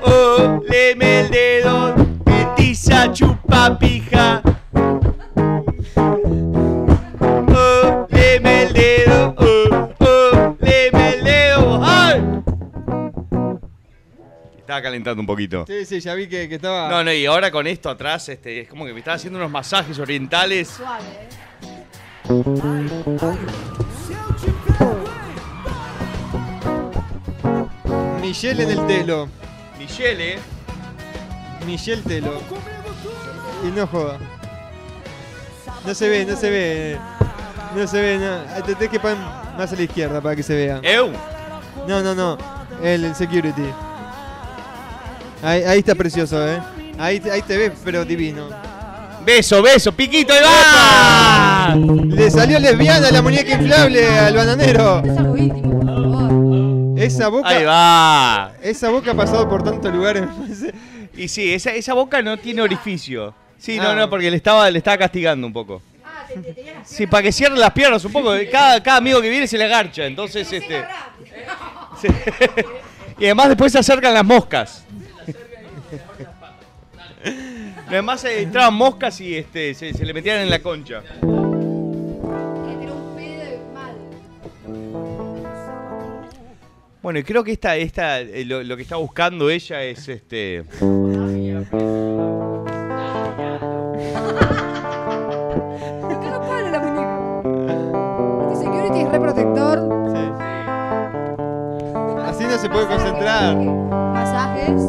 S6: oh, leme el dedo, petiza chupa pija. Oh, leme el dedo, oh, oh, leme el dedo, ay. Estaba calentando un poquito.
S4: Sí, sí, ya vi que, que estaba.
S6: No, no, y ahora con esto atrás, este, es como que me estaba haciendo unos masajes orientales.
S7: ¿eh?
S4: Michelle en el telo.
S6: Michele.
S4: Michelle Telo. Y no joda. No se ve, no se ve. eh. No se ve, no. Ah, Te tenés que poner más a la izquierda para que se vea.
S6: ¡Eu!
S4: No, no, no. El, el security. Ahí, ahí está precioso, eh. Ahí, te- ahí te ves, pero divino.
S6: Beso, beso, piquito, ahí va.
S4: Le salió lesbiana la muñeca inflable al bananero. Esa boca.
S6: Ahí va.
S4: Esa boca ha pasado por tantos lugares. me parece.
S6: Y sí, esa, esa boca no tiene orificio. Sí,
S4: Ah.
S6: no, no, porque le estaba, le estaba castigando un poco. Sí, para que cierre las piernas un poco. Cada, cada amigo que viene se le agarcha, entonces este. Sí. Y además después se acercan las moscas. Además se eh, entraban moscas y este, se, se le metían en la concha. Bueno, y creo que esta, esta, eh, lo, lo que está buscando ella es este.
S7: la muñeca. Este security es reprotector.
S4: Así no se puede concentrar.
S7: Masajes.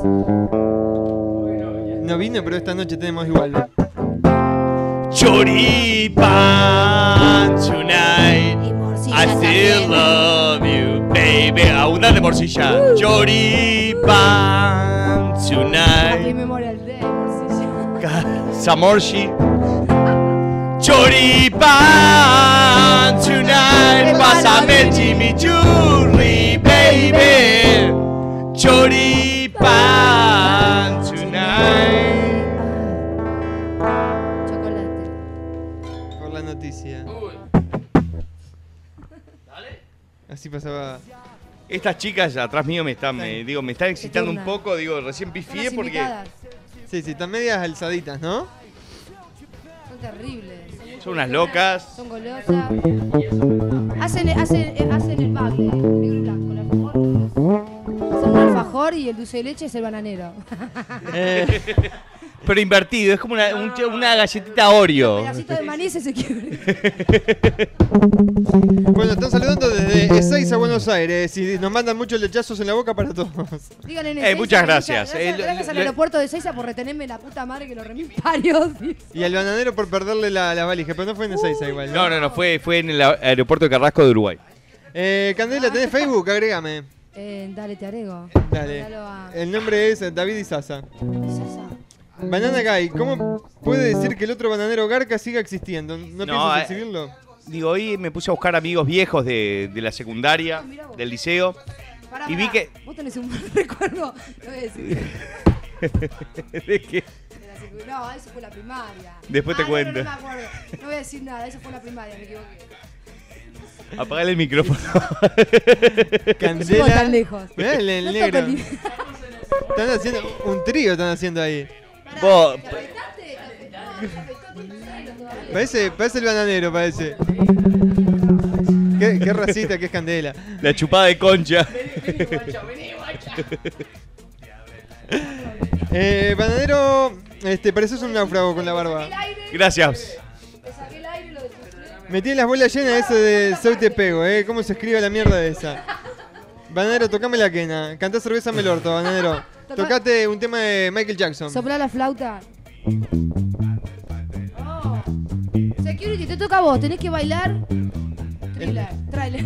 S4: No vino, pero esta noche tenemos igual.
S6: Choripan tonight. I still love you, baby. A una de morcilla. Choripan
S7: Happy
S6: tonight.
S7: Memorial Day, por si ya.
S6: Samorshi. Choripan tonight. Pásame el chimichurri, baby. Choripan tonight.
S4: Por la noticia. Así pasaba.
S6: Estas chicas atrás mío me están, me, digo, me están excitando un
S4: turnan.
S6: poco, digo, recién pifié porque.
S4: Sí, sí, están medias alzaditas, ¿no?
S7: Son terribles.
S6: Son unas locas.
S7: Son golosas. Hacen, hacen, eh, hacen el bagle, el negro y blanco, el alfajor. Son un alfajor y el dulce de leche es el bananero.
S6: Eh, Pero invertido, es como una, un cho- una galletita Oreo.
S7: Pedacito de maní se se quiebra.
S4: Bueno, están saludando desde Ezeiza a Buenos Aires y nos mandan muchos lechazos en la boca para todos.
S7: Díganle en
S4: Eh,
S7: Ezeiza,
S4: muchas
S7: que
S4: gracias.
S7: Gracias,
S4: Eh, lo-
S7: gracias al
S4: lo-
S7: aeropuerto de Seiza por retenerme la puta madre que lo remí varios.
S4: Y al bananero por perderle la, la valija, pero no fue en Ezeiza igual.
S6: No, no, no, fue, fue en el a- aeropuerto de Carrasco de Uruguay.
S4: Eh, Candela,
S7: Ah.
S4: ¿tenés Facebook? Agrégame.
S7: Eh, dale, te agrego.
S4: Dale.
S7: Mandalo a-
S4: El nombre es David Izaza. Banana Guy, ¿cómo puede decir que el otro bananero Garca siga existiendo? ¿No, piensas
S6: eh,
S4: exhibirlo?
S6: Digo, hoy me puse a buscar amigos viejos de, de la secundaria, del liceo.
S7: Ah, Pará,
S6: Y vi
S7: pará.
S6: que-
S7: Vos tenés un mal recuerdo. Lo voy a decir.
S6: ¿De qué?
S7: De la secu- No, eso fue la primaria.
S6: Después te
S7: Ah, no,
S6: cuento.
S7: No, no, me acuerdo. No voy a decir nada, eso fue la primaria, me equivoqué.
S6: Apagale el micrófono.
S4: Candela.
S7: No tan lejos.
S4: Mirá el, el
S7: No
S4: negro.
S7: toco ni-
S4: Están haciendo un trío, están haciendo ahí.
S6: Vos-
S4: Parece, parece el bananero, parece. Qué, qué racista que es Candela.
S6: La chupada de concha.
S4: Eh, bananero, este, pareces un náufrago con la barba.
S6: Gracias.
S4: Me tiene las bolas llenas ese de Soy Te Pego, ¿eh? ¿Cómo se escribe la mierda de esa? Bananero, tocame la quena. Cantá cerveza me el orto, bananero. Tocate un tema de Michael Jackson.
S7: Soplá la flauta. Oh. Security, te toca a vos, tenés que bailar. Trailer. Trailer.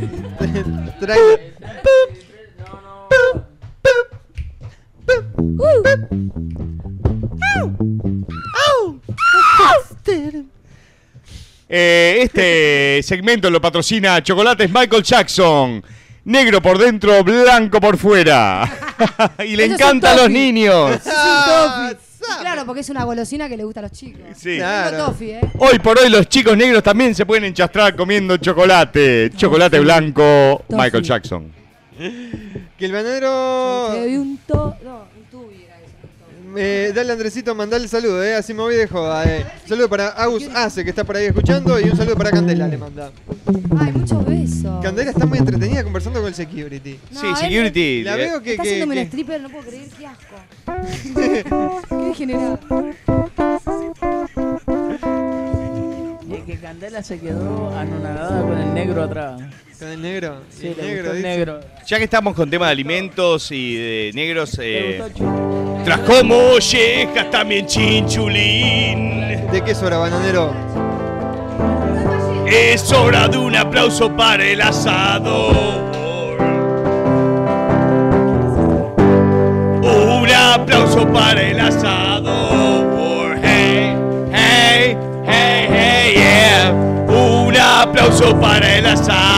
S4: Trailer.
S6: Eh, este segmento lo patrocina Chocolates Michael Jackson. Negro por dentro, blanco por fuera. y le
S7: Eso es
S6: encanta a
S7: un
S6: los
S7: toffee.
S6: niños.
S7: Eso es un toffee. Y Claro, porque es una golosina que le gusta a los chicos.
S6: Sí.
S7: Tengo
S6: Claro.
S7: toffee, ¿eh?
S6: Hoy por hoy los chicos negros también se pueden enchastrar comiendo chocolate. Chocolate blanco,
S4: Toffee.
S6: Michael Jackson.
S4: Que el bananero.
S7: Te doy un to. No, un tubi era eso.
S4: Eh, dale, Andresito, mandale saludo, eh. Así me voy de joda, eh. Saludo para Agus Ace, que está por ahí escuchando, y un saludo para Candela, le manda.
S7: Ay, muchos besos.
S4: Candela está muy entretenida conversando con el security.
S7: Oh. No, Sí, él- security.
S4: La veo que.
S7: Está
S4: que-
S7: haciéndome
S4: que-
S7: un stripper, no puedo creer, qué asco. qué degenerado.
S5: Es que Candela se quedó anonadada con el negro atrás.
S4: Con el negro.
S5: Sí,
S4: el
S5: le
S4: negro,
S5: gustó el
S4: dice.
S5: negro.
S6: Ya que estamos con temas de alimentos y de negros, eh, tras como llegas también chinchulín.
S4: ¿De qué es hora, bananero?
S2: Es hora de un aplauso para el asado. Un aplauso para el asado. Hey, hey, hey, hey, yeah. Un aplauso para el asado.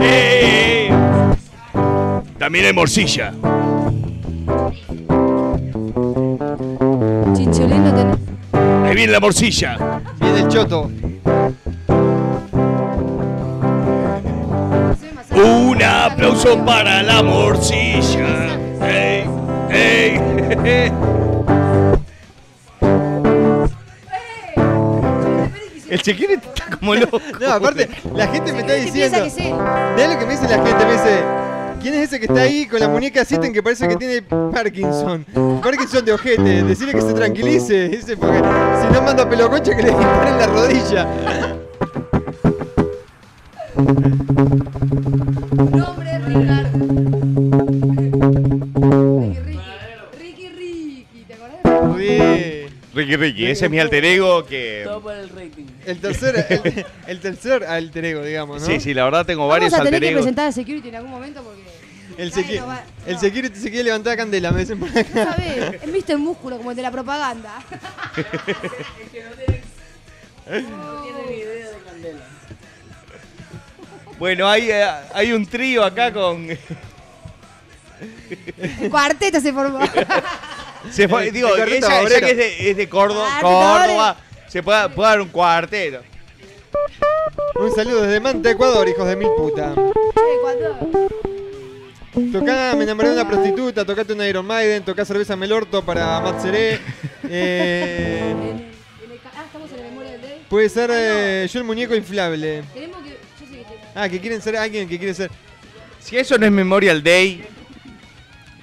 S2: Hey. También hay morcilla.
S7: Chincholín no tenés.
S2: Ahí viene la morcilla.
S4: Viene el choto.
S2: Un aplauso para la morcilla. Ey, ey, jeje.
S6: El chequero está como loco.
S4: No, aparte, la gente me está
S7: Security piensa
S4: diciendo.
S7: que sí.
S4: Mirá lo que me dice la gente, me dice. ¿Quién es ese que está ahí con la muñeca Sitten que parece que tiene Parkinson? Parkinson de ojete, decirle que se tranquilice, dice, porque si no manda pelocoche que le disparen la rodilla.
S7: Nombre Ricardo. Ricky, Ricky, Ricky, ¿te acordás?
S6: Ricky Ricky, ese es mi alter ego que.
S5: Todo por el rating.
S4: El tercer, el, el tercer alter ego, digamos, ¿no?
S6: Sí, sí, la verdad tengo
S7: Vamos
S6: varios
S7: a tener
S6: alter
S7: que
S6: egos.
S7: presentar a Security en algún momento porque.
S4: El,
S7: nadie
S4: sequi-
S7: nos va-
S4: el security se quiere levantar a candela, me dicen por acá.
S7: ¿Sabes? Es Mr. Músculo, como el de la propaganda.
S5: No tiene ni idea de Candela.
S6: Bueno, hay, eh, hay un trío acá con.
S7: El cuarteto se formó.
S6: Se fue-
S4: El-
S6: digo,
S4: el cuarteto
S6: ella, ella
S4: obrero.
S6: que es de, es de Córdoba,
S7: Ah,
S6: Córdoba, se puede, puede dar un cuartero.
S4: Un saludo desde Manta, Ecuador, hijos de mil puta. Tocá, me enamoré de una prostituta, tocate un Iron Maiden, tocá cerveza Melorto para Matseré. Eh,
S7: Ah, estamos en la memoria Ah, del day.
S4: puede ser eh, yo el muñeco inflable.
S7: Tenemos que. Yo sé que te-
S4: Ah, que quieren ser alguien que quiere ser.
S6: Si eso no es Memorial Day,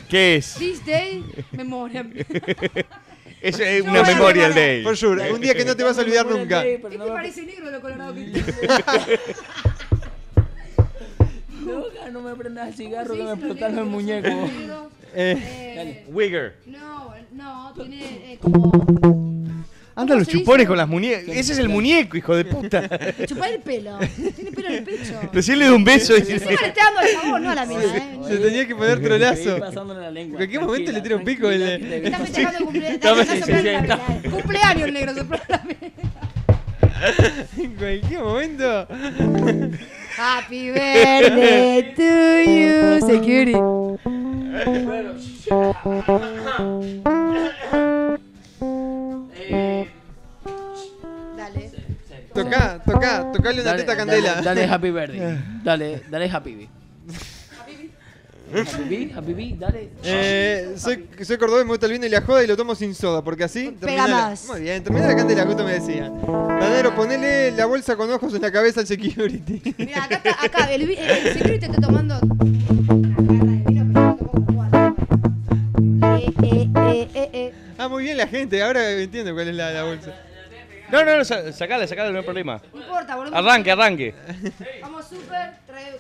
S6: ¿qué es?
S7: This day, memoria.
S6: Es eh,
S7: No
S6: una
S7: voy a
S6: Memorial
S7: recordar.
S6: Day.
S4: Por sure, un día que no te vas a olvidar nunca.
S7: Este parece negro lo colorado que
S5: Loca, no me prendas el cigarro que me explotaron el muñeco.
S4: Eh,
S6: Wigger.
S7: No, no, tiene. eh,
S6: Anda los
S7: se dice?
S6: chupones con las muñecas. Ese es el muñeco, hijo de puta.
S7: chupar el pelo. Tiene pelo en el pecho.
S6: Recién le doy un beso y
S7: Encima le está dando el favor, no a la mina, ¿eh?
S4: Se tenía que poner trolazo.
S5: Seguí pasándole la lengua.
S4: En cualquier momento le tira un pico el.
S7: Está festejando el cumpleaños.
S4: Está
S7: está- está
S4: sí,
S7: soplando
S4: sí,
S7: la
S4: está.
S7: vela, ¿eh? Cumpleaños el negro, sopló la vela.
S4: En cualquier momento.
S7: Happy birthday to you, security. Dale.
S4: Tocá, tocá, tocale una
S5: Dale,
S4: teta a
S5: dale,
S4: candela. Eh.
S5: Dale Happy Birthday. Dale, dale Happy Bee. Happy Bee, Happy Bee, dale.
S4: Eh, soy, soy cordobés, me gusta el vino y la joda y lo tomo sin soda, porque así termina la-
S7: más.
S4: Muy bien, termina la candela, justo me decía. Banero, ponele la bolsa con ojos en la cabeza al security.
S7: Mira, acá está, acá, el, vi- el security está tomando. Eh, eh, eh, eh, eh.
S4: Ah, muy bien la gente, ahora entiendo cuál es la, la bolsa.
S6: No, no, no, sa- sacala, sacala, no hay problema.
S7: No importa, boludo.
S6: Arranque, arranque.
S7: Vamos súper, trae.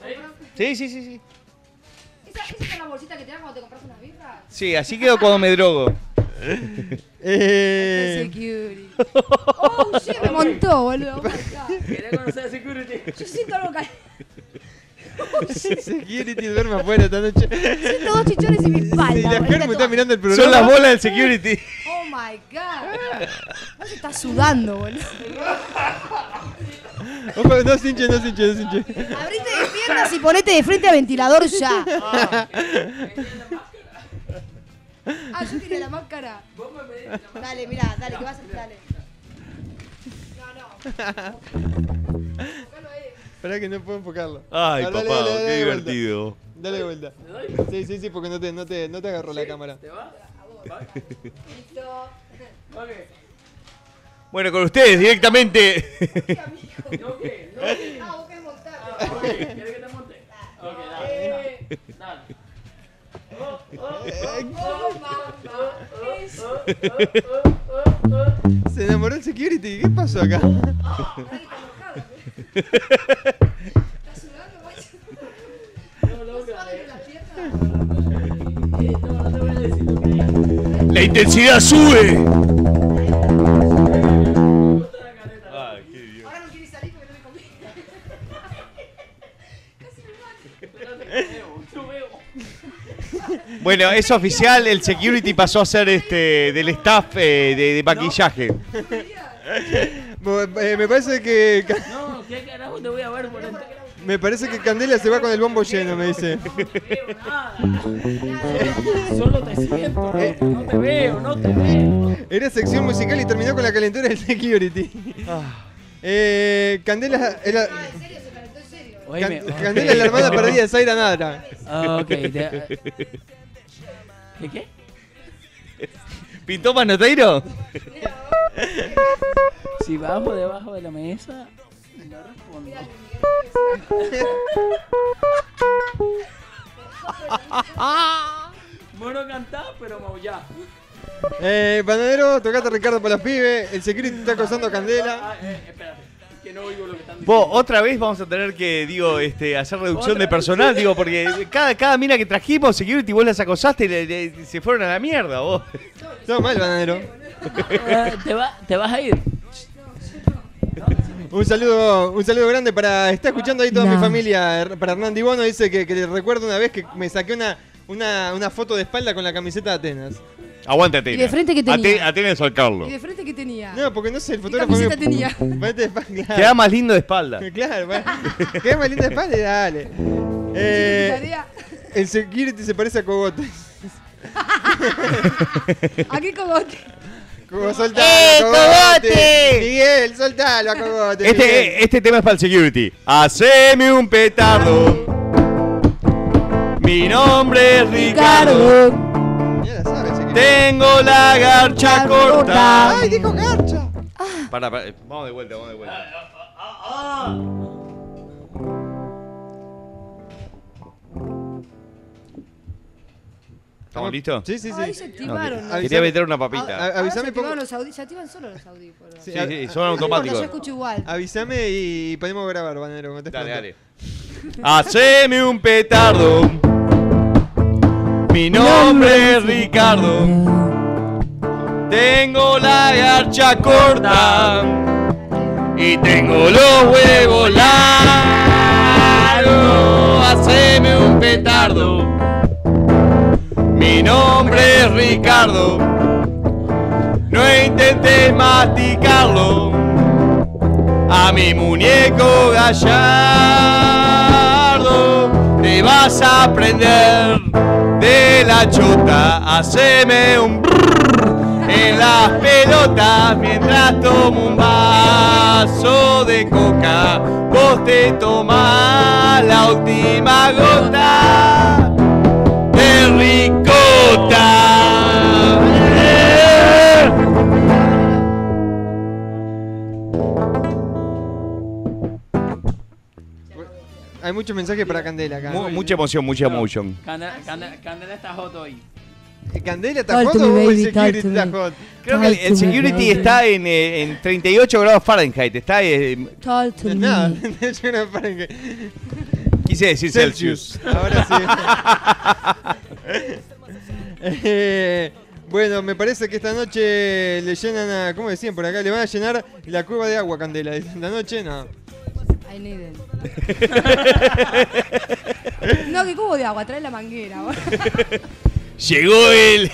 S6: Sí, sí, sí, sí.
S7: ¿Esa, esa es la bolsita que te dan cuando te compras unas birras?
S6: Sí, así quedo cuando me drogo.
S4: Eh,
S7: Security. Oh, shit, me montó, boludo.
S8: Quería conocer a Security.
S7: Yo siento algo caliente.
S4: security duerme afuera esta noche.
S7: Siento dos chichones y mi espalda.
S4: Y la
S7: boludo.
S4: Germu está mirando el programa.
S2: Son las bolas del security.
S7: Oh my god. No se está sudando, boludo.
S4: Ojo, no se hinche, no se hinche, no se hinche.
S7: Abrite de piernas y ponete de frente al ventilador ya. Ah, yo tiré la máscara. Dale, mirá, dale, que vas a. Dale.
S4: Esperá que no puedo enfocarlo.
S2: Ay,
S4: Dale, dale,
S2: papá,
S4: dale,
S2: qué
S4: dale vuelta.
S2: divertido.
S4: Dale vuelta. Sí, sí, sí, porque no te, no te, no te agarró la cámara.
S2: Bueno, con ustedes directamente.
S7: Ah,
S8: Ah, Oh, oh,
S4: Se enamoró el security. ¿Qué pasó acá?
S2: La intensidad sube. Bueno, es oficial, el security pasó a ser este del staff eh, de, de maquillaje.
S4: Bueno, eh, me parece que
S8: No, ¿qué carajo te voy a ver por esto?
S4: me parece que Candela se va con el bombo lleno, me dice.
S8: Solo te siento, eh. no te veo, no te veo.
S4: Era sección musical y terminó con la calentura del security.
S8: Ah.
S4: Eh, Candela era-
S8: Oíme,
S4: Can-
S8: ok.
S4: Candela es la hermana perdida de Zaira Nadra.
S8: Ah, ok. te- ¿Qué qué?
S2: ¿Pintó Manoteiro?
S8: Si bajo debajo de la mesa, no respondo. Mono cantaba, pero maullá.
S4: Eh, Banadero, tocate a Ricardo para los pibes. El security está acosando a Candela.
S8: Ah, eh, espérate, que no oigo lo que están
S2: Vos, otra vez vamos a tener que, digo, este, hacer reducción de personal, digo, porque cada, cada mina que trajimos, security, vos las acosaste y le- le- se fueron a la mierda, vos.
S4: No, mal, bananero.
S8: diciendo. Ah, ¿Te, va- ¿Te vas a ir?
S4: Un saludo, un saludo grande para. Está escuchando ahí toda mi familia. Her- Para Hernán Dibono dice que, que le recuerdo una vez que me saqué una, una, una foto de espalda con la camiseta de Atenas.
S2: Aguante, Atenas.
S7: ¿Y de frente qué tenía?
S2: Ate- Atenas al Carlos.
S7: ¿Y de frente qué tenía?
S4: No, porque no sé, el
S7: ¿Qué
S4: fotógrafo.
S7: camiseta
S4: me-
S7: tenía?
S4: Ponete de espalda,
S2: Queda más lindo de espalda.
S4: Claro, va. Queda más linda de espalda y dale. Eh,
S7: Tarea.
S4: el security se parece a Cogotes.
S7: ¿A qué cogote?
S4: Cogo, soltalo,
S7: ¡Eh,
S4: Cogote!
S7: Cogote!
S4: Miguel, soltalo a Cogote. Miguel.
S2: Este, este tema es para el security. Haceme un petardo. Mi nombre es Ricardo. Tengo la garcha corta.
S4: ¡Ay, dijo garcha!
S7: Ah.
S2: Para, para, eh, Vamos de vuelta, vamos de vuelta.
S7: Ah.
S2: ¿Estamos listos?
S4: Ah, Sí, sí, sí.
S7: Ay, se activaron.
S2: Ok.
S7: los-
S2: Quería meter una papita.
S4: A- a- avísame
S7: Ahora se
S4: poco.
S7: activaron los audi- Se activan solo los audífonos.
S2: Sí, sí, son automáticos.
S7: Yo escucho igual.
S4: Avísame y podemos grabar, Banero. cuando estés
S2: Dale,
S4: pronto.
S2: dale. Haceme un petardo. Mi nombre es Ricardo. Tengo la garcha corta. Y tengo los huevos largos. Haceme un petardo. Mi nombre es Ricardo. No intentes masticarlo. A mi muñeco gallardo te vas a aprender de la chota. Haceme un brrr en las pelotas mientras tomo un vaso de coca. Vos te tomás la última gota de ricota. ¡Eh!
S4: Hay muchos mensajes para Candela acá.
S2: Mu- mucha emoción, mucha emoción.
S8: Candela, Candela, Candela está hot hoy.
S4: ¿Candela está
S8: Talk
S4: hot
S8: to me,
S4: o el
S8: baby,
S4: security
S8: talk to
S4: está
S8: me.
S4: hot?
S2: Creo que el, el security está en, eh, en 38 grados Fahrenheit. Está, eh,
S7: Talk to
S4: Nada,
S7: me.
S4: es una para que-
S2: quise decir Celsius.
S4: Ahora sí. Eh, Bueno, me parece que esta noche le llenan a. ¿Cómo decían por acá? Le van a llenar la cueva de agua, Candela. Dicen, La noche, no.
S7: I need it. No, que cubo de agua, trae la manguera. vos.
S6: Llegó el.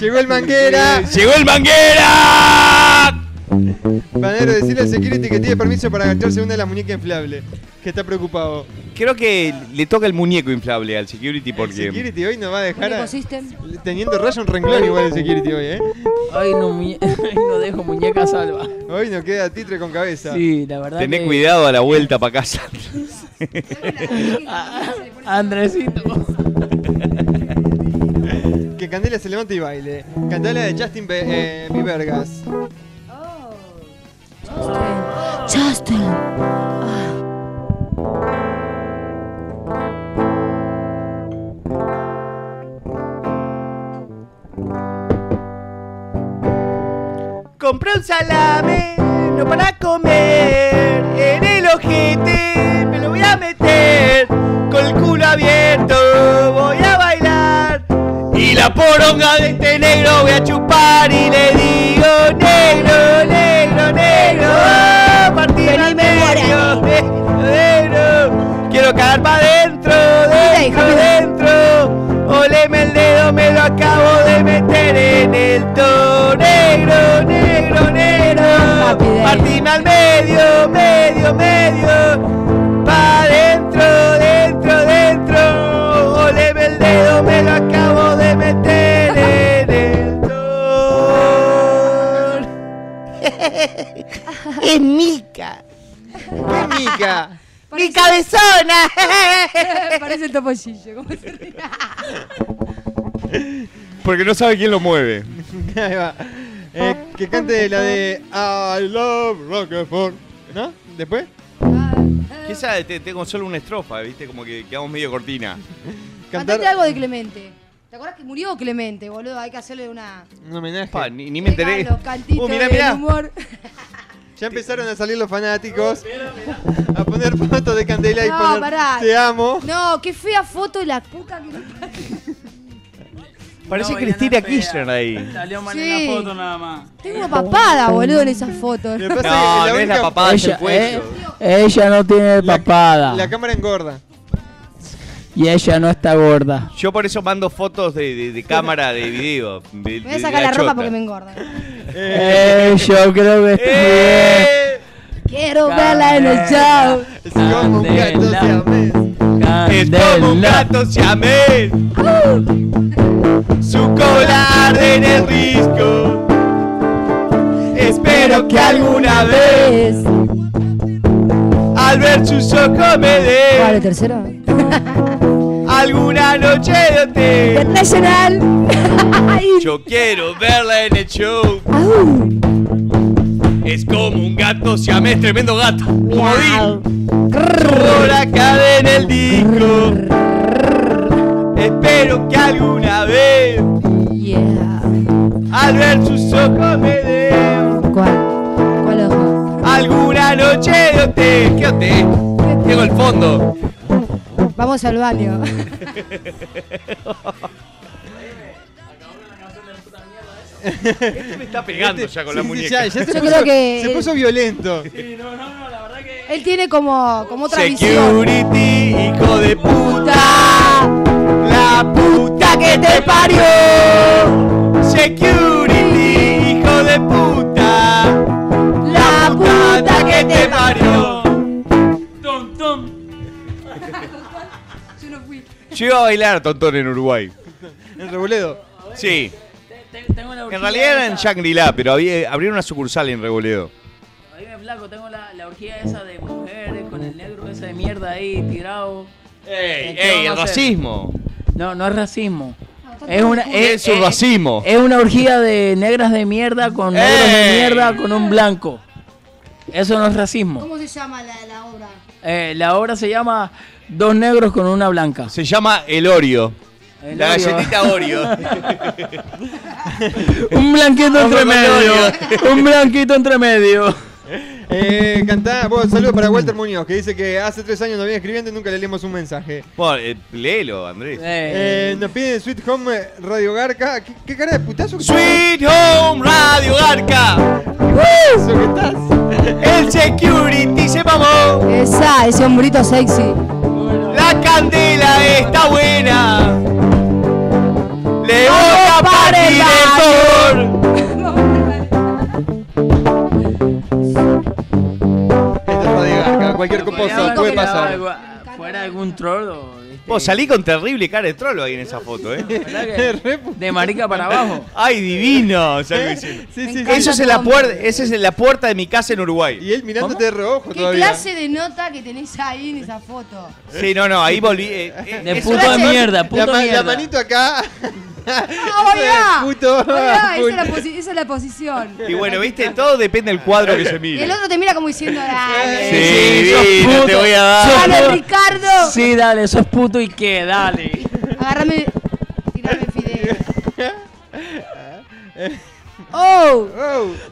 S4: Llegó el manguera.
S6: Llegó el manguera.
S4: Panero, decirle al security que tiene permiso para agacharse una de las muñecas inflables. Que está preocupado.
S6: Creo que le toca el muñeco inflable al security porque.
S4: Security hoy nos va a dejar. a-
S7: System.
S4: Teniendo raya un renglón igual el security hoy, ¿eh?
S5: Ay, no, muñe- ay, no dejo muñeca salva.
S4: Hoy no queda titre con cabeza.
S5: Sí, la verdad.
S6: Tené
S5: que-
S6: cuidado a la vuelta para casa.
S5: Ah, Andresito.
S4: Que Candela se levante y baile. Cantala de Justin Be eh, Biebergas.
S8: Justin.
S2: Compré un salame, no para comer. En el ojete me lo voy a meter. Con el culo abierto voy a bailar. Y la poronga de este negro voy a chupar y le digo negro, negro, negro. ah, Partir al medio, negro, negro. Quiero cagar pa' dentro, dentro, dentro. Oleme el dedo, me lo acabo de meter en el to negro, negro, negro. Partime al medio, medio, medio. Pa' dentro, dentro, dentro. Oleme el dedo, me lo acabo de meter en el to.
S8: Es Mica.
S4: ¿Qué Mica?
S2: ¡Mi cabezona!
S7: Parece el topollillo. ¿Cómo se ríe?
S6: Porque no sabe quién lo mueve.
S4: Ahí va. Eh, que cante la de I love Rockford. ¿No? ¿Después?
S6: Quizás te- tengo solo una estrofa, ¿viste? Como que quedamos medio cortina.
S7: Cantate algo de Clemente. ¿Te acuerdas que murió Clemente, boludo? Hay que hacerle una.
S4: Un homenaje.
S6: Pa, ni, ni me enteré.
S7: Los cantitos
S4: Uh, mirá,
S7: del
S4: mirá.
S7: humor.
S4: Ya empezaron a salir los fanáticos. A poner fotos de Candela y
S7: No,
S4: poner
S7: pará.
S4: Te amo.
S7: No, qué fea foto de la puta que lo parió.
S6: Parece Cristina Kirchner ahí.
S5: Salió mal
S7: Sí.
S5: en la foto nada más.
S7: Tengo una papada, boludo, en esa foto.
S4: pasa
S6: No, no es la papada, es Ah, el
S5: Ella,
S6: cuello.
S5: eh, ella no tiene papada.
S4: La cámara engorda.
S5: Y ella no está gorda.
S6: Yo por eso mando fotos de, de- de cámara, de video. de-
S7: Me voy
S6: de
S7: a sacar la, ropa
S6: chota.
S7: porque me engorda.
S5: Eh, yo creo que está
S6: Eh.
S5: bien.
S7: Quiero verla en el show.
S4: Es como un gato siamés.
S2: Es como un gato siamés. Su cola arde en el risco. Espero que alguna vez, al ver sus ojos, me dé.
S7: ¿Cuál, el tercero?
S2: Alguna noche de hotel.
S7: Internacional.
S6: Yo quiero verla en el show. Es como un gato siamés, tremendo gato. Comodín.
S2: Por acá en el disco. Espero que alguna vez, al ver sus ojos, me dé. Alguna noche de hotel. ¿Qué hotel? Tengo el fondo.
S7: Vamos al baño.
S6: Este Me está pegando
S8: Este-
S6: ya con la
S4: Sí, sí,
S6: muñeca.
S4: ya, ya se,
S7: Yo
S4: puso,
S7: creo que-
S4: se puso violento.
S7: Él tiene como, como otra visión.
S2: Security, hijo de puta. La puta que te parió. Security, hijo de puta. La puta que te parió.
S6: Yo iba a bailar tontón en Uruguay.
S4: En Reboledo.
S6: Sí. En realidad era en Shangri-La, pero había, abrieron una sucursal en Reboledo.
S5: Oye, flaco, tengo la, la orgía esa de mujeres con el negro ese de mierda ahí tirado.
S6: ¡Ey,
S5: ¿qué
S6: ey! El
S5: vamos a hacer?
S6: racismo.
S5: No, no es racismo. Es una
S6: Es
S8: Eh,
S6: su racismo.
S5: Es una orgía de negras de mierda con negros de
S6: ¡Eh!
S5: mierda con un blanco. Eso no es racismo.
S7: ¿Cómo se llama la, la obra?
S5: Eh, la obra se llama Dos negros con una blanca.
S6: Se llama El Oreo.
S5: El
S6: la
S5: Oreo.
S6: galletita Oreo.
S5: un blanquito entre medio. un blanquito entre medio.
S4: Eh, cantá, bueno, saludos para Walter Muñoz, que dice que hace tres años nos viene escribiendo y nunca le leemos un mensaje.
S6: Bueno, eh, léelo, Andrés.
S4: Eh, nos piden Sweet Home eh, Radio Garca. ¿Qué, qué cara de putazo que
S2: Sweet Home Radio Garca.
S4: ¿Eso estás?
S2: El security se mamó.
S7: Esa, ese hombrito sexy.
S2: La candela está buena. Le voy a partir el sol.
S4: Cualquier cosa puede pasar.
S5: Fuera algún trolo. este,
S6: Vos salí con terrible cara de trolo ahí en esa foto, ¿eh?
S5: ¿verdad que? De marica para abajo.
S6: ¡Ay, divino! Salgo diciendo. Eso es en la puerta, esa es en la puerta de mi casa en Uruguay.
S4: Y él mirándote de reojo
S7: ¿Qué clase de nota que tenés ahí en esa foto?
S6: Sí, no, no, ahí volví. eh, eh,
S5: De
S6: es
S5: puto
S6: una-
S5: de mierda,
S4: la,
S5: puto
S4: ma- la
S5: mierda.
S4: manito acá.
S7: ¡Ah,
S4: Eso
S7: hola!
S4: es puto.
S7: Hola, esa es la posi- esa es la posición.
S6: Y bueno, viste, todo depende del cuadro que se
S7: Y el
S6: mire.
S7: otro te mira como diciendo, dale.
S6: Sí, divino,
S5: sos
S6: te
S5: puto.
S6: voy a dar.
S5: Sos
S7: Dale,
S5: puto.
S7: Ricardo.
S5: Sí, dale, sos puto y qué, dale.
S7: Agárrame. Tirame fideo. ¡Oh!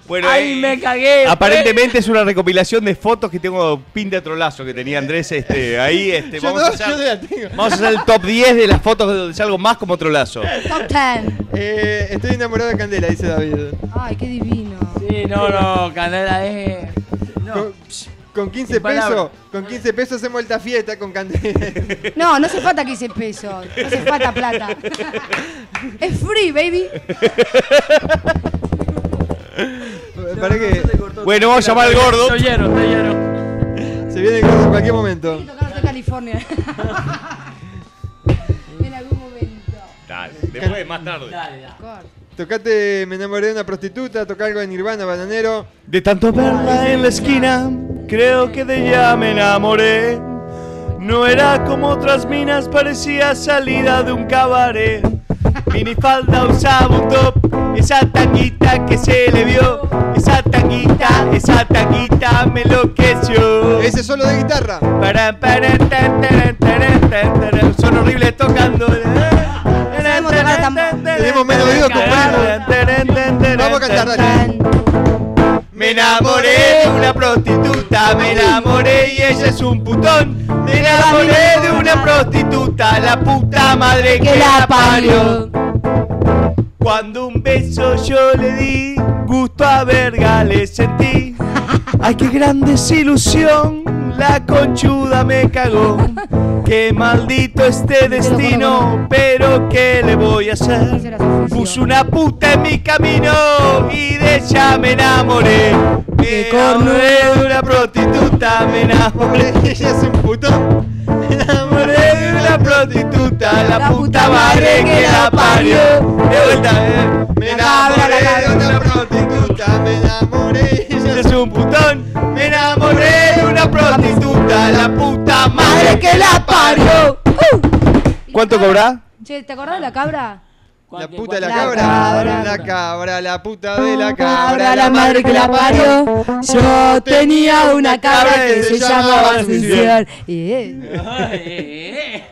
S6: Bueno,
S5: ¡Ay,
S6: eh,
S5: me
S7: pues.
S5: cagué!
S6: Aparentemente es una recopilación de fotos que tengo pin de trolazo que tenía Andrés este, ahí. Este,
S4: Yo
S6: vamos,
S4: no,
S6: a hacer,
S4: yo no la tengo.
S6: vamos a hacer el top 10 de las fotos donde salgo más como trolazo.
S7: Top ten.
S4: Eh, estoy enamorado de Candela, dice David.
S7: Ay, qué divino.
S5: Sí, no, no, Candela es.
S4: Con, con 15
S5: Sin palabras.
S4: pesos, con 15 pesos hacemos alta fiesta con Candela.
S7: No, no hace falta que hice peso. No hace falta plata. Es free, baby.
S4: Para que
S6: Bueno, vamos a llamar al gordo.
S5: Estoy lleno, estoy lleno.
S4: se viene el gordo en cualquier momento.
S7: Tocanos de California. en algún momento.
S6: Dale, después, más tarde.
S7: Corta.
S4: Tocate Me enamoré de una prostituta, toca algo de Nirvana, bananero.
S6: De tanto verla en la esquina, creo que de ella me enamoré.
S2: No era como otras minas, parecía salida de un cabaret. Minifalda usaba un top, esa tanguita que se le vio, esa tanguita, esa tanguita me enloqueció.
S4: Ese solo de guitarra.
S2: Para, para, tan, taran, taran, tan, taran. Son horribles tocando.
S7: Sabemos tocar tambor.
S4: Tenemos menos oídos que un primo.
S2: Vamos
S4: Vamos a cantar, dale.
S2: Me enamoré de una prostituta, me enamoré y ella es un putón. Me enamoré de una prostituta, la puta madre que la parió. Cuando un beso yo le di, gusto a verga le sentí. Ay, qué gran desilusión, la conchuda me cagó. Qué maldito este destino, pero qué le voy a hacer. Puso una puta en mi camino y de ella me enamoré. Me enamoré de una prostituta, me enamoré.
S4: Ella es un puto.
S2: Me enamoré de una prostituta, la puta madre que la parió. De vuelta, eh. Me enamoré de una prostituta, me enamoré. Ella es un putón. Me enamoré de una prostituta, la puta madre que la parió.
S6: ¿Cuánto cobrás?
S7: Che, ¿te acordás de la cabra?
S4: La puta de la,
S7: La
S4: cabra,
S7: cabra.
S4: la cabra, la puta de la cabra,
S7: Cabra, la madre que la parió. Yo tenía una cabra que se llamaba Ascensión. Y eh,
S5: eh,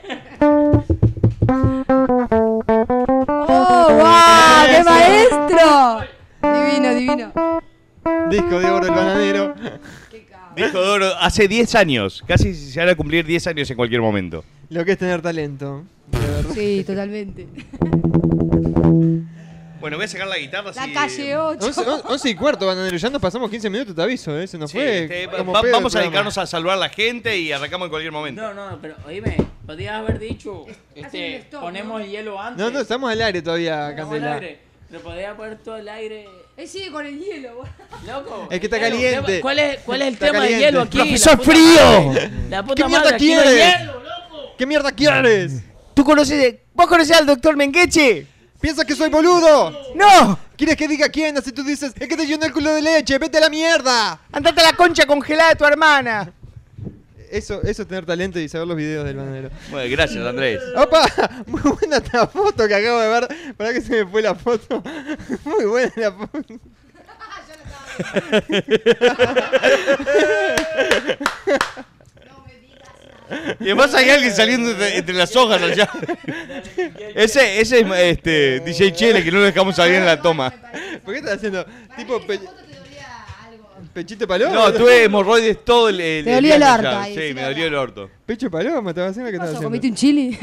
S7: ¡Oh, wow! ¡Qué
S4: Eso.
S7: maestro! Divino, divino.
S4: Disco de oro el bananero.
S6: Dijo Doro hace 10 años. Casi se van a cumplir 10 años en cualquier momento.
S4: Lo que es tener talento.
S7: Sí, totalmente.
S6: Bueno, voy a sacar la guitarra.
S7: La calle 8.
S4: 11, y cuarto, bananero. Ya nos pasamos 15 minutos, te aviso, ¿eh? Se nos
S6: Sí,
S4: fue.
S6: este, va-
S4: como
S6: va-
S4: pedo el
S6: vamos a
S4: programa.
S6: dedicarnos a salvar a la gente y arrancamos en cualquier momento.
S5: No, no, pero oíme, podías haber dicho, este, ponemos el hielo antes.
S4: No, no, estamos al aire todavía,
S5: Ponemos el
S4: Candela.
S5: aire, Pero podías poner todo el aire.
S7: Él sigue con el hielo, boludo.
S5: Loco.
S4: Es que está
S5: Hielo,
S4: caliente.
S5: ¿qué- ¿Cuál es, cuál es el
S4: Está
S5: tema
S4: caliente.
S5: del hielo aquí?
S4: Profesor
S5: La puta
S4: frío.
S5: madre. La puta
S4: ¿Qué mierda
S5: madre, aquí no hay
S4: quieres?
S5: hielo.
S4: ¿Qué mierda quieres?
S2: ¿Tú conoces, vos conocés al doctor Mengeche?
S4: ¿Piensas que soy boludo?
S2: ¡No!
S4: ¿Quieres que diga quién? Así tú dices, es que te llenó el culo de leche, vete a la mierda.
S2: Andate a la concha congelada de tu hermana.
S4: Eso, eso es tener talento y saber los videos del bananero.
S6: Bueno, gracias, Andrés.
S4: ¡Opa! Muy buena esta foto que acabo de ver. ¿Para que se me fue la foto? Muy buena la foto.
S6: Y además hay alguien saliendo entre, entre las hojas allá. Ese, ese es este, DJ Chele que no lo dejamos salir en la toma.
S4: ¿Por qué estás haciendo? Tipo, pe- ¿Pechito paloma?
S6: No, tuve hemorroides todo el. el-
S7: Te dolió el
S6: viaje
S7: orto
S6: ya.
S7: ahí,
S6: Sí, me dolió el orto.
S4: ¿Pecho paloma? ¿Estaba haciendo qué estaba
S7: ¿Pasó?
S4: haciendo?
S7: ¿Comiste un chili?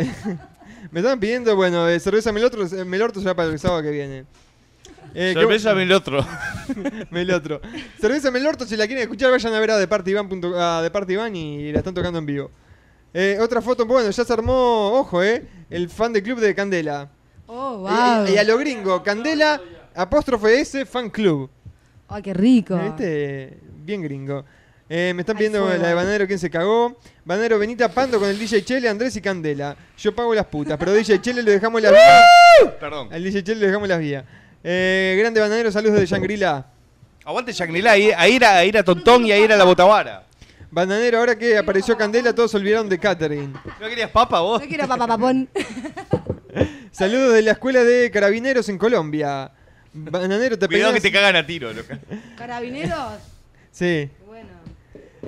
S4: Me estaban pidiendo, bueno, eh, cerveza Melotro, eh, Melorto será para el sábado que viene. Eh, ¿qué-
S6: Cerveza Melotro.
S4: Melotro. Cerveza Melorto, si la quieren escuchar, vayan a ver a departivan.com a departivan y la están tocando en vivo. Eh, otra foto, bueno, ya se armó, ojo, eh, el fan de club de Candela.
S7: Oh, wow.
S4: Y, y a lo gringo, Candela, apóstrofe S, fan club.
S7: Ay, qué rico.
S4: Este, bien gringo. Eh, me están pidiendo
S7: fuego.
S4: la de Banero, ¿quién se cagó? Banero, Benita Pando con el DJ Chele, Andrés y Candela. Yo pago las putas, pero DJ Chele lo dejamos las vías.
S6: Perdón.
S4: Al DJ Chele le dejamos las vías. Eh, grande Banero, saludos de Shangri-La.
S6: Aguante Shangri-La, ahí, ahí era, ahí era Tontón y ahí era la Botavara.
S4: Bananero, ahora que apareció Candela, todos se olvidaron de Catherine.
S6: ¿No querías papa vos?
S7: Yo quiero papapapón.
S4: Saludos de la Escuela de Carabineros en Colombia. Bananero, te
S6: Cuidado
S4: peinas-
S6: que te cagan a tiro, loca.
S7: Carabineros.
S4: Sí.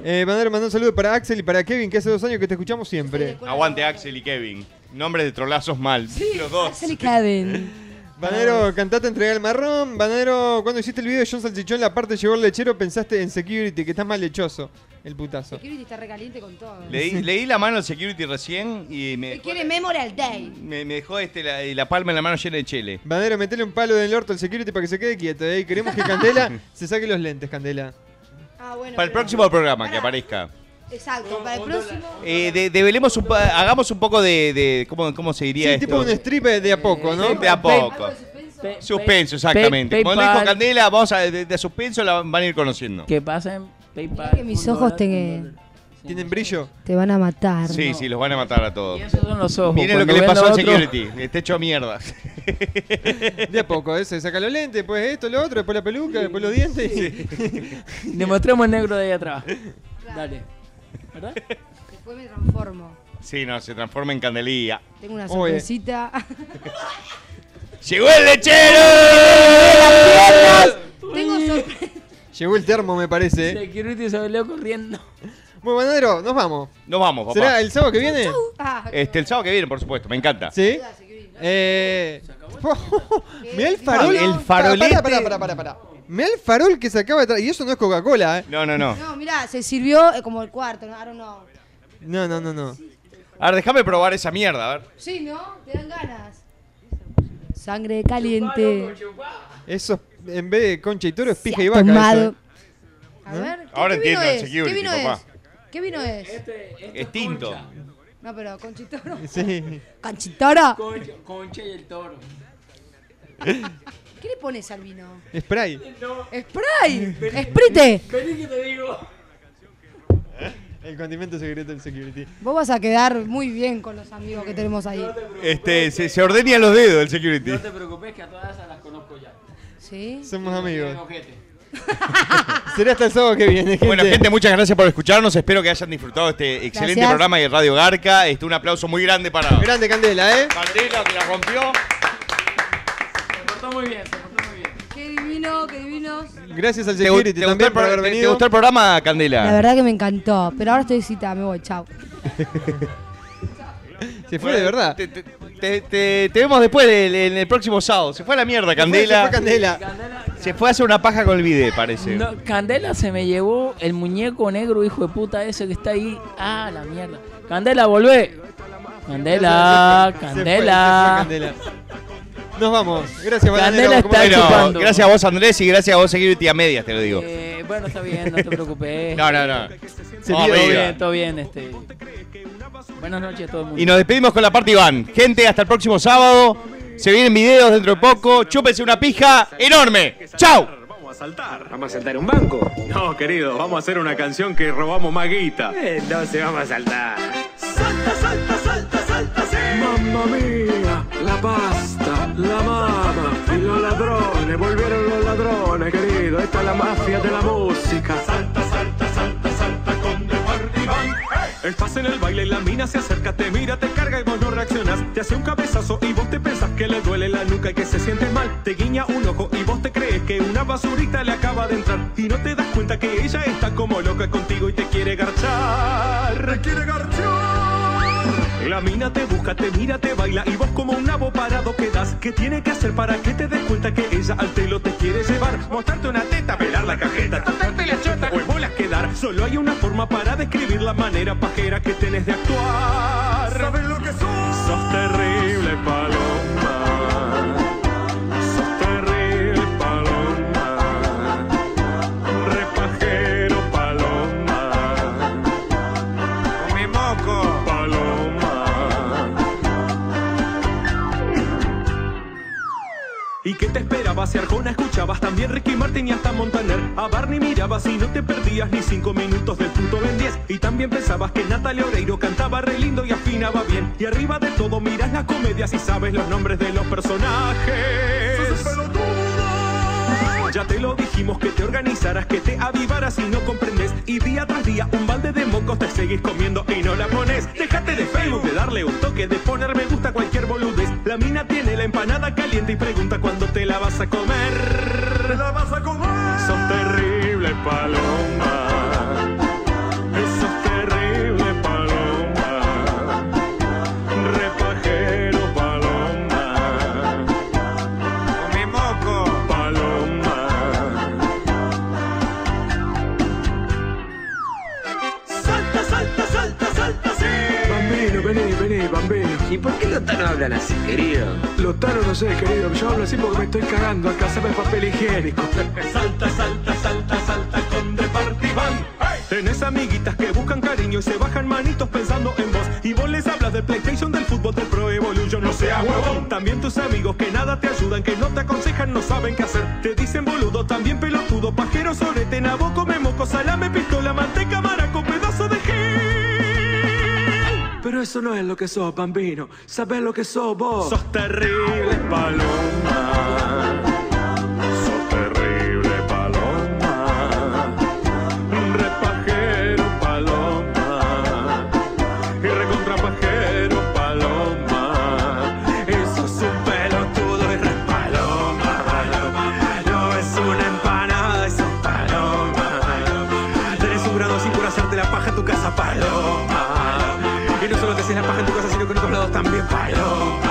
S4: Eh, Bananero mandó un saludo para Axel y para Kevin, que hace dos años que te escuchamos siempre.
S6: Aguante Axel y Kevin. Nombres de trolazos mal. Los dos.
S7: Axel y Kevin.
S4: Bananero, cantate entregar el marrón. Bananero, cuando hiciste el video de John Salchichón, la parte llegó el lechero, pensaste en security, que estás más lechoso. El putazo.
S7: Security está recaliente con todo.
S6: Leí, leí la mano al security recién y me dejó,
S7: Quiere Memorial Day.
S6: me- me dejó, este, la, la palma en la mano llena de chele.
S4: Bananero, metele un palo en el orto al security para que se quede quieto. ¿eh? Y Queremos que Candela se saque los lentes, Candela.
S7: Ah, bueno.
S6: Para el próximo programa que aparezca.
S7: Exacto, para el próximo.
S6: Eh, de- develemos un pa- hagamos un poco de, de- ¿cómo, cómo se diría
S4: Sí,
S6: esto?
S4: tipo un strip de a poco, ¿no?
S6: De a poco. Suspenso, exactamente.
S5: Pay-
S6: Como dijo
S5: PayPal.
S6: Candela, vamos a, de, de suspenso la van a ir conociendo.
S5: Que pasen PayPal.
S7: Que mis ojos te,
S4: ¿Tienen brillo?
S7: te van a matar.
S6: Sí, sí, los van a matar a todos.
S5: son los ojos,
S6: Miren lo que
S5: cuando
S6: le
S5: ven
S6: pasó al
S5: a otro.
S6: security. Está hecho mierda.
S4: De a poco, ¿eh? se saca los lentes, después esto, lo otro, después la peluca, después los dientes.
S5: Le mostramos el negro de ahí atrás. Dale.
S7: ¿Verdad? Después me transformo.
S6: Sí, no, se transforma en candelilla.
S7: Tengo una
S6: Oye.
S7: sorpresita.
S6: ¡Llegó el lechero!
S7: Tengo sorpresa.
S4: Llegó el termo, me parece.
S5: Security se volvió corriendo.
S4: Muy banadero, nos vamos.
S6: Nos vamos, papá.
S4: ¿Será el sábado que viene?
S7: Ah,
S6: Este, el sábado que viene, por supuesto, me encanta.
S4: ¿Sí? Eh. Mirá el farol.
S6: El farolete.
S4: Pará, pará, pará, pará, pará. Mirá el farol que se acaba de traer. Y eso no es Coca-Cola, ¿eh?
S6: No, no, no.
S7: No, mirá, se sirvió eh, como el cuarto, ¿no? I don't know.
S4: No, no, no, no.
S6: A ver, déjame probar esa mierda, a ver.
S7: Sí, ¿no? Te dan ganas. Sangre caliente.
S4: Eso, es- en vez de concha y toro, es pija
S7: ha
S4: y vaca.
S7: tomado.
S4: eso, ¿eh?
S7: A ver.
S6: Ahora
S7: ¿qué
S6: entiendo
S7: vino
S6: el
S7: es?
S6: security,
S7: ¿Qué vino
S6: papá. Eh.
S7: es? ¿Qué vino
S5: Eh,
S7: es?
S5: este,
S6: Es tinto.
S7: No, pero conchitoro.
S4: Sí.
S7: ¿Conchitoro?
S5: Concha, concha y el toro.
S7: ¿Qué le pones al vino?
S4: Spray.
S7: ¡Spray! ¡Sprite!
S5: Vení que te digo.
S4: El condimento secreto del security.
S7: Vos vas a quedar muy bien con los amigos que tenemos ahí.
S6: Este, se, se ordena los dedos el security.
S5: No te preocupes que a todas esas las conozco ya.
S7: ¿Sí?
S4: Somos amigos.
S5: Tienen ojete.
S4: Será hasta el sábado que viene, gente.
S6: Bueno, gente, muchas gracias por escucharnos. Espero que hayan disfrutado este excelente
S4: Gracias.
S6: programa de Radio Garca. Este, un aplauso muy grande para.
S4: Grande Candela, ¿eh?
S6: Candela, que la rompió.
S5: Se portó muy bien, se portó muy bien.
S7: ¡Qué divino, qué divinos!
S4: Gracias al
S6: ¿Te, gu-
S4: security
S6: te gustó
S4: también
S6: el
S4: por
S6: pro-
S4: haber
S6: te- te
S4: venido.
S6: gustó el programa, Candela?
S7: La verdad que me encantó, pero ahora estoy citada, me voy, chao.
S4: Se fue de verdad.
S6: Te, te- te- te- te vemos después del- en el próximo sábado. Se fue a la mierda, Candela.
S4: se fue Candela.
S6: Se fue a hacer una paja con el bidet, parece.
S5: No, Candela se me llevó el muñeco negro, hijo de puta, ese que está ahí. Ah, la mierda. Candela, volvé. Candela,
S4: Se fue, se fue
S5: Candela.
S4: Candela. Nos vamos. Gracias, Bananero.
S5: Candela
S4: como
S5: está
S4: siempre.
S6: Bueno,
S5: chupando.
S6: gracias a vos, Andrés, y gracias a vos, Security a medias, te lo digo.
S5: Eh, bueno, está bien, no te preocupes.
S6: No, no, no.
S5: Se
S6: Vamos
S5: todo
S6: arriba.
S5: bien, todo bien. Este. Buenas noches a todo el mundo.
S6: Y nos despedimos con la parte Iván. Gente, hasta el próximo sábado. Se vienen videos dentro de poco. Chúpense una pija enorme. ¡Chao!
S11: Vamos a saltar. ¿Vamos a saltar un banco? No, querido, vamos a hacer una canción que robamos más guita.
S24: Eh,
S11: Entonces vamos a saltar.
S25: Salta, salta, salta, salta, sí. Mamma mía, la pasta, la mama y los ladrones, volvieron los ladrones, querido. Esta es la mafia de la música. Salta, salta, salta, salta con Deportiván.
S11: Estás en el baile y la mina se acerca, te mira, te carga y vos no reaccionas. Te hace un cabezazo y vos te pensás que le duele la nuca y que se siente mal. Te guiña un ojo y vos te crees que una basurita le acaba de entrar. Y no te das cuenta que ella está como loca contigo y te quiere garchar. Te quiere garchar. La mina te busca, te mira, te baila y vos como un nabo parado quedas. ¿Qué tiene que hacer para que te des cuenta que ella al telo te quiere llevar? Mostrarte una teta, pelar la cajeta, tocarte la chota o en bolas quedar. Solo hay una forma para describir la manera pajera que tenés de actuar. ¿Sabes lo que sos? Sos terrible, paloma. Sos terrible, paloma. Repajero, paloma. Mi moco. Paloma. ¿Y qué te esperabas? Si Arjona escuchabas también Ricky Martin y hasta Montaner A Barney mirabas y no te perdías ni cinco minutos del punto en 10 Y también pensabas que Natalia Oreiro cantaba re lindo y afinaba bien Y arriba de todo miras las comedias y sabes los nombres de los personajes ya te lo dijimos que te organizaras, que te avivaras y no comprendes. Y día tras día un balde de mocos te seguís comiendo y no la pones. Déjate de Facebook, de darle un toque, de poner me gusta a cualquier boludez. La mina tiene la empanada caliente y pregunta cuándo te la vas a comer. La vas a comer. Sos terrible, paloma. Sos terrible, paloma. Repajero, paloma. Mi moco. Paloma.
S15: Salta, salta, salta, salta, sí.
S11: Bambino,
S15: vení,
S11: vení, bambino.
S15: ¿Y por qué
S11: Lotano hablan así, querido.
S15: Lotano no sé, querido. Yo hablo así porque me estoy cagando. Alcanzame papel higiénico.
S11: Salta, salta, salta, salta con de Partibán.
S15: Tenés amiguitas que buscan cariño y se bajan manitos pensando en vos. Y vos les hablas del PlayStation, del fútbol, del Pro Evolution, no seas huevón. También tus amigos que nada te ayudan, que no te aconsejan, no saben qué hacer. Te dicen boludo, también pelotudo, pajero, sorete, nabo, come moco, salame, pistola, manteca, maraco, pedazo de gil.
S11: Pero eso no es lo que sos, bambino. Sabés lo que sos vos.
S15: Sos terrible, paloma.
S11: Sos terrible, paloma.
S15: Repajero, paloma. Y recontrapajero, paloma. Eso es un pelotudo y re paloma. Paloma, paloma. Es una empanada, eso es paloma. Tenés un grado así por hacerte la paja en tu casa, paloma. Y no solo te haces la paja en tu casa, sino que en otros lados también, paloma.